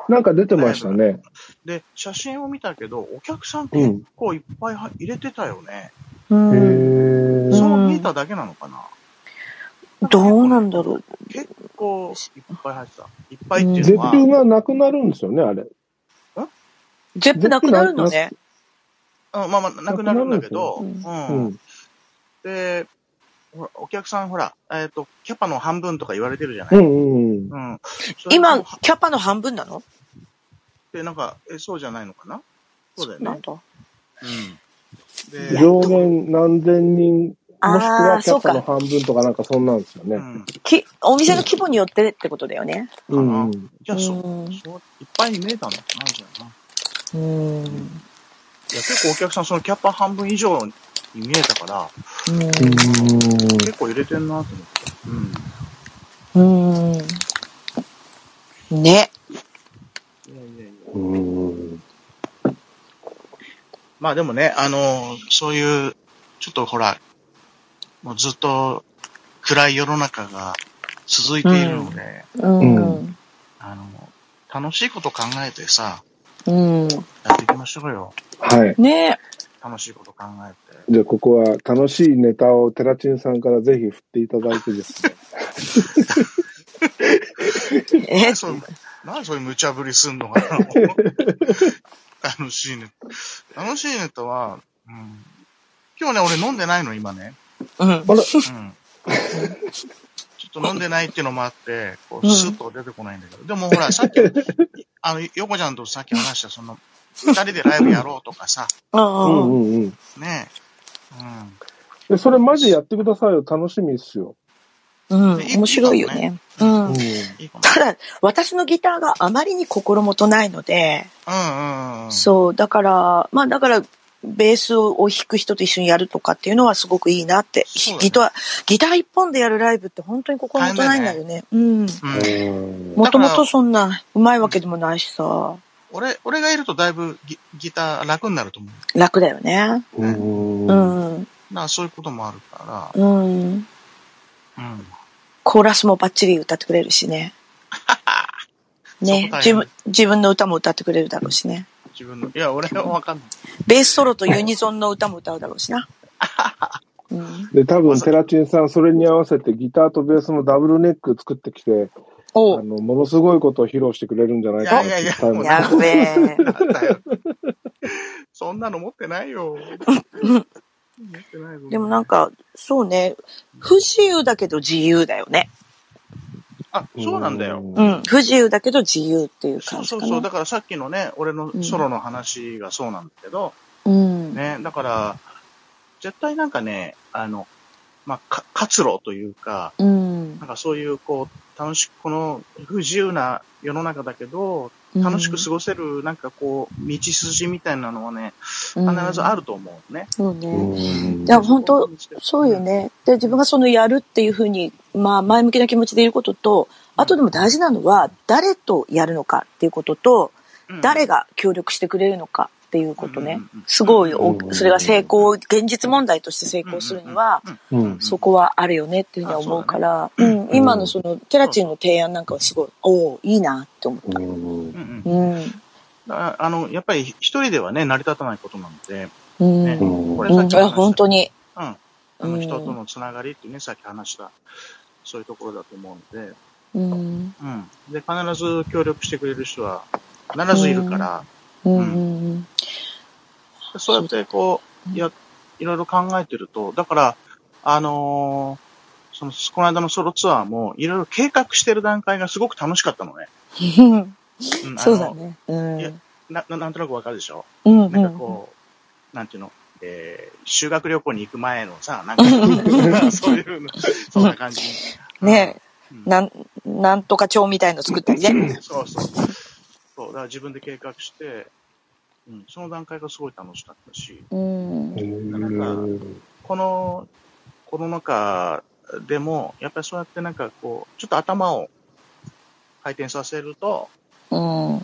Speaker 2: なんか出てましたね。
Speaker 3: で、写真を見たけど、お客さん
Speaker 2: う
Speaker 3: 結
Speaker 2: ん。
Speaker 3: 構いっぱいは入れてたよね。
Speaker 1: う
Speaker 2: へ
Speaker 1: ん。
Speaker 2: ー
Speaker 3: そう見えただけなのかな
Speaker 1: どうなんだろう。
Speaker 3: 結構いっぱい入ってた。いっぱいっていう
Speaker 2: 絶
Speaker 3: のは、
Speaker 2: 風がなくなるんですよね、あれ。
Speaker 1: ゼップなくなるのね。
Speaker 3: うんまあまあ、なくなるんだけど、
Speaker 1: な
Speaker 3: う。
Speaker 1: くなるんです
Speaker 2: うんん。
Speaker 3: で、ほら、お客さんほら、えっと、キャパの半分とか言われてるじゃな
Speaker 2: う
Speaker 3: い
Speaker 2: んうん。
Speaker 3: うん。それ
Speaker 1: 今
Speaker 3: っ、
Speaker 1: キャパの半分なの
Speaker 3: てなんか、え、そうじゃないのかなそうだよ
Speaker 1: なん
Speaker 3: ね。
Speaker 1: だ。
Speaker 3: うん。
Speaker 1: いや
Speaker 3: で、
Speaker 2: 上限何千人、もしく
Speaker 1: あ
Speaker 2: は
Speaker 1: あ、
Speaker 2: キャ
Speaker 1: そう
Speaker 2: ッパの
Speaker 1: か。
Speaker 2: 半分とかなんかそんなんですよ
Speaker 3: う
Speaker 2: ね。
Speaker 3: ん。
Speaker 1: きお店の規模によってってことだよね。
Speaker 2: うん。
Speaker 3: じゃあ、そう、
Speaker 1: うん
Speaker 3: そう、いっぱいに見えたのかなじゃあな。
Speaker 1: うん。
Speaker 3: いや、結構お客さん、そのキャパ半分以上に見えたから、結構入れてんなと思って。うん。
Speaker 1: うん。うん。ね。
Speaker 3: いやいやいや。
Speaker 2: うん。
Speaker 3: まあでもね、あのーそういう、ちょっとほら、もうずっと暗い世の中が続いているので、
Speaker 1: うん。
Speaker 3: あのー楽しいこと考えてさ、
Speaker 1: うん。
Speaker 3: やっていきましょうよ。
Speaker 2: はい。
Speaker 1: ね。
Speaker 3: 楽しいこと考えて。
Speaker 2: じゃあ、ここは楽しいネタをテラチンさんからぜひ振っていただいてですね。
Speaker 1: え、
Speaker 3: そう、なんでそういう無茶ぶりすんのか
Speaker 1: (laughs)
Speaker 3: な楽しいね。楽しいネタは、うん、今日ね、俺飲んでないの、今ね。
Speaker 1: うん。
Speaker 3: うん。ちょっと飲んでないっていうのもあって、こう、
Speaker 1: うん
Speaker 3: スッと出てこないんだけど。でもほら、さっき、あの、横ちゃんとさっき話した、その、二人でライブやろうとかさ、
Speaker 2: う
Speaker 1: うん
Speaker 2: んう。んうん
Speaker 3: ねえ。
Speaker 2: で。それマジやってくださいよ。楽しみっすよ。
Speaker 1: うん、面白いよね。うん。
Speaker 2: う
Speaker 3: うん。いいか
Speaker 1: ただ、私のギターがあまりに心もとないので、
Speaker 3: な。うんうんうん。
Speaker 1: そう、だから、まあだから、ベースを弾く人と一緒にやるとかっていうのはすごくいいなって。
Speaker 3: そうだね
Speaker 1: ギター、ギター一本でやるライブって本当に心もとないんだよね。うん。
Speaker 3: うん。
Speaker 2: ん。
Speaker 1: もともとそんな、うまいわけでもないしさ、
Speaker 3: 俺、俺がいるとだいぶギギター楽になると思う。
Speaker 1: 楽だよね。
Speaker 2: うん
Speaker 1: う
Speaker 2: うん
Speaker 1: ん。
Speaker 3: なそういうこともあるか
Speaker 1: うん。
Speaker 3: ら。うん。
Speaker 1: コーラスもバッチリ歌ってくれるしね。ね
Speaker 3: そこ大変
Speaker 1: 自分、自分の歌も歌ってくれるだろうしね。
Speaker 3: 自分の。いや、俺はわかんない。 (laughs)
Speaker 1: ベースソロとユニゾンの歌も歌うだろうしな。うん、
Speaker 2: で、多分、テラチンさん、それに合わせてギターとベースのダブルネック作ってきて、あ
Speaker 1: おう
Speaker 2: の、ものすごいことを披露してくれるんじゃないかなっ
Speaker 3: いやいやい
Speaker 2: て
Speaker 3: や
Speaker 2: 期待も。
Speaker 1: やべえ。
Speaker 3: なんだよ。そんなの持ってないよ。持ってないぞ
Speaker 1: でもなん、か、そうね、不自由だけど自由だよね。
Speaker 3: あ、そうなんだよ。
Speaker 1: うん、不自由だけど自由っていう
Speaker 3: そ
Speaker 1: 感
Speaker 3: う
Speaker 1: じ
Speaker 3: そ
Speaker 1: か
Speaker 3: う
Speaker 1: な。
Speaker 3: そう。だからさっきのね、俺のソロの話がそうなんだけど、
Speaker 1: うん。
Speaker 3: ね、だから、絶対なんかね、あの、まあ、か活路というか、
Speaker 1: うん
Speaker 3: なんかそういう、こう、楽しく、この不自由な世の中だけど、
Speaker 1: うん
Speaker 3: 楽しく過ごせる、なんかこう、道筋みたいなのはね、
Speaker 1: うん
Speaker 3: 必ずあると思うね。
Speaker 1: そうね。
Speaker 2: うん
Speaker 1: いや、本当そうよね。で、自分がそのやるっていうふうに、まあ、前向きな気持ちでいることと、あとでも大事なのは、誰とやるのかっていうことと、
Speaker 3: うん
Speaker 1: 誰が協力してくれるのかっていうこと
Speaker 3: う
Speaker 1: ね
Speaker 3: んうんうん。
Speaker 1: すごい大
Speaker 2: う
Speaker 1: き、
Speaker 2: ん
Speaker 1: それが成功、現実問題として成功するには、
Speaker 2: うん
Speaker 1: そこはあるよねっていうふうには思うから、うん、今のその、テラチンの提案なんかはすごい、おおいいなって思っ
Speaker 2: う
Speaker 1: た。
Speaker 2: ん
Speaker 3: うんうん
Speaker 1: うん。
Speaker 3: ああの、やっぱり一人ではね、成り立たないことなので、
Speaker 1: うん。
Speaker 3: ね、
Speaker 2: うん
Speaker 3: これ
Speaker 1: う
Speaker 3: さ
Speaker 1: ん、
Speaker 3: っ
Speaker 1: い
Speaker 3: きの
Speaker 1: や
Speaker 3: 話
Speaker 1: 本当に。
Speaker 3: うん。あの人とのつながりってね、さっき話した、そういうところだと思うので、
Speaker 1: うん。
Speaker 3: うん。で、必ず協力してくれる人は、必ずいるから、
Speaker 1: うん。うん。
Speaker 3: そうやってこう、や、いろいろ考えてると、だから、あのーその、この間のソロツアーも、いろいろ計画してる段階がすごく楽しかったのね。
Speaker 1: うん
Speaker 3: ん
Speaker 1: そうだ。ね。うん。
Speaker 3: いやあのな、なんとなくわかるでしょ
Speaker 1: うん。
Speaker 3: なんかこう、なんていうの、えー、修学旅行に行く前のさ、
Speaker 1: (laughs)
Speaker 3: なんか、そういうの、そんな感じ。
Speaker 1: ね
Speaker 3: うん
Speaker 1: なん、なんとか帳みたいの作ったりね。
Speaker 3: そうそう。そう、だから自分で計画して、うん、その段階がすごい楽しかったし、
Speaker 1: うん。
Speaker 3: このコロナ禍でも、やっぱりそうやってなんかこう、ちょっと頭を回転させると、
Speaker 1: うん。うん
Speaker 3: うん、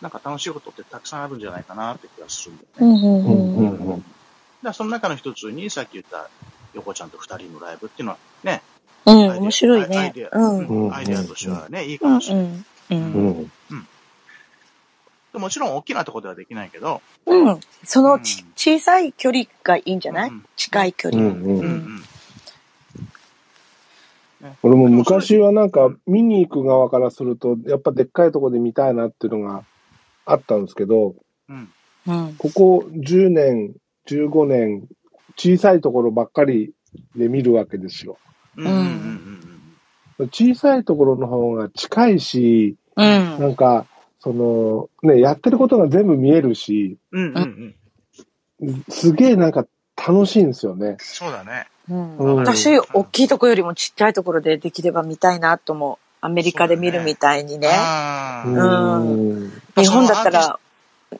Speaker 3: なんか楽しいことってたくさんあるんじゃないかなって気がするんだよね。
Speaker 1: う
Speaker 3: だ
Speaker 1: ん。
Speaker 3: か
Speaker 1: うん。
Speaker 2: うん
Speaker 3: らその中の一つに、さっき言った、横ちゃんと二人のライブっていうのはね、
Speaker 1: うん。
Speaker 3: アイデア
Speaker 1: 面白い
Speaker 3: アイ
Speaker 1: ね
Speaker 3: デア。
Speaker 1: うん。うん。
Speaker 3: うんアイデアとしてはね、いいか
Speaker 1: う
Speaker 3: もしれない。
Speaker 1: ん。う。
Speaker 2: うんん
Speaker 3: でもちろん大きなとこではできないけど、
Speaker 1: うん。そのち
Speaker 3: うん
Speaker 1: 小さい距離がいいんじゃない
Speaker 3: うん
Speaker 1: 近い距
Speaker 2: う
Speaker 1: 離。
Speaker 2: んう
Speaker 3: うん
Speaker 2: ん
Speaker 3: うん。
Speaker 2: 俺も昔はなんか見に行く側からすると、やっぱでっかいとこで見たいなっていうのがあったんですけど、
Speaker 3: うん。
Speaker 1: うん。
Speaker 2: ここ10年、15年、小さいところばっかりで見るわけですよ。
Speaker 3: うん。うん。うん。
Speaker 2: 小さいところの方が近いし、
Speaker 1: う。
Speaker 2: なんんか、その、ね、やってることが全部見えるし、
Speaker 3: うん。うん。うん。
Speaker 2: すげえなんか楽しいんですよね。
Speaker 3: そうだね。
Speaker 1: うん
Speaker 2: うん
Speaker 1: 私、大きいとこよりもちっちゃいところでできれば見たいなと思う。アメリカで見るみたいにね。
Speaker 3: あ
Speaker 2: う
Speaker 3: ー
Speaker 2: ん。
Speaker 1: 日本だったら、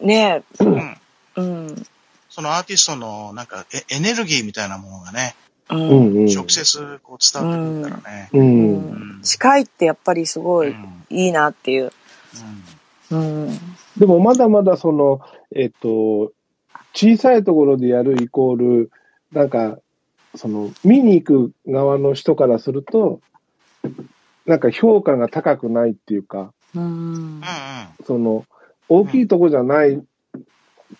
Speaker 1: ね
Speaker 3: うん。
Speaker 1: え、うん。
Speaker 3: そのアーティストの、なんか、えエネルギーみたいなものがね、
Speaker 1: う。
Speaker 2: うんんうん。
Speaker 3: 直接こう伝わってくるからね。
Speaker 2: う。
Speaker 1: うんん。近いってやっぱりすご
Speaker 3: う
Speaker 1: い
Speaker 3: ん
Speaker 1: いいなっていう。
Speaker 3: うん
Speaker 1: うん。
Speaker 2: でもまだまだその、えっと、小さいところでやるイコール、なんか、その、見に行く側の人からすると、なんか評価が高くないっていうか、
Speaker 1: うん
Speaker 3: うん。う
Speaker 2: その、大きいとこじゃない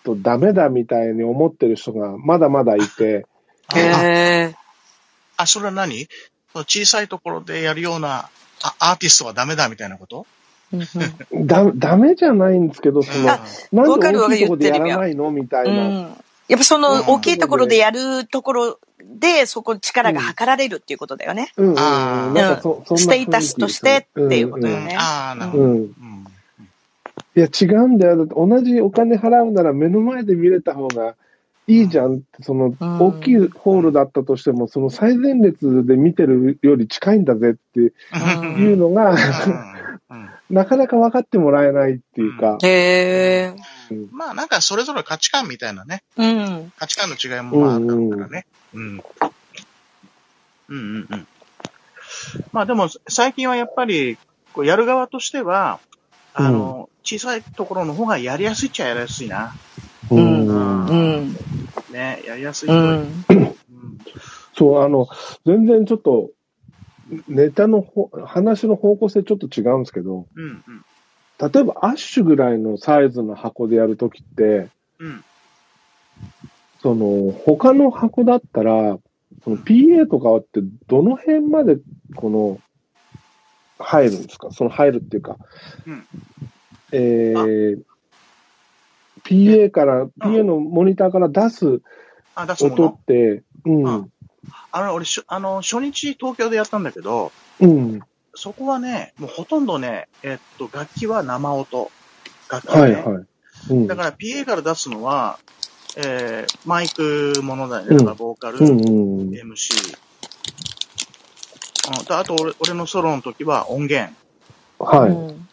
Speaker 2: とダメだみたいに思ってる人がまだまだいて、
Speaker 3: ん。あ
Speaker 1: へえ。
Speaker 3: あ、それは何その小さいところでやるような、あ、アーティストはダメだみたいなこと
Speaker 1: うん
Speaker 2: だ、ダメじゃないんですけど、その、
Speaker 3: うん
Speaker 2: な
Speaker 1: あ
Speaker 2: ん
Speaker 1: わ
Speaker 2: で
Speaker 1: かるわ
Speaker 2: 大
Speaker 1: か
Speaker 2: き
Speaker 1: る
Speaker 2: いとこでやらないのみたいな。
Speaker 1: やっぱそ
Speaker 3: うん
Speaker 1: の大きいところでやるところで、そこに力が測られるっていうことだよね。
Speaker 2: うんうんうん。
Speaker 3: あー
Speaker 2: なんかそ、そんな
Speaker 1: ステータスとしてっていうこと
Speaker 2: だ
Speaker 1: だ
Speaker 2: よ
Speaker 1: よ
Speaker 2: ね
Speaker 1: ね
Speaker 3: ああ、なるほ
Speaker 2: う
Speaker 3: ど。
Speaker 2: ん。
Speaker 3: う
Speaker 2: い
Speaker 3: ん。
Speaker 2: や、違うんだよ。だって同じお金払うなら目の前で見れた方がいいじゃんって、その、
Speaker 1: うん
Speaker 2: 大きいホールだったとしても、その最前列で見てるより近いんだぜっていう
Speaker 3: うん
Speaker 2: うのが、
Speaker 3: うんうん
Speaker 2: なかなか分かってもらえないっていうか、
Speaker 1: へえ。
Speaker 2: うん
Speaker 3: まあなんかそれぞれ価値観みたいなね、
Speaker 1: うん。
Speaker 3: 価値観の違いもまああったんだからね。うん。うんうんうん。まあでも最近はやっぱり、こうやる側としては、あの、小さいところの方がやりやすいっちゃやりやすいな。
Speaker 1: うん
Speaker 2: うん
Speaker 1: うん。
Speaker 3: ね、やりやすいと
Speaker 1: う
Speaker 3: 思う。
Speaker 1: ん。
Speaker 3: うん
Speaker 2: そう、あの、全然ちょっと、ネタのほ話の方向性ちょっと違うんですけど、
Speaker 3: うんうん
Speaker 2: 例えばアッシュぐらいのサイズの箱でやるときって、
Speaker 3: うん
Speaker 2: その、他の箱だったら、その PA とかってどの辺まで、この、入るんですかその入るっていうか、
Speaker 3: うん
Speaker 2: えー、PA から、PA のモニターから出す
Speaker 3: あ、出すも
Speaker 2: 音
Speaker 3: の
Speaker 2: って、うん、
Speaker 3: ああの、俺しゅ、あの、初日東京でやったんだけど、
Speaker 2: うん、
Speaker 3: そこはね、もうほとんどね、えっと、楽器は生音。楽器ね。
Speaker 2: はいはい。うん
Speaker 3: だから PA から出すのは、えー、マイクものだよ
Speaker 2: う
Speaker 3: ね。
Speaker 2: ん
Speaker 3: だからボーカル、
Speaker 2: うんうんうん
Speaker 3: MC。うん、とあと俺俺のソロの時は音源。
Speaker 2: はい。
Speaker 1: い。
Speaker 3: うん。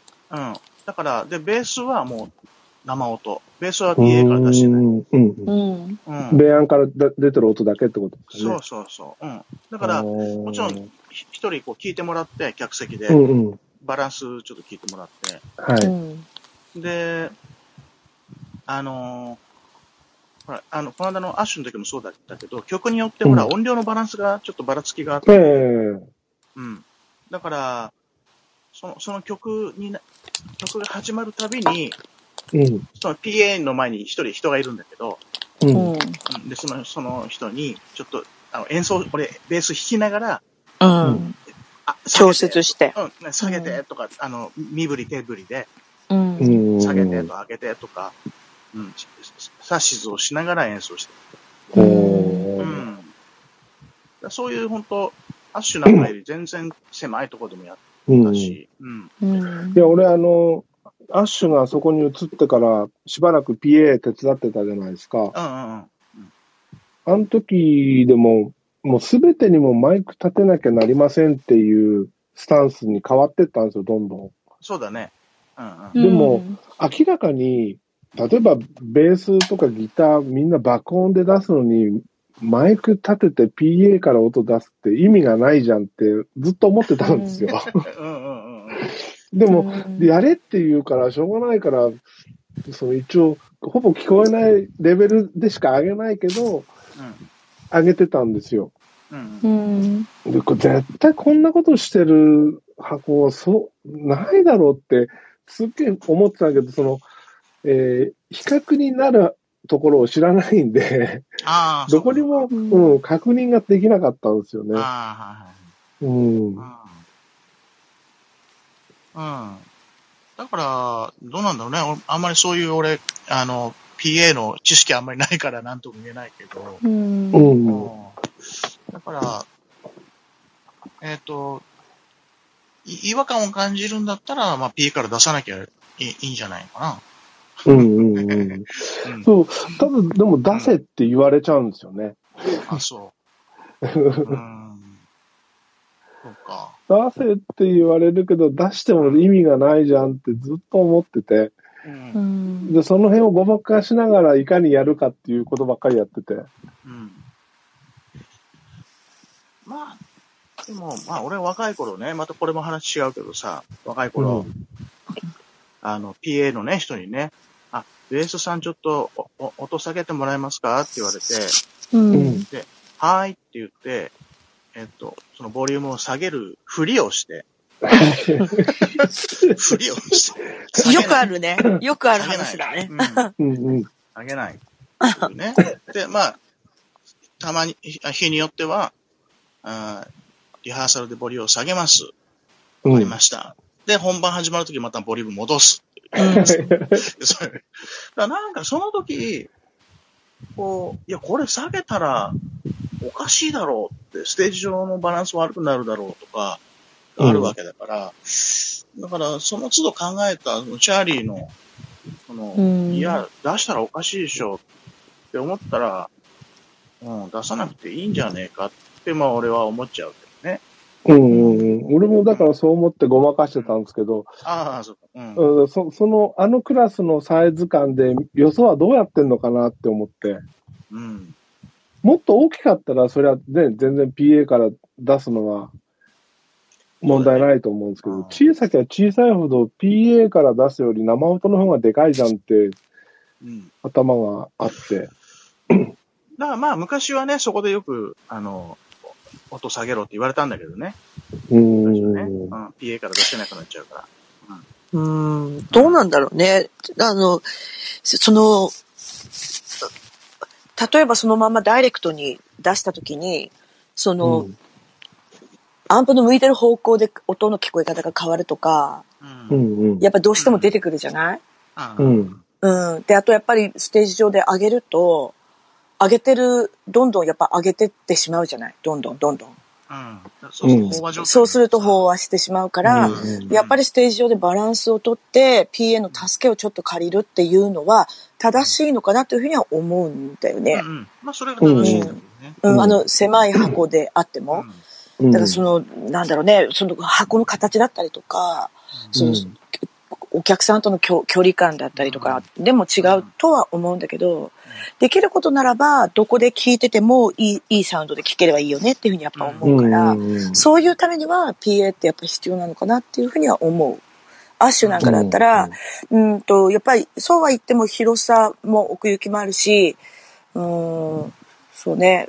Speaker 3: だから、で、ベースはもう、生音。ベースは PA から出してない。
Speaker 2: うんうん
Speaker 1: うん。
Speaker 3: うん。
Speaker 2: 米安からだ出てる音だけってことです
Speaker 3: そ
Speaker 2: ね
Speaker 3: う。そうそう。うん。だ
Speaker 2: だ
Speaker 3: から、ひ
Speaker 2: も
Speaker 3: ちろん一人こう聞いてもらって、客席で
Speaker 2: う、んうん。
Speaker 3: バランスちょっと聞いてもらって。
Speaker 2: は
Speaker 1: う
Speaker 2: い。
Speaker 1: ん。
Speaker 3: で、あのーほら、あの、この間のアッシュの時もそうだったけど、曲によってほら、
Speaker 2: うん
Speaker 3: 音量のバランスがちょっとばらつきがあっ
Speaker 2: え
Speaker 3: て、
Speaker 2: え。
Speaker 3: うん。だから、その、その曲にな、曲が始まるたびに、
Speaker 2: うん。
Speaker 3: その PA の前に一人人がいるんだけど、
Speaker 2: う。
Speaker 1: うんん。
Speaker 3: うんで、その、その人に、ちょっと、あの、演奏、俺、ベース弾きながら、
Speaker 1: うん。
Speaker 3: あ、
Speaker 1: 調
Speaker 3: 下げて、
Speaker 1: 節して。
Speaker 3: うん、下げてとか、あの、身振り手振りで、
Speaker 1: うん。
Speaker 2: うん。
Speaker 3: 下げてと上げてとか、うん、しし指図をしながら演奏して
Speaker 2: お
Speaker 3: る。う
Speaker 2: ー。
Speaker 3: ん。だからそういう本当アッシュなんかより全然狭いところでもやっ
Speaker 2: うん。
Speaker 3: た
Speaker 2: い
Speaker 3: し、うん。
Speaker 1: うん
Speaker 2: や、俺、あの、アッシュがあそこに移ってから、しばらく PA 手伝ってたじゃないですか。
Speaker 3: うんうんうん。
Speaker 2: あの時でも、もうすべてにもマイク立てなきゃなりませんっていうスタンスに変わってったんですよ、どんどん。
Speaker 3: そうだね。うんう
Speaker 2: で
Speaker 3: ん。
Speaker 2: も、明らかに、例えばベースとかギターみんな爆音で出すのに、マイク立てて PA から音出すって意味がないじゃんってずっと思ってたんですよ。
Speaker 3: うんうんうんうん。
Speaker 2: (laughs) で
Speaker 1: で
Speaker 2: も、、やれって言うから、しょうがないから、その一応、ほぼ聞こえないレベルでしか上げないけど、上げてたんですよ。
Speaker 3: うん
Speaker 1: う。ん。
Speaker 2: で、これ絶対こんなことしてる箱は、そう、ないだろうって、すっげえ思ってたけど、その、えー比較になるところを知らないんで、
Speaker 3: ああ。
Speaker 2: どこにも、
Speaker 1: うん
Speaker 2: うん、確認ができなかったんですよね。う
Speaker 3: あ
Speaker 2: ん
Speaker 3: あ、。はいはい。うん。うん。だから、どうなんだろうね。俺あんまりそういう俺、あの、PA の知識あんまりないからなんとも言えないけど。
Speaker 1: う。
Speaker 2: うんん。
Speaker 3: うんだから、えっ、と、い違和感を感じるんだったら、まあ、PA から出さなきゃいいいいんじゃないか
Speaker 2: うん。うん。うん。
Speaker 3: な。うん。
Speaker 2: そう、多分、でも出せって言われちゃうんですよね。
Speaker 3: あ、そう。うん。そうか。
Speaker 2: 出せって言われるけど、出しても意味がないじゃんってずっと思ってて、
Speaker 3: うん
Speaker 1: う。ん。
Speaker 2: で、その辺をごまかしながらいかにやるかっていうことばっかりやってて。
Speaker 3: うんまあ、でも、まあ、俺若い頃ね、またこれも話違うけどさ、若い頃、
Speaker 2: (laughs) う
Speaker 3: あの、PA のね、人にね、あ、ベースさんちょっとおお音下げてもらえますかって言われて、
Speaker 1: うん。
Speaker 3: はーいって言って、えっと、そのボリュームを下げるふりをして、ふりをして。
Speaker 1: (laughs) よくあるね。よくある
Speaker 3: 下げない
Speaker 1: 話だね。
Speaker 3: うん
Speaker 2: うんうん。
Speaker 3: あげない。
Speaker 2: (laughs)
Speaker 3: ね。で、まあ、たまに、ひ日によっては、あーリハーサルでボリュームを下げます。
Speaker 2: う
Speaker 3: わ
Speaker 2: ん
Speaker 3: かりました。で、本番始まるときまたボリューム戻す。で (laughs) それだからなんかその時、こう、いや、これ下げたらおかしいだろうって、ステージ上のバランス悪くなるだろうとか、あるわけだから、だからその都度考えた、そのチャーリーの、その、
Speaker 1: うん
Speaker 3: いや、出したらおかしいでしょって思ったら、うん、出さなくていいんじゃねえかって、まあ俺は思っちゃうけどね。
Speaker 2: うんうんうん。俺もだからそう思ってごまかしてたんですけど、
Speaker 3: ああ、そうか。うん。うん
Speaker 2: うん、そその、あのクラスのサイズ感で、よそはどうやってんのかなって思って、
Speaker 3: うん。
Speaker 2: もっと大きかったら、それはね、全然 PA から出すのは問題ないと思うんですけど、
Speaker 3: そ
Speaker 2: 小さきゃ小さいほど PA から出すより生音の方がでかいじゃんって
Speaker 3: うん
Speaker 2: 頭があって。
Speaker 3: だからまあ昔はね、そこでよく、あの、音下げろって言われたんだけどね。
Speaker 2: う
Speaker 3: 最初
Speaker 2: ん
Speaker 3: ね。うん。PA から出せなくなっちゃうから。
Speaker 1: うん。どうなんだろうね。あの、その、例えばそのままダイレクトに出したときに、その、アンプの向いてる方向で音の聞こえ方が変わるとか、
Speaker 2: う
Speaker 3: うん。
Speaker 2: んうん。
Speaker 1: やっぱどうしても出てくるじゃない
Speaker 3: あ
Speaker 2: うん
Speaker 3: ー
Speaker 1: うん。で、あとやっぱりステージ上で上げると、上げてる、どんどんやっぱ上げてってしまうじゃないどんどんどんどん。
Speaker 3: うん。そうすると飽和状態
Speaker 1: そうすると飽和してしまうから、
Speaker 2: うん
Speaker 1: やっぱりステージ上でバランスをとって PA の助けをちょっと借りるっていうのは正しいのかなというふうには思うんだよ
Speaker 3: うんう
Speaker 1: ね。
Speaker 3: ん。まあそれが正しいんだけどね。
Speaker 1: うん、
Speaker 2: うん
Speaker 1: あの狭い箱であって
Speaker 3: う
Speaker 1: も。
Speaker 3: ん
Speaker 2: うん
Speaker 1: だからその、なんだろうね、その箱の形だったりとか、その
Speaker 2: うん
Speaker 1: お客さんとの距距離感だったりとか、でも違うとは思うんだけど、できることならば、どこで聞いててもいい、いいサウンドで聞ければいいよねっていうふうにやっぱ思うから、そういうためには PA ってやっぱ必要なのかなっていうふうには思う。アッシュなんかだったら、うん、と、やっぱりそうは言っても広さも奥行きもあるし、うーん、そうね、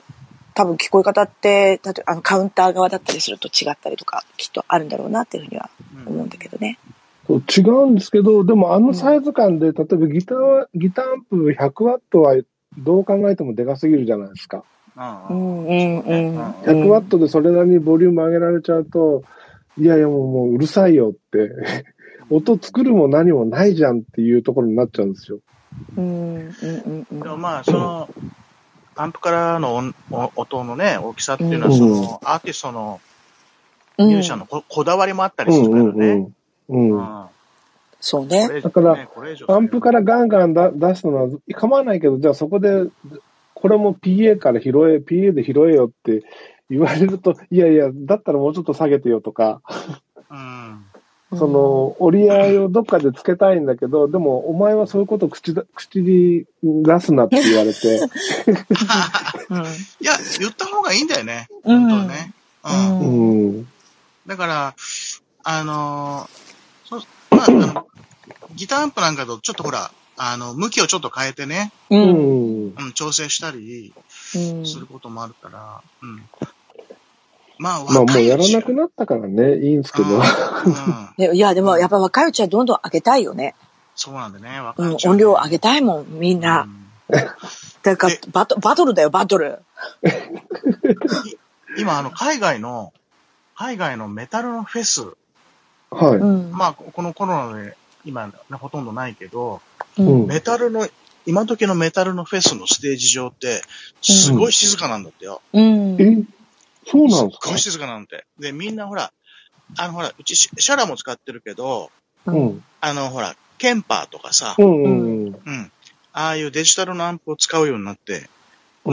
Speaker 1: 多分聞こえ方って、例えばあのカウンター側だったりすると違ったりとか、きっとあるんだろうなっていうふうには思うんだけどね。
Speaker 2: そう違うんですけど、でもあのサイズ感で、例えばギターは、ギターアンプ100ワットはどう考えてもでかすぎるじゃないですか。
Speaker 1: う
Speaker 3: うん
Speaker 1: ん、うん、うん。
Speaker 2: 100ワットでそれなりにボリューム上げられちゃうと、いやいやもうもううるさいよって、 (laughs) 音作るも何もないじゃんっていうところになっちゃうんですよ。
Speaker 1: うん、うん、うん、うん
Speaker 3: で。もまあ、その、アンプからの音お音のね、大きさっていうのは、その、アーティストのミュージシャンのここだわりもあったりするからね。
Speaker 2: うんうん。
Speaker 3: うん
Speaker 1: そう
Speaker 3: こ
Speaker 1: ね。
Speaker 3: れ以上ね
Speaker 2: だから
Speaker 3: これ以上
Speaker 2: アンプからガンガンだ出すのは構わないけど、じゃあそこで、これも PA から拾え、PA で拾えよって言われると、いやいや、だったらもうちょっと下げてよとか、
Speaker 3: うん。
Speaker 2: その折り合いをどっかでつけたいんだけど、でもお前はそういうこと口だ口に出すなって言われて、
Speaker 1: うん、
Speaker 3: いや、言った方がいいんだよね。
Speaker 1: うん
Speaker 3: 本当はね。
Speaker 1: うん
Speaker 3: うん。
Speaker 2: うん、
Speaker 3: だから、あのーそう、まあ、あのギターアンプなんかとちょっとほら、あの、向きをちょっと変えてね、
Speaker 1: う、
Speaker 2: うん
Speaker 1: うん。
Speaker 2: ん、
Speaker 3: うん、調整したり
Speaker 1: うん
Speaker 3: することもあるから、うん。まあ、
Speaker 2: まあも
Speaker 3: 若
Speaker 2: う
Speaker 3: い
Speaker 2: や
Speaker 3: う
Speaker 2: ら
Speaker 3: ち
Speaker 2: なくなったからね、いいんですけど、
Speaker 3: うん。
Speaker 1: でいや、でもやっぱ若いうちはどんどん上げたいよね。
Speaker 3: そうなんだ
Speaker 1: (laughs)
Speaker 3: ね、若
Speaker 1: う
Speaker 3: い
Speaker 1: ん
Speaker 3: う、ちは
Speaker 1: 音
Speaker 3: ね
Speaker 1: 量上げたいもん、みんな。だから
Speaker 3: え
Speaker 1: バト、バトルだよ、バトル。
Speaker 3: うん今、あの、海外の、海外のメタルのフェス、
Speaker 2: はい。
Speaker 1: ん
Speaker 3: まあ、このコロナで今、ね、ほとんどないけど、
Speaker 2: うん
Speaker 3: メタルの、今時のメタルのフェスのステージ上って、すごい静かなんだってよ。
Speaker 1: うん。
Speaker 2: え、そうなんです
Speaker 3: っ
Speaker 2: か
Speaker 3: ごい静かなんて。で、みんなほら、あのほら、うちシシャラも使ってるけど、
Speaker 2: うん、
Speaker 3: あのほら、ケンパーとかさ
Speaker 2: う、ん、うん、
Speaker 3: うん。ああいうデジタルのアンプを使うようになって、こ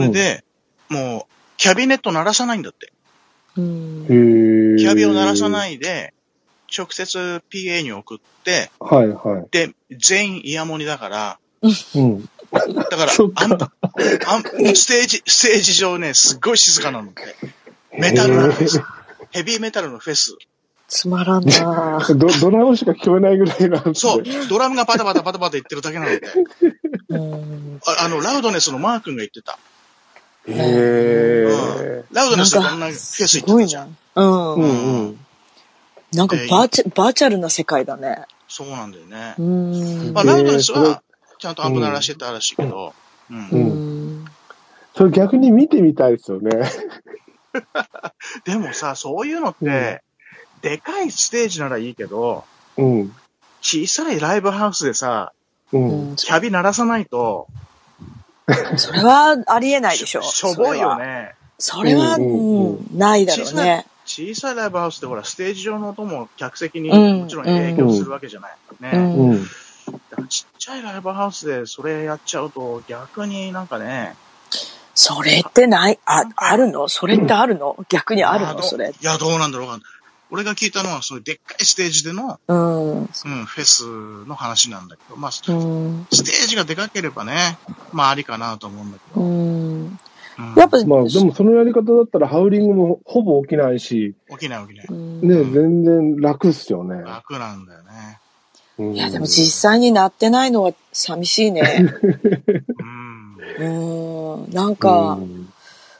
Speaker 2: う
Speaker 3: れ
Speaker 2: ん。へ
Speaker 3: で、もう、キャビネット鳴らさないんだって。
Speaker 1: うん
Speaker 2: ー。
Speaker 3: キャビを鳴らさないいで、直接 PA に送って、
Speaker 2: はい、は
Speaker 3: で、全員イヤモニだから、
Speaker 2: い。うん。
Speaker 3: だから、
Speaker 2: そっ
Speaker 3: ア
Speaker 2: か
Speaker 3: ンプ、アンプ、ステージ、ステージ上ね、すっごい静かなのって。メタルのフェス。ヘビーメタルのフェス。
Speaker 1: つまらんなぁ
Speaker 2: ドドラムしか聞こえないぐらいなんですね
Speaker 3: そう、ドラムがパタパタパタパタ言ってるだけなので。
Speaker 1: うん。
Speaker 3: ああの、ラウドネスのマー君が言ってた。
Speaker 2: へ
Speaker 3: うん。ラウドネスがこんなフェス
Speaker 1: す
Speaker 3: 行っ
Speaker 1: ご
Speaker 3: て
Speaker 1: い
Speaker 3: たじゃ。。
Speaker 1: なんう。
Speaker 2: うんんうん。
Speaker 1: なんかバーチャバーチャルな世界だね。
Speaker 3: そうなんだよね
Speaker 1: う。ん
Speaker 3: まあ、
Speaker 2: へー
Speaker 3: ラウドネス
Speaker 2: すごい
Speaker 3: は、ちゃんとアンプ鳴らしてたらしいけど、うん。
Speaker 1: う
Speaker 2: うん
Speaker 1: ん。
Speaker 2: それ逆に見てみたいですよね。
Speaker 3: でもさ、そういうのって、
Speaker 2: うん
Speaker 3: でかいステージならいいけど、
Speaker 2: うん。
Speaker 3: 小さいライブハウスでさ、
Speaker 2: うん。
Speaker 1: うん
Speaker 3: キャビ鳴らさないと、
Speaker 1: それはありえないでしょ。
Speaker 3: しょぼいよね。
Speaker 1: それは。それは、
Speaker 2: うんうん
Speaker 1: うん、ないだろうね。
Speaker 3: 小さいライブハウスってほら、ステージ上の音も客席に
Speaker 1: うん
Speaker 3: もちろん影響するわけじゃない。
Speaker 1: うん
Speaker 3: ね。
Speaker 2: うん。
Speaker 3: だからちっちゃいライブハウスでそれやっちゃうと、逆になんかね、
Speaker 1: それってない、あ、あるのそれってあるの逆にあるのそれ
Speaker 3: い。や、どうなんだろうか。俺が聞いたのは、そういうでっかいステージでの、
Speaker 1: うん。
Speaker 3: うん、フェスの話なんだけど、まあ、ステ
Speaker 1: うん。
Speaker 3: ージがでかければね、まあ、ありかなと思うんだけ
Speaker 1: う
Speaker 3: ど。
Speaker 1: ん。
Speaker 3: うん
Speaker 1: やっぱ、
Speaker 2: まあでもそのやり方だったらハウリングもほぼ起きないし、
Speaker 3: 起きない起きない。
Speaker 1: うん
Speaker 2: ね、全然楽っすよね。
Speaker 3: 楽なんだよね。
Speaker 2: うん
Speaker 1: いや、でも実際になってないのは寂しいね。
Speaker 3: うん。
Speaker 1: うーん。なんか
Speaker 2: う、ん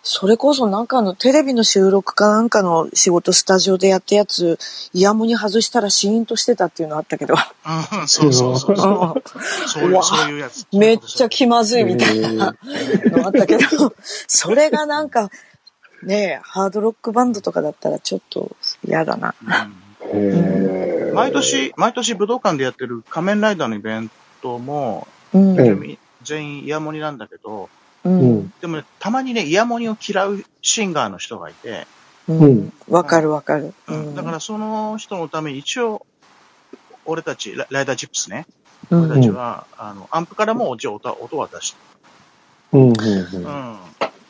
Speaker 1: それこそなんかあのテレビの収録かなんかの仕事スタジオでやったやつ、イヤモニ外したらシーンとしてたっていうのあったけど、
Speaker 3: うん、そうそうそ
Speaker 1: (laughs)
Speaker 3: うそう。そういう、そういうやつ。
Speaker 1: めっちゃ気まずいみたいなのあったけど、それがなんか、ねえ、ハードロックバンドとかだったらちょっと嫌だな。
Speaker 3: うん
Speaker 2: へー
Speaker 3: 毎年、毎年武道館でやってる仮面ライダーのイベントも、
Speaker 1: うん。
Speaker 2: ええ
Speaker 3: 全員イヤモニなんだけど、
Speaker 1: う。
Speaker 2: うんん。
Speaker 3: でもね、たまにね、イヤモニを嫌うシンガーの人がいて、
Speaker 1: うん。わかるわかる。う
Speaker 3: だか
Speaker 1: ん。
Speaker 3: らその人のために一応、俺たち、ラライダーチップスね、
Speaker 1: う
Speaker 3: 俺た
Speaker 1: ん。
Speaker 3: ちは、あの、アンプからも一応音は音は出して
Speaker 2: うん。うん
Speaker 3: る。うん。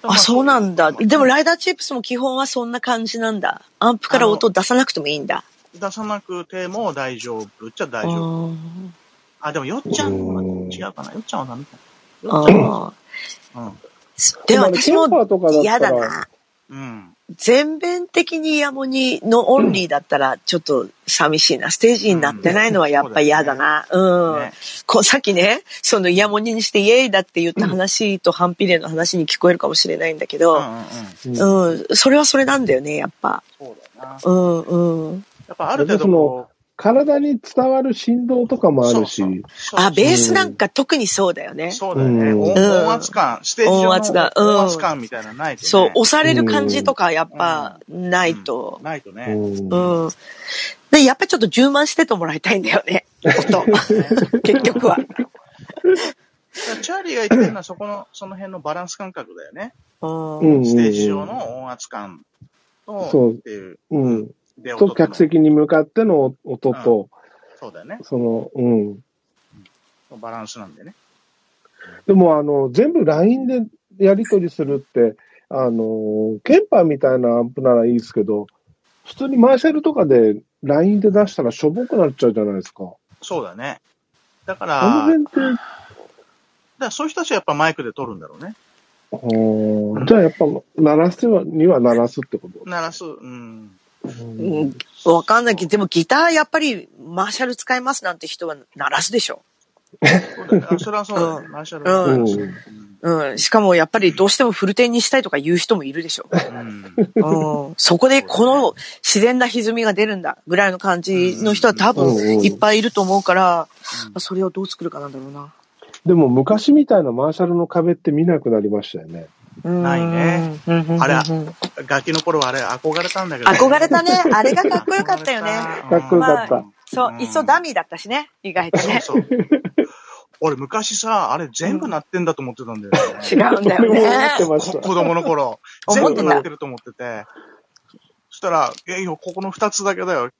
Speaker 1: あ、そうなんだ。でも、
Speaker 3: ライ
Speaker 1: ライダーチップスも基本はそんな感じなんだ。アンプから音出さなくてもいいんだ。
Speaker 3: 出さなくても大丈夫っちゃ大丈夫。
Speaker 1: 夫。
Speaker 3: あ、でもよっちゃん、
Speaker 2: うん
Speaker 3: 違うかな。よっちゃんはダメか
Speaker 1: あ
Speaker 3: な。よっち
Speaker 1: ー
Speaker 3: ゃんは、
Speaker 1: そうでも私
Speaker 2: キャンパ
Speaker 1: も
Speaker 2: ーとかだったら
Speaker 1: 嫌だな。
Speaker 3: うん。うん。
Speaker 1: 全面的にヤモニのオンリーだったらちょっと寂しいな。ステージになってないのはやっぱ嫌だな。うん。
Speaker 3: ね
Speaker 1: こうさっきね、そのヤモニにしてイエイだって言った話と反比例の話に聞こえるかもしれないんだけ
Speaker 3: うんう
Speaker 1: ど、
Speaker 3: んうん。
Speaker 2: うん
Speaker 1: うん、それはそれなんだよね、やっぱ。
Speaker 3: そうだな。
Speaker 1: うん、うん。
Speaker 3: やっぱある程度こう、
Speaker 2: 体に伝わる振動とかもあるし、
Speaker 3: そうそう
Speaker 1: あ、ベースなんか特にそうだよね。
Speaker 3: そうだよね。
Speaker 2: うん
Speaker 3: 音音圧感、ステージ上の
Speaker 1: 音圧がうん
Speaker 3: 音圧感みたいなのないとね。
Speaker 1: そう、押される感じとかやっぱないと。
Speaker 3: ないとね。
Speaker 2: うん
Speaker 1: うん。で、やっぱちょっと充満しててもらいたいんだよね。音。結局は。
Speaker 3: だからチャーリーが言ってるのはそこの、その辺のバランス感覚だよね。
Speaker 1: うん。
Speaker 2: うん
Speaker 3: ステージ上の音圧感
Speaker 2: そ
Speaker 3: と
Speaker 2: う、
Speaker 3: っていう、
Speaker 2: うん、
Speaker 3: で、
Speaker 2: と
Speaker 3: 音の
Speaker 2: 客。席に向かっての音と、
Speaker 3: そうだよね。
Speaker 2: その、うん。
Speaker 3: バランスなんでね。
Speaker 2: でも、あの、全部 LINE でやり取りするって、あの、ケンパーみたいなアンプならいいですけど、普通にマーシャルとかで LINE で出したらしょぼくなっちゃうじゃないですか。
Speaker 3: そうだね。だから、
Speaker 2: あの
Speaker 3: だか
Speaker 2: 辺って、
Speaker 3: らそういう人たちはやっぱマイクで撮るんだろうね。
Speaker 2: あーじゃあやっぱ、鳴らすには鳴らすってこと
Speaker 3: 鳴らす、うん。
Speaker 1: うんわかんないけど、でもギターやっぱりマーシャル使いますなんて人は鳴らすでしょ。
Speaker 3: そうだねあそれはそうだね。
Speaker 1: う
Speaker 3: マーシャルは
Speaker 1: うん
Speaker 3: うん
Speaker 1: うん。しかもやっぱりどうしてもフルテンにしたいとか言う人もいるでしょ。
Speaker 3: うん
Speaker 1: うん。そこでこの自然な歪みが出るんだぐらいの感じの人は多分いっぱいいると思うから、
Speaker 2: (laughs)
Speaker 1: それをどう作るかなんだろうな。
Speaker 2: でも昔みたいなマーシャルの壁って見なくなりましたよね。
Speaker 1: うん
Speaker 3: ないね。
Speaker 1: うんうんうんうん
Speaker 3: あれガキの頃はあれ憧れたんだけどね、
Speaker 1: 憧れたね。あれがかっこよかったよね。
Speaker 2: かっこよかった。
Speaker 1: そう
Speaker 3: う、ん
Speaker 1: いっそダミーだったしね。意外とね。 (laughs)
Speaker 3: そうそう。俺昔さ、あれ全部鳴ってんだと思ってたんだよ、ね。
Speaker 1: 違うんだよ
Speaker 2: 俺も
Speaker 1: ね
Speaker 2: 思。ってました
Speaker 3: 子。供の頃。
Speaker 1: 思っ
Speaker 3: 全
Speaker 1: てた
Speaker 3: 部鳴ってると思ってて。そしたら、いやいや、ここの二つだけだよ。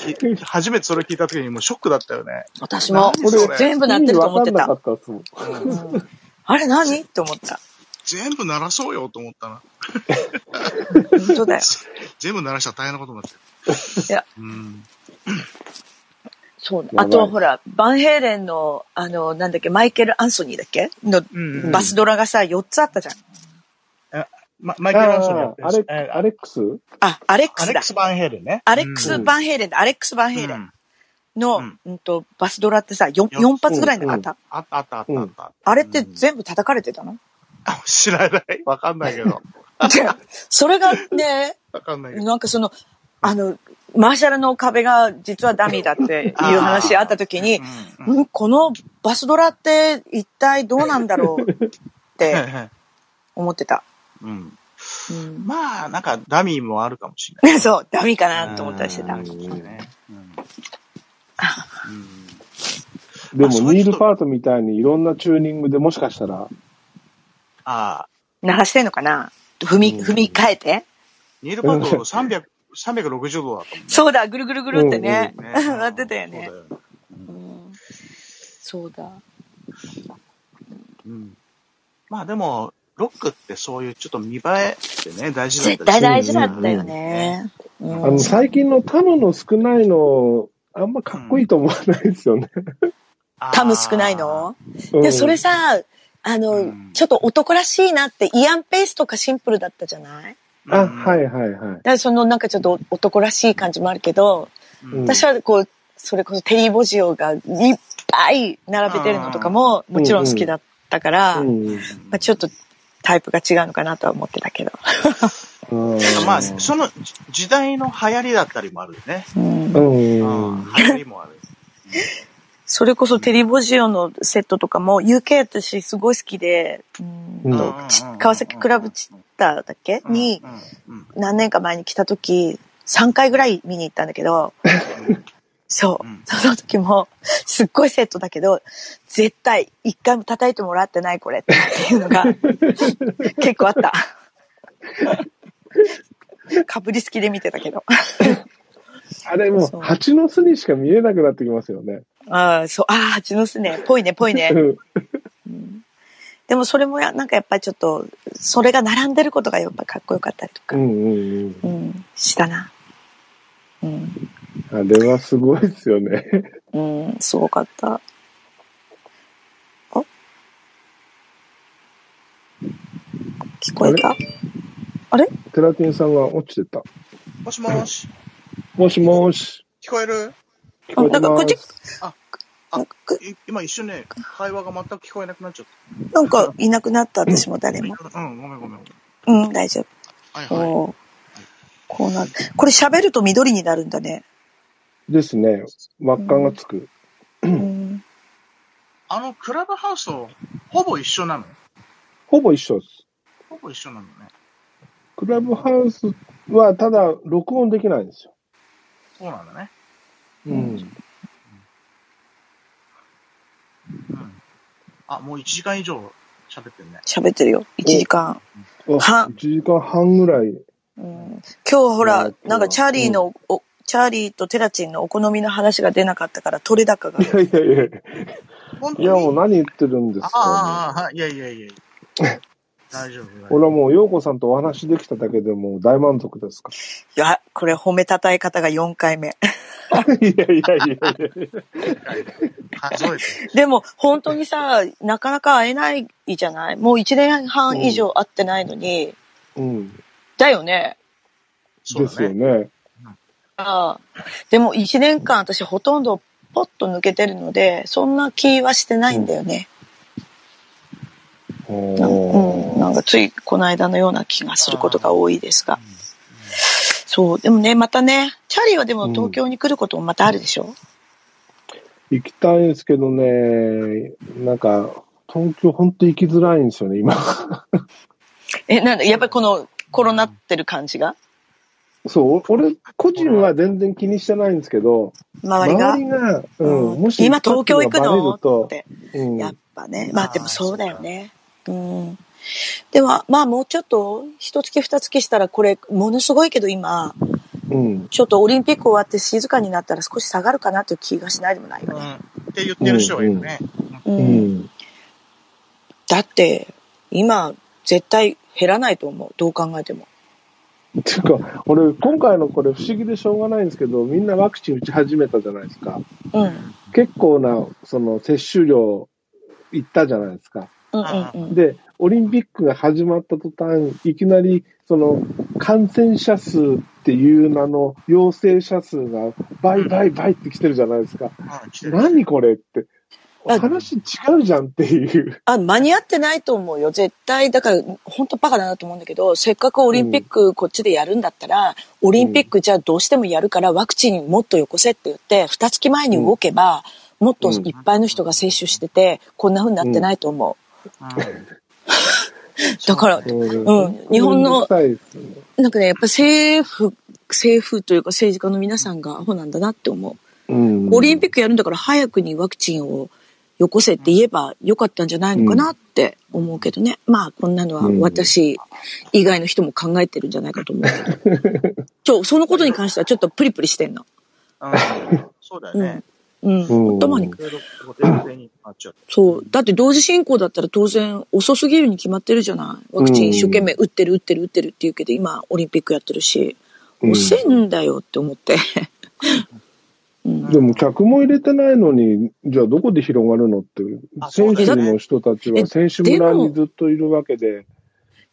Speaker 3: き (laughs) 初めてそれ聞いた時にもうショックだったよね。
Speaker 1: 私も
Speaker 3: 何それ
Speaker 1: 全部なってると思って
Speaker 2: 意味
Speaker 1: た。
Speaker 2: わかんなかったっす
Speaker 1: うんあれ何って思った。
Speaker 3: 全部鳴らそうよと思ったな。
Speaker 1: 本当だよ。
Speaker 3: 全部鳴らしたら大変なことになってる。
Speaker 1: いや。
Speaker 3: うん。
Speaker 1: そう。
Speaker 2: ばい
Speaker 1: あと、ほら、バンヘイレンの、あの、なんだっけ、マイケル・アンソニーだっけの
Speaker 3: うん
Speaker 1: バスドラがさ、4つあったじゃん。
Speaker 3: ま、マイケル・アンソニーや
Speaker 2: あ
Speaker 3: って
Speaker 2: ーアレ
Speaker 3: るえー
Speaker 2: アレックス
Speaker 1: あ、アレック
Speaker 3: ア
Speaker 1: ス
Speaker 3: レッ
Speaker 1: だ
Speaker 3: ク。ス・バンヘイレンね。
Speaker 1: アレックス・バンヘイレンだ。アレックス・バン
Speaker 3: うん
Speaker 1: ヘイレン
Speaker 3: う
Speaker 1: の
Speaker 3: ん、
Speaker 1: うんと、バスドラってさ、4,
Speaker 3: よ
Speaker 1: 4発ぐらいなかった
Speaker 3: あったあったあったあった。
Speaker 1: あれって全部叩かれてたの
Speaker 3: 知らない。 (laughs) わかんないけど。
Speaker 1: でそれがね、
Speaker 3: わかんないけど。
Speaker 1: なんかその、あの、マーシャルの壁が実はダミーだっていう話あった時に、
Speaker 3: うんうん
Speaker 1: うん、このバスドラって一体どうなんだろうっ
Speaker 3: はい (laughs)
Speaker 1: て
Speaker 3: はい
Speaker 1: 思ってた。
Speaker 3: うん
Speaker 1: うん、
Speaker 3: まあ、なんか、ダミーもあるかもしれない。
Speaker 1: ねそう、ダミーかなと思ったりしてた。う
Speaker 3: う
Speaker 1: んん。
Speaker 3: そうねうんうん
Speaker 2: でも
Speaker 3: あ、そういう
Speaker 2: ニ
Speaker 3: 人
Speaker 2: ール・パートみたいにいろんなチューニングでもしかしたら、
Speaker 3: ああ、
Speaker 1: 鳴らしてんのかな踏み、
Speaker 2: うん
Speaker 1: 踏み替えて。
Speaker 3: ニールパッド300 360度だったもんね。
Speaker 1: そうだ、ぐるぐるぐるってね。
Speaker 3: ね
Speaker 1: (laughs) なってたよね
Speaker 3: そうだよ
Speaker 1: うんそうだ。
Speaker 3: うんまあでも、ロックってそういうちょっと見栄えってね、大事だったりす
Speaker 1: 絶
Speaker 3: る
Speaker 1: 対大事だったよね。う
Speaker 3: うん
Speaker 2: あ
Speaker 1: ん
Speaker 2: の、最近のタムの少ないの、あんまかっこいいと思わないですよね。
Speaker 1: タム少ないの
Speaker 2: うん
Speaker 1: で、それさ、あ
Speaker 3: う
Speaker 1: の
Speaker 3: ん、。
Speaker 1: ちょっと男らしいなって、イアン・ペースとかシンプルだったじゃない
Speaker 2: あ、はいいはいはい。
Speaker 1: だからそのなんかちょっと男らしい感じもあるけど、
Speaker 3: うん
Speaker 1: 私はこう、それこそテリー・ボジオがいっぱい並べてるのとかももちろん好きだったから、
Speaker 2: うん
Speaker 1: まあ、ちょっとタイプが違うのかなとは思ってたけど。
Speaker 2: うん
Speaker 3: まあ、その時代の流行りだったりもあるよね。
Speaker 1: うん
Speaker 2: うん。
Speaker 3: うん流行りもある。
Speaker 1: それこそテリー・ボジオのセットとかも UK 私すごい好きで、うん
Speaker 2: うん
Speaker 1: とち川崎クラブチッターだっけに
Speaker 3: うんうんうん
Speaker 1: 何年か前に来た時3回ぐらい見に行ったんだけど、そう
Speaker 3: うん。
Speaker 1: その時も、すっごいセットだけど、絶対、一回も叩いてもらってないこれっていうのが、結構あった。かぶり好きで見てたけど。
Speaker 2: あれもう
Speaker 1: そう
Speaker 2: 蜂の巣にしか見えなくなってきますよね。
Speaker 1: ああ、そう、ああ、蜂の巣ね。ぽいね、ぽいね。
Speaker 2: うん
Speaker 1: でもそれもや、なんかやっぱりちょっと、それが並んでることがやっぱかっこよかったりと
Speaker 2: う
Speaker 1: か、
Speaker 2: んうんうん
Speaker 1: うん、したな。うん。
Speaker 2: あれはすごいですよね。
Speaker 1: うん、すごかった。あ聞こえた
Speaker 2: テラティンさんが落ちてた。
Speaker 3: もしもーし、
Speaker 2: もしもーし。
Speaker 3: 聞こえる
Speaker 2: 聞こえ
Speaker 1: な
Speaker 2: て
Speaker 1: んかこ
Speaker 2: ま
Speaker 1: っち
Speaker 2: す。
Speaker 3: あ
Speaker 1: なんか
Speaker 3: い今一瞬ね、会話が全く聞こえなくなっちゃっ
Speaker 1: なんかいなくなった、私も誰も。
Speaker 3: た。うん、ごめんごめん。
Speaker 1: うん、大丈
Speaker 3: はい
Speaker 1: 夫。
Speaker 3: はい。
Speaker 1: おーこうなる。これ喋ると緑になるんだね。
Speaker 2: ですね。輪っかがつく。
Speaker 1: うん。
Speaker 3: あの、クラブハウスとほぼ一緒なの
Speaker 2: ほぼ一緒です。
Speaker 3: ほぼ一緒なのね。
Speaker 2: クラブハウスはただ録音できないんですよ。
Speaker 3: そうなんだね。
Speaker 2: うん。
Speaker 3: うん。あ、もう1時間以上喋ってるね。
Speaker 1: 喋ってるよ。1時間。
Speaker 2: あ
Speaker 1: は
Speaker 2: 1時間半ぐら (laughs) い。
Speaker 1: うん、今日ほ
Speaker 2: えー
Speaker 1: ら
Speaker 2: っ、と
Speaker 1: なんかチャーリーの、おチャーリーとテラチンのお好みの話が出なかったから、取れ高が。
Speaker 2: いやいやいやい
Speaker 3: 本当
Speaker 2: や。
Speaker 3: に
Speaker 2: いやもう何言ってるんです
Speaker 3: あ
Speaker 2: か、
Speaker 3: あああ、ああいやいやいやいや。大丈夫。大丈夫
Speaker 2: (laughs) 俺はもう、陽子さんとお話できただけでもう大満足ですか
Speaker 1: いや、これ褒めたたえ方が4回目。 (laughs)
Speaker 2: ら。いやいやいやいや。
Speaker 3: 数えて。
Speaker 1: でも、本当にさ、なかなか会えないじゃないもう1年半以上会ってないのに。
Speaker 2: うん。
Speaker 1: だよね。
Speaker 3: そう
Speaker 2: です
Speaker 3: だ
Speaker 2: よ
Speaker 3: ね。
Speaker 2: ね。
Speaker 1: ああ。でも1年間私ほとんどポッと抜けてるので、そんな気はしてないんだよね。なんうん、なんかついこの間のような気がすることが多いですが。そう。でもね、またね、チャーリーはでも東京に来ることもまたあるでしょ、
Speaker 2: 行きたいんですけどね、なんか、東京本当行きづらいんですよね、今。
Speaker 1: え、なんだ、やっぱりこのコロナってる感じが
Speaker 2: そう、俺、個人は全然気にしてないんですけど、
Speaker 1: 周りが
Speaker 2: 周りが、うん、もし
Speaker 1: 今東京行くの
Speaker 2: 行ったのが
Speaker 1: っ
Speaker 2: バレ
Speaker 1: て。
Speaker 2: ると、うん、
Speaker 1: やっぱね。まあでもそうだよね。うん。では、まあもうちょっと、一月二月したらこれ、ものすごいけど今、
Speaker 2: うん、
Speaker 1: ちょっとオリンピック終わって静かになったら少し下がるかなという気がしないでもないよ
Speaker 3: う
Speaker 1: ね。
Speaker 3: ん。って言ってる人がいるね。
Speaker 1: うん
Speaker 2: うん。
Speaker 1: だって、今、絶対減らないと思う。どう考えても。
Speaker 2: ていうか、俺、今回のこれ不思議でしょうがないんですけど、みんなワクチン打ち始めたじゃないですか。
Speaker 1: うん。うん
Speaker 2: 結構な、その、接種量、行ったじゃないですか。
Speaker 1: うんうん。
Speaker 2: で、オリンピックが始まった途端、いきなり、その、感染者数っていう名の陽性者数が倍倍倍って来てるじゃないですか。
Speaker 3: うん来てる
Speaker 2: 何これって。
Speaker 1: あ
Speaker 2: 話違うじゃんっていう。
Speaker 1: あ、間に合ってないと思うよ。絶対。だから、本当バカだなと思うんだけど、せっかくオリンピックこっちでやるんだったら、オリンピックじゃあどうしてもやるからワクチンもっとよこせって言って、二月前に動けば、もっといっぱいの人が接種してて、こんな風になってないと思う。だから、うん日本の
Speaker 2: めんどくさいですね
Speaker 1: なんかね、やっぱ政府、政府というか政治家の皆さんがアホなんだなって思
Speaker 2: うん
Speaker 1: う。オリンピックやるんだから早くにワクチンをよこせって言えばよかったんじゃないのかなって思うけどね。まあこんなのは私以外の人も考えてるんじゃないかと思うけど。 (laughs) ちょ、そのことに関してはちょっとプリプリしてんの。
Speaker 3: うんそうだよね。
Speaker 1: うん。
Speaker 2: うん
Speaker 1: 頭に。
Speaker 3: いろいろこう冷静になっちゃう。
Speaker 1: そう。だって同時進行だったら当然遅すぎるに決まってるじゃない。ワクチン一生懸命打ってる打ってる打ってるって言うけど今オリンピックやってるし。
Speaker 2: うん
Speaker 1: 遅いんだよって思って。 (laughs) うん
Speaker 2: でも客も入れてないのに、じゃあどこで広がるのって
Speaker 3: あ、
Speaker 2: 選手の人たちは
Speaker 1: え
Speaker 2: 選手村にずっといるわけで、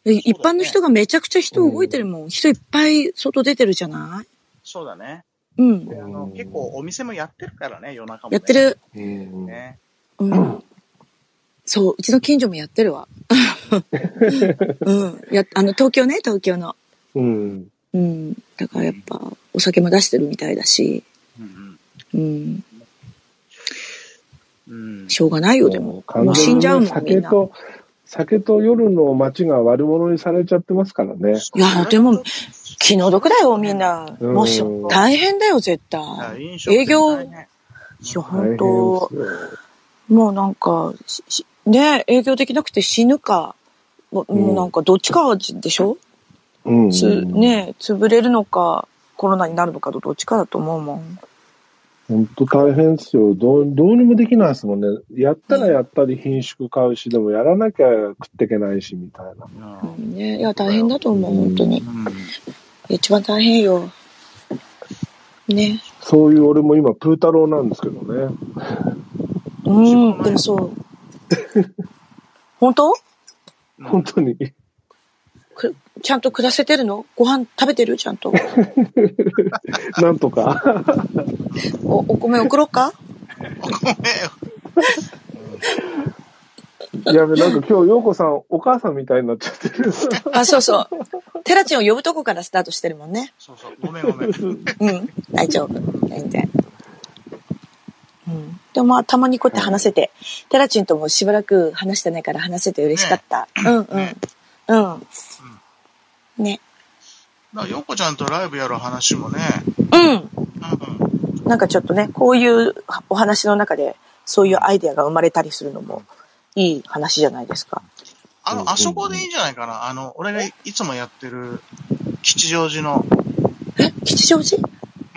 Speaker 1: で一般の人がめちゃくちゃ人動いてるもん。人いっぱい外出てるじゃない
Speaker 3: そうだね。
Speaker 1: うん
Speaker 3: で。あの
Speaker 2: うん
Speaker 3: 結構お店もやってるからね、夜中もね。
Speaker 1: やってる。
Speaker 2: うん
Speaker 3: ね。
Speaker 1: うん。そう、うちの近所もやってるわ。うん。や、あの、東京ね、東京の。
Speaker 2: うん
Speaker 1: うん。だからやっぱ、お酒も出してるみたいだし。
Speaker 3: うん
Speaker 1: うん。
Speaker 3: うん。うん。
Speaker 1: しょうがないよ、でも。
Speaker 2: 完全に
Speaker 1: もう死んじゃうもん、み
Speaker 2: 酒
Speaker 1: んな。い
Speaker 2: と、酒と夜の街が悪者にされちゃってますからね。
Speaker 1: や、でも、気の毒だよ、みんな。
Speaker 2: うん
Speaker 1: もうし、大変だよ、絶対。
Speaker 3: あ飲食
Speaker 1: 営業
Speaker 3: 大変
Speaker 1: いや、
Speaker 2: 大
Speaker 1: 本
Speaker 2: 変
Speaker 1: 当
Speaker 2: ですよ
Speaker 1: もうなんか、ししね、営業できなくて死ぬか、もう
Speaker 2: うん
Speaker 1: もうなんかどっちかでしょ、
Speaker 2: うん
Speaker 1: つね、潰れるのか、コロナになるのかとどっちかだと思うもん。
Speaker 2: 本当大変ですよ。どう、どうにもできないですもんね。やったらやったり品種買うし、でもやらなきゃ食ってけないし、みたいな。
Speaker 1: う
Speaker 3: うん
Speaker 1: ね、いや、大変だと思う、
Speaker 2: うん
Speaker 1: 本当に。
Speaker 3: ん。
Speaker 1: 一番大変よ。ね。
Speaker 2: そういう俺も今、プータローなんですけどね。
Speaker 1: うん、でもそう。本当
Speaker 2: 本当に。 (laughs)
Speaker 1: くちゃんと暮らせてるのご飯食べてるちゃんと。
Speaker 2: なんとか。 (laughs)
Speaker 1: お、お米送ろうか
Speaker 2: やべ、なんか今日、ようこさん、お母さんみたいになっちゃって
Speaker 3: (laughs)
Speaker 2: る。
Speaker 1: あ、そうそう。テラちゃんを呼ぶとこからスタートしてるもんね。
Speaker 3: そうそう、ごめんごめん。
Speaker 1: (laughs) うん。大丈夫。全然。うん。でもまあ、たまにこうやって話せて、テラチンともしばらく話してないから話せて嬉しかった。うんうん
Speaker 3: ね。
Speaker 1: うん。ね。
Speaker 3: な、ヨコちゃんとライブやる話もね、
Speaker 1: うん。
Speaker 3: うん、
Speaker 1: なんかちょっとね、こういうお話の中で、そういうアイデアが生まれたりするのも、いい話じゃないですか。
Speaker 3: あ
Speaker 2: うん
Speaker 3: の、あそこでいいんじゃないかな。あの、俺がいつもやってる、吉祥寺の、
Speaker 1: え吉祥寺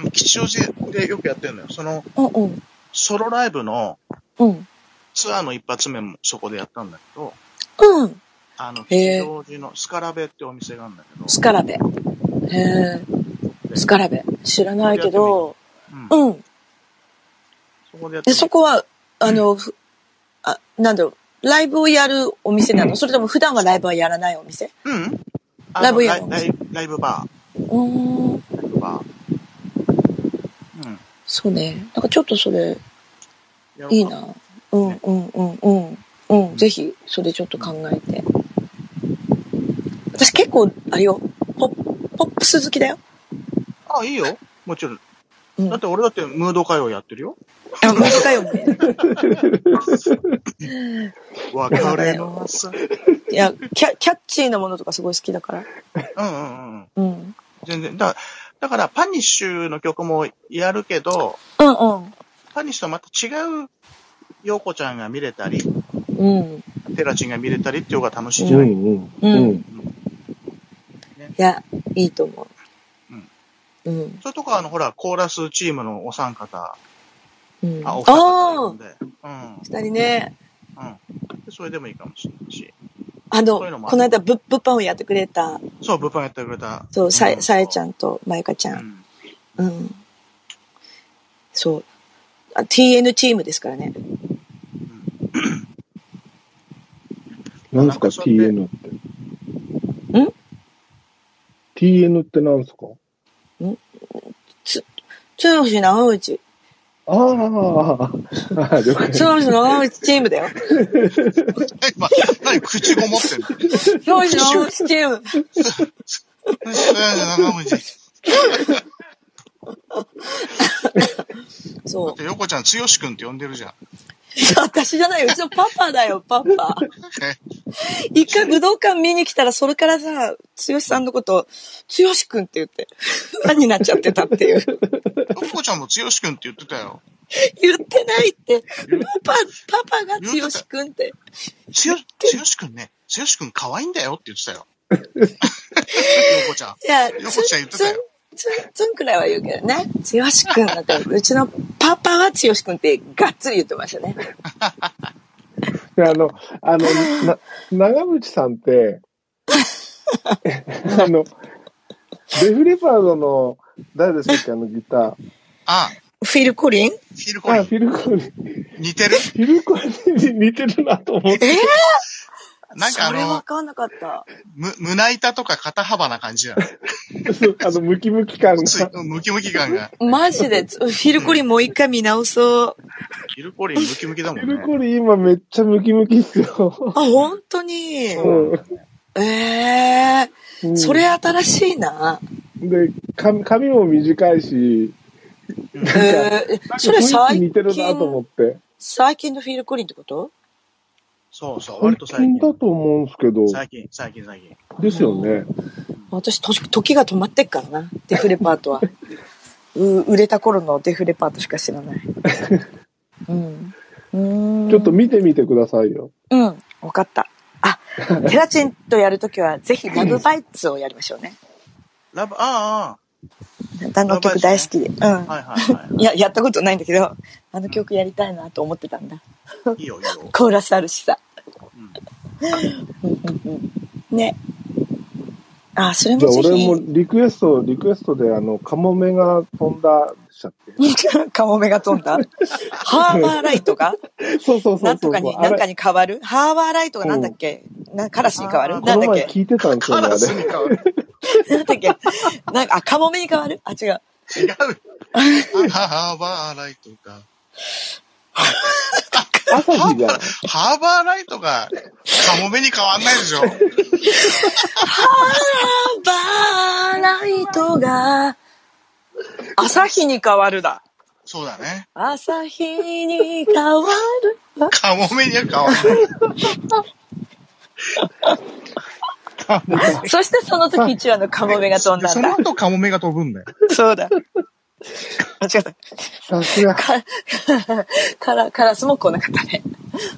Speaker 3: うん吉祥寺でよくやってるのよ。その、
Speaker 1: うんうん。
Speaker 3: ソロライブの
Speaker 1: うん。
Speaker 3: ツアーの一発目もそこでやったんだけど、
Speaker 1: うん。
Speaker 3: あの、
Speaker 1: へー
Speaker 3: 吉祥寺のスカラベってお店があるんだけど、
Speaker 1: スカラベ。へえ。スカラベ。知らないけど、
Speaker 3: うん、
Speaker 1: うん。
Speaker 3: そこでやって
Speaker 1: で、
Speaker 3: る
Speaker 1: そこは、あの、ふあ、なんだろう、ライブをやるお店なのそれとも普段はライブはやらないお店
Speaker 3: うん。あの
Speaker 1: ライブやろ
Speaker 3: ライライライブバ
Speaker 1: うーん。
Speaker 3: ー。ライブバー。うん。
Speaker 1: そうね。なんかちょっとそれ、
Speaker 3: やろうか
Speaker 1: いい。な。うんうんうんうん。うん、ぜひ、それちょっと考えて。私結構、あれよ、ポッ、ポップス好きだよ。
Speaker 3: あ、いいよ。もちろん。
Speaker 1: うん
Speaker 3: だって俺だってムード歌謡やってるよ。
Speaker 1: あ、もう一回よ、ね。
Speaker 3: 別れの朝。うん
Speaker 1: いや、キャ、キャッチーなものとかすごい好きだから。
Speaker 3: うんう
Speaker 1: う
Speaker 3: んうん。
Speaker 1: ん。
Speaker 3: 全然。だだから、パニッシュの曲もやるけど、
Speaker 1: うん
Speaker 3: パニッシュとまた違う、ヨーコちゃんが見れたり、
Speaker 1: うん。うん。
Speaker 3: テラチンが見れたりっていう方が楽しいじ
Speaker 2: う
Speaker 3: ゃ
Speaker 2: ん
Speaker 3: ない、
Speaker 2: うん。
Speaker 1: うん
Speaker 2: うん。
Speaker 1: いや、いいと思う。うん。
Speaker 3: それとか、あの、ほら、コーラスチームのお三方、
Speaker 1: うん。
Speaker 3: あ、お二方い
Speaker 1: あ
Speaker 3: る
Speaker 1: あ
Speaker 3: ん、で、うん、
Speaker 1: 二人ね。
Speaker 3: うん。それでもいいかもしれないし。
Speaker 1: あの、
Speaker 3: そういうのもある
Speaker 1: この間、ぶ、物販をやってくれた、
Speaker 3: そう、物販やってくれた。
Speaker 1: そう、さえ、さえちゃ
Speaker 3: ん。
Speaker 1: んと、まゆかち
Speaker 3: う
Speaker 1: ゃん。
Speaker 3: ん。
Speaker 1: うん。そう。あ TN チームですからね。
Speaker 2: なんすか、
Speaker 3: なんかそれで
Speaker 2: TN って。
Speaker 1: ん
Speaker 2: ?TN ってなんすか
Speaker 1: つのふし長内。
Speaker 2: ああ
Speaker 3: (laughs)
Speaker 2: ああ、了解。
Speaker 1: つのふし長内チームだよ。
Speaker 3: え、ま、何、口ごもってんの
Speaker 1: つのふし長内チーム。
Speaker 3: 長文字。だ
Speaker 1: そ
Speaker 3: って、ヨコちゃん、つよしくんって呼んでるじゃん。
Speaker 1: う。私じゃないよ。うちのパパだよ、パパ。
Speaker 3: え
Speaker 1: 一回武道館見に来たら、それからさ、つよしさんのこと、つよしくんって言って、ファンになっちゃってたっていう。
Speaker 3: ヨコちゃんもつよしくんって言ってたよ。
Speaker 1: 言ってないって。パパ、パパがつよしくんって。
Speaker 3: つよ、つよしくんね、つよしくん可愛いんだよって言ってたよ。ヨコちゃん。
Speaker 1: いや、
Speaker 3: よこちゃん言ってたよ
Speaker 1: つん、つん、つんくらいは言うけどね。つよしくんだから、うちのパパはつよしくんってがっつり言ってましたね。
Speaker 2: であの、あの、な、長渕さんって、あの、デフレパードの、誰でしたっけ、あのギター。
Speaker 3: あ、
Speaker 1: フィル・コリン
Speaker 3: フィルコリ
Speaker 2: あ、
Speaker 3: ン
Speaker 2: フィルコリン、
Speaker 3: 似てる
Speaker 2: フィルコリンに似てるなと思って。
Speaker 3: なんかあ
Speaker 1: それわ
Speaker 3: の、
Speaker 1: かんなかった。
Speaker 3: む、胸板とか肩幅な感じだ。
Speaker 2: (laughs) そうあの、ムキムキ感
Speaker 3: つい
Speaker 2: が。
Speaker 3: ムキムキ感が。
Speaker 1: マジで、つフィル・コリンもう一回見直そう。
Speaker 3: フィルコリンムキムキだも
Speaker 2: フ
Speaker 3: ん
Speaker 2: ィル
Speaker 3: ね。
Speaker 2: コリン今めっちゃムキムキっすよ。
Speaker 1: あ、本当に。
Speaker 2: う
Speaker 1: ええ
Speaker 2: ん。
Speaker 1: それ新しいな。
Speaker 2: で、髪髪も短いし、
Speaker 1: ええ
Speaker 2: なん
Speaker 1: それ
Speaker 2: か雰囲気
Speaker 1: 最
Speaker 2: 似てるなと思
Speaker 1: 近、
Speaker 2: って。
Speaker 1: 最近のフィル・コリンってこと
Speaker 3: そうそう、
Speaker 2: 最
Speaker 3: 割と最
Speaker 2: 近だ
Speaker 3: 近。
Speaker 2: と思うんですけど、
Speaker 3: 最近、最近、最近。
Speaker 2: ですよね。
Speaker 1: 私、と時が止まってっからな。デフレパートは。 (laughs) う売れた頃のデフレパートしか知ら
Speaker 2: (laughs)
Speaker 1: ない。うん。うーん
Speaker 2: ちょっと見てみてくださいよ。
Speaker 1: うん。わかった。あ、テラチンとやるときは、ぜひラブバイツをやりましょうね。
Speaker 3: ラブ、あ
Speaker 1: あの曲大好きで。う
Speaker 3: あ、ああ、
Speaker 1: ん。
Speaker 3: はいはいはい
Speaker 1: や、やったことないんだけど、あの曲やりたいなと思ってたんだ。
Speaker 2: (laughs)
Speaker 3: い。いいよ、いいよ。
Speaker 1: コーラスあるしさ。
Speaker 3: うん
Speaker 1: うんうんうん。ね。あ、それ
Speaker 2: じゃ
Speaker 1: も
Speaker 2: あ
Speaker 1: ぜ
Speaker 2: 俺
Speaker 1: ひ。
Speaker 2: もリクエスト、リクエストであの、カモメが飛んだちゃって。
Speaker 1: (laughs) カモメが飛んだ。ハーバーライトが
Speaker 2: そうそうそうそう。
Speaker 1: なんとかに、なんか
Speaker 2: に
Speaker 1: に変わるハーバーライトがなんだっけな、カラスに変わ
Speaker 3: あ
Speaker 1: る
Speaker 3: ー
Speaker 2: こ
Speaker 1: なん
Speaker 2: の
Speaker 1: だっ
Speaker 2: 前
Speaker 1: け
Speaker 2: 聞いてたんですよ
Speaker 3: カ
Speaker 2: ね、あ
Speaker 3: ラスに
Speaker 2: れ。
Speaker 3: 変わる。
Speaker 1: なんだっけなんか、あ、カモメに変わるあ、違う。
Speaker 3: 違う。ハーバーライトか。
Speaker 2: 朝日が、
Speaker 3: ハーバーライトがカモメに変わんないでしょ。
Speaker 1: ハーバーライトが、朝日に変わるだ。
Speaker 3: そうだね。
Speaker 1: 朝日に変わる。
Speaker 3: カモメには変わんない。カモメ
Speaker 1: (laughs) そしてその時一羽のカモメが飛んだん
Speaker 3: その
Speaker 1: だ。
Speaker 3: 後カモメが飛ぶんだよ。
Speaker 1: そうだ。間違えた。
Speaker 2: さすが、
Speaker 1: カ (laughs) カラ、カラスも来なかったね。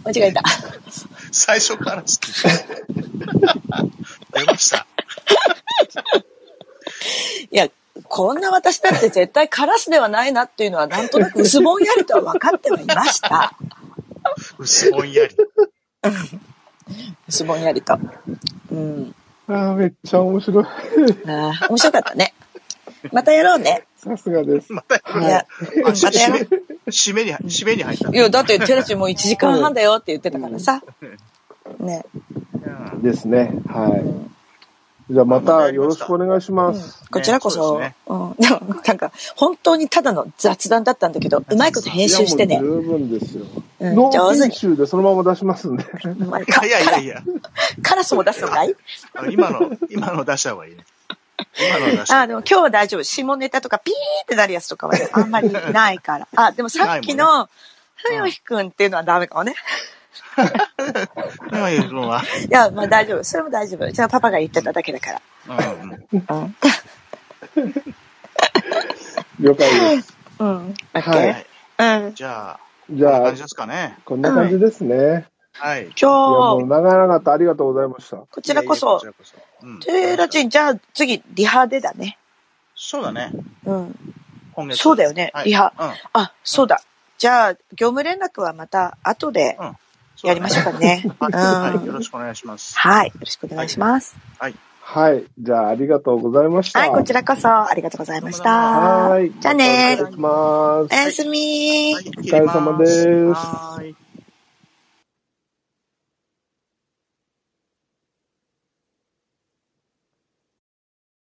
Speaker 1: 間違えた。
Speaker 3: 最初から好き。 (laughs) 出ました。
Speaker 1: いや、こんな私だって絶対カラスではないなっていうのはなんとなく薄ぼんやりとは分かってはいました。
Speaker 3: 薄ぼんやり。
Speaker 1: 薄ぼんやりと。うん。
Speaker 2: あーめっちゃ面白い。
Speaker 1: あ
Speaker 2: (laughs)
Speaker 1: ー面白かったね。またやろうね。
Speaker 2: さすがです。
Speaker 3: また
Speaker 1: い
Speaker 3: やる、
Speaker 1: や、
Speaker 2: (laughs)
Speaker 3: あし
Speaker 1: またや
Speaker 3: 締
Speaker 1: ろ
Speaker 3: め
Speaker 1: う。
Speaker 3: 締めに、締めに入った。
Speaker 1: いや、だってテラチもう1時間半だよって言ってたからさ。ね。
Speaker 2: ですね。はい。じゃあまたよろしくお願いしま
Speaker 1: うん
Speaker 2: す。
Speaker 1: こちらこそ、
Speaker 3: ね
Speaker 1: うん、でもなんか、本当にただの雑談だったんだけど、うまいこと編集して
Speaker 2: いや
Speaker 1: ね。
Speaker 2: もう十分ですよ。
Speaker 1: うん
Speaker 2: ノ
Speaker 1: 上
Speaker 2: ー
Speaker 1: 手
Speaker 2: 編
Speaker 1: に。
Speaker 2: 集でそのまま出しますんで。 (laughs)
Speaker 1: うんまあ
Speaker 3: (laughs) いやいやいや、
Speaker 1: カラスも出すのかい
Speaker 3: 今の、今の出した方がいいね。今の出した
Speaker 1: あ、
Speaker 3: 方
Speaker 1: で
Speaker 3: がい
Speaker 1: も今日は大丈夫。下ネタとかピーってなるやつとかはねあんまりない (laughs) から。あ、でもさっきの、ふよひくんっていうのはダメかもね。
Speaker 3: い。今言うのは、
Speaker 1: いや、まあ大丈夫。それも大丈夫。じゃあパパが言ってただけだか
Speaker 3: うん、
Speaker 1: ら。うん。
Speaker 2: 了解です。
Speaker 1: うん。オッ
Speaker 2: は
Speaker 1: ケ
Speaker 2: い
Speaker 1: ーうん。
Speaker 3: じゃあ、
Speaker 2: じ
Speaker 3: こんな
Speaker 2: ゃあ
Speaker 3: 感じ、ですかね。
Speaker 2: こんな感じですね。
Speaker 3: はい。
Speaker 1: 今
Speaker 2: いや、もう
Speaker 1: 日、
Speaker 2: 長々とありがとうございました。
Speaker 1: こちらこそ
Speaker 3: いや、いやこちらこそうん
Speaker 1: トゥーラチン、じゃあ次、リハでだね。
Speaker 3: そうだね。
Speaker 1: うん。
Speaker 3: 今月。
Speaker 1: そうだよね
Speaker 3: はい
Speaker 1: リハ。
Speaker 3: うん
Speaker 1: あ、そうだ。じゃあ、業務連絡はまた後で
Speaker 3: そうだね。
Speaker 1: やりましょうかね。うん。
Speaker 3: はいはい。よろしくお願いします。
Speaker 1: はい。よろしくお願いします。
Speaker 2: はい。じゃあ、ありがとうございました。
Speaker 1: はい、こちらこそありがとうございました。
Speaker 2: はい。
Speaker 1: じゃあね
Speaker 2: またお願いします
Speaker 1: お。やすみ
Speaker 3: はい
Speaker 2: お疲れ様です
Speaker 3: 切りますはい。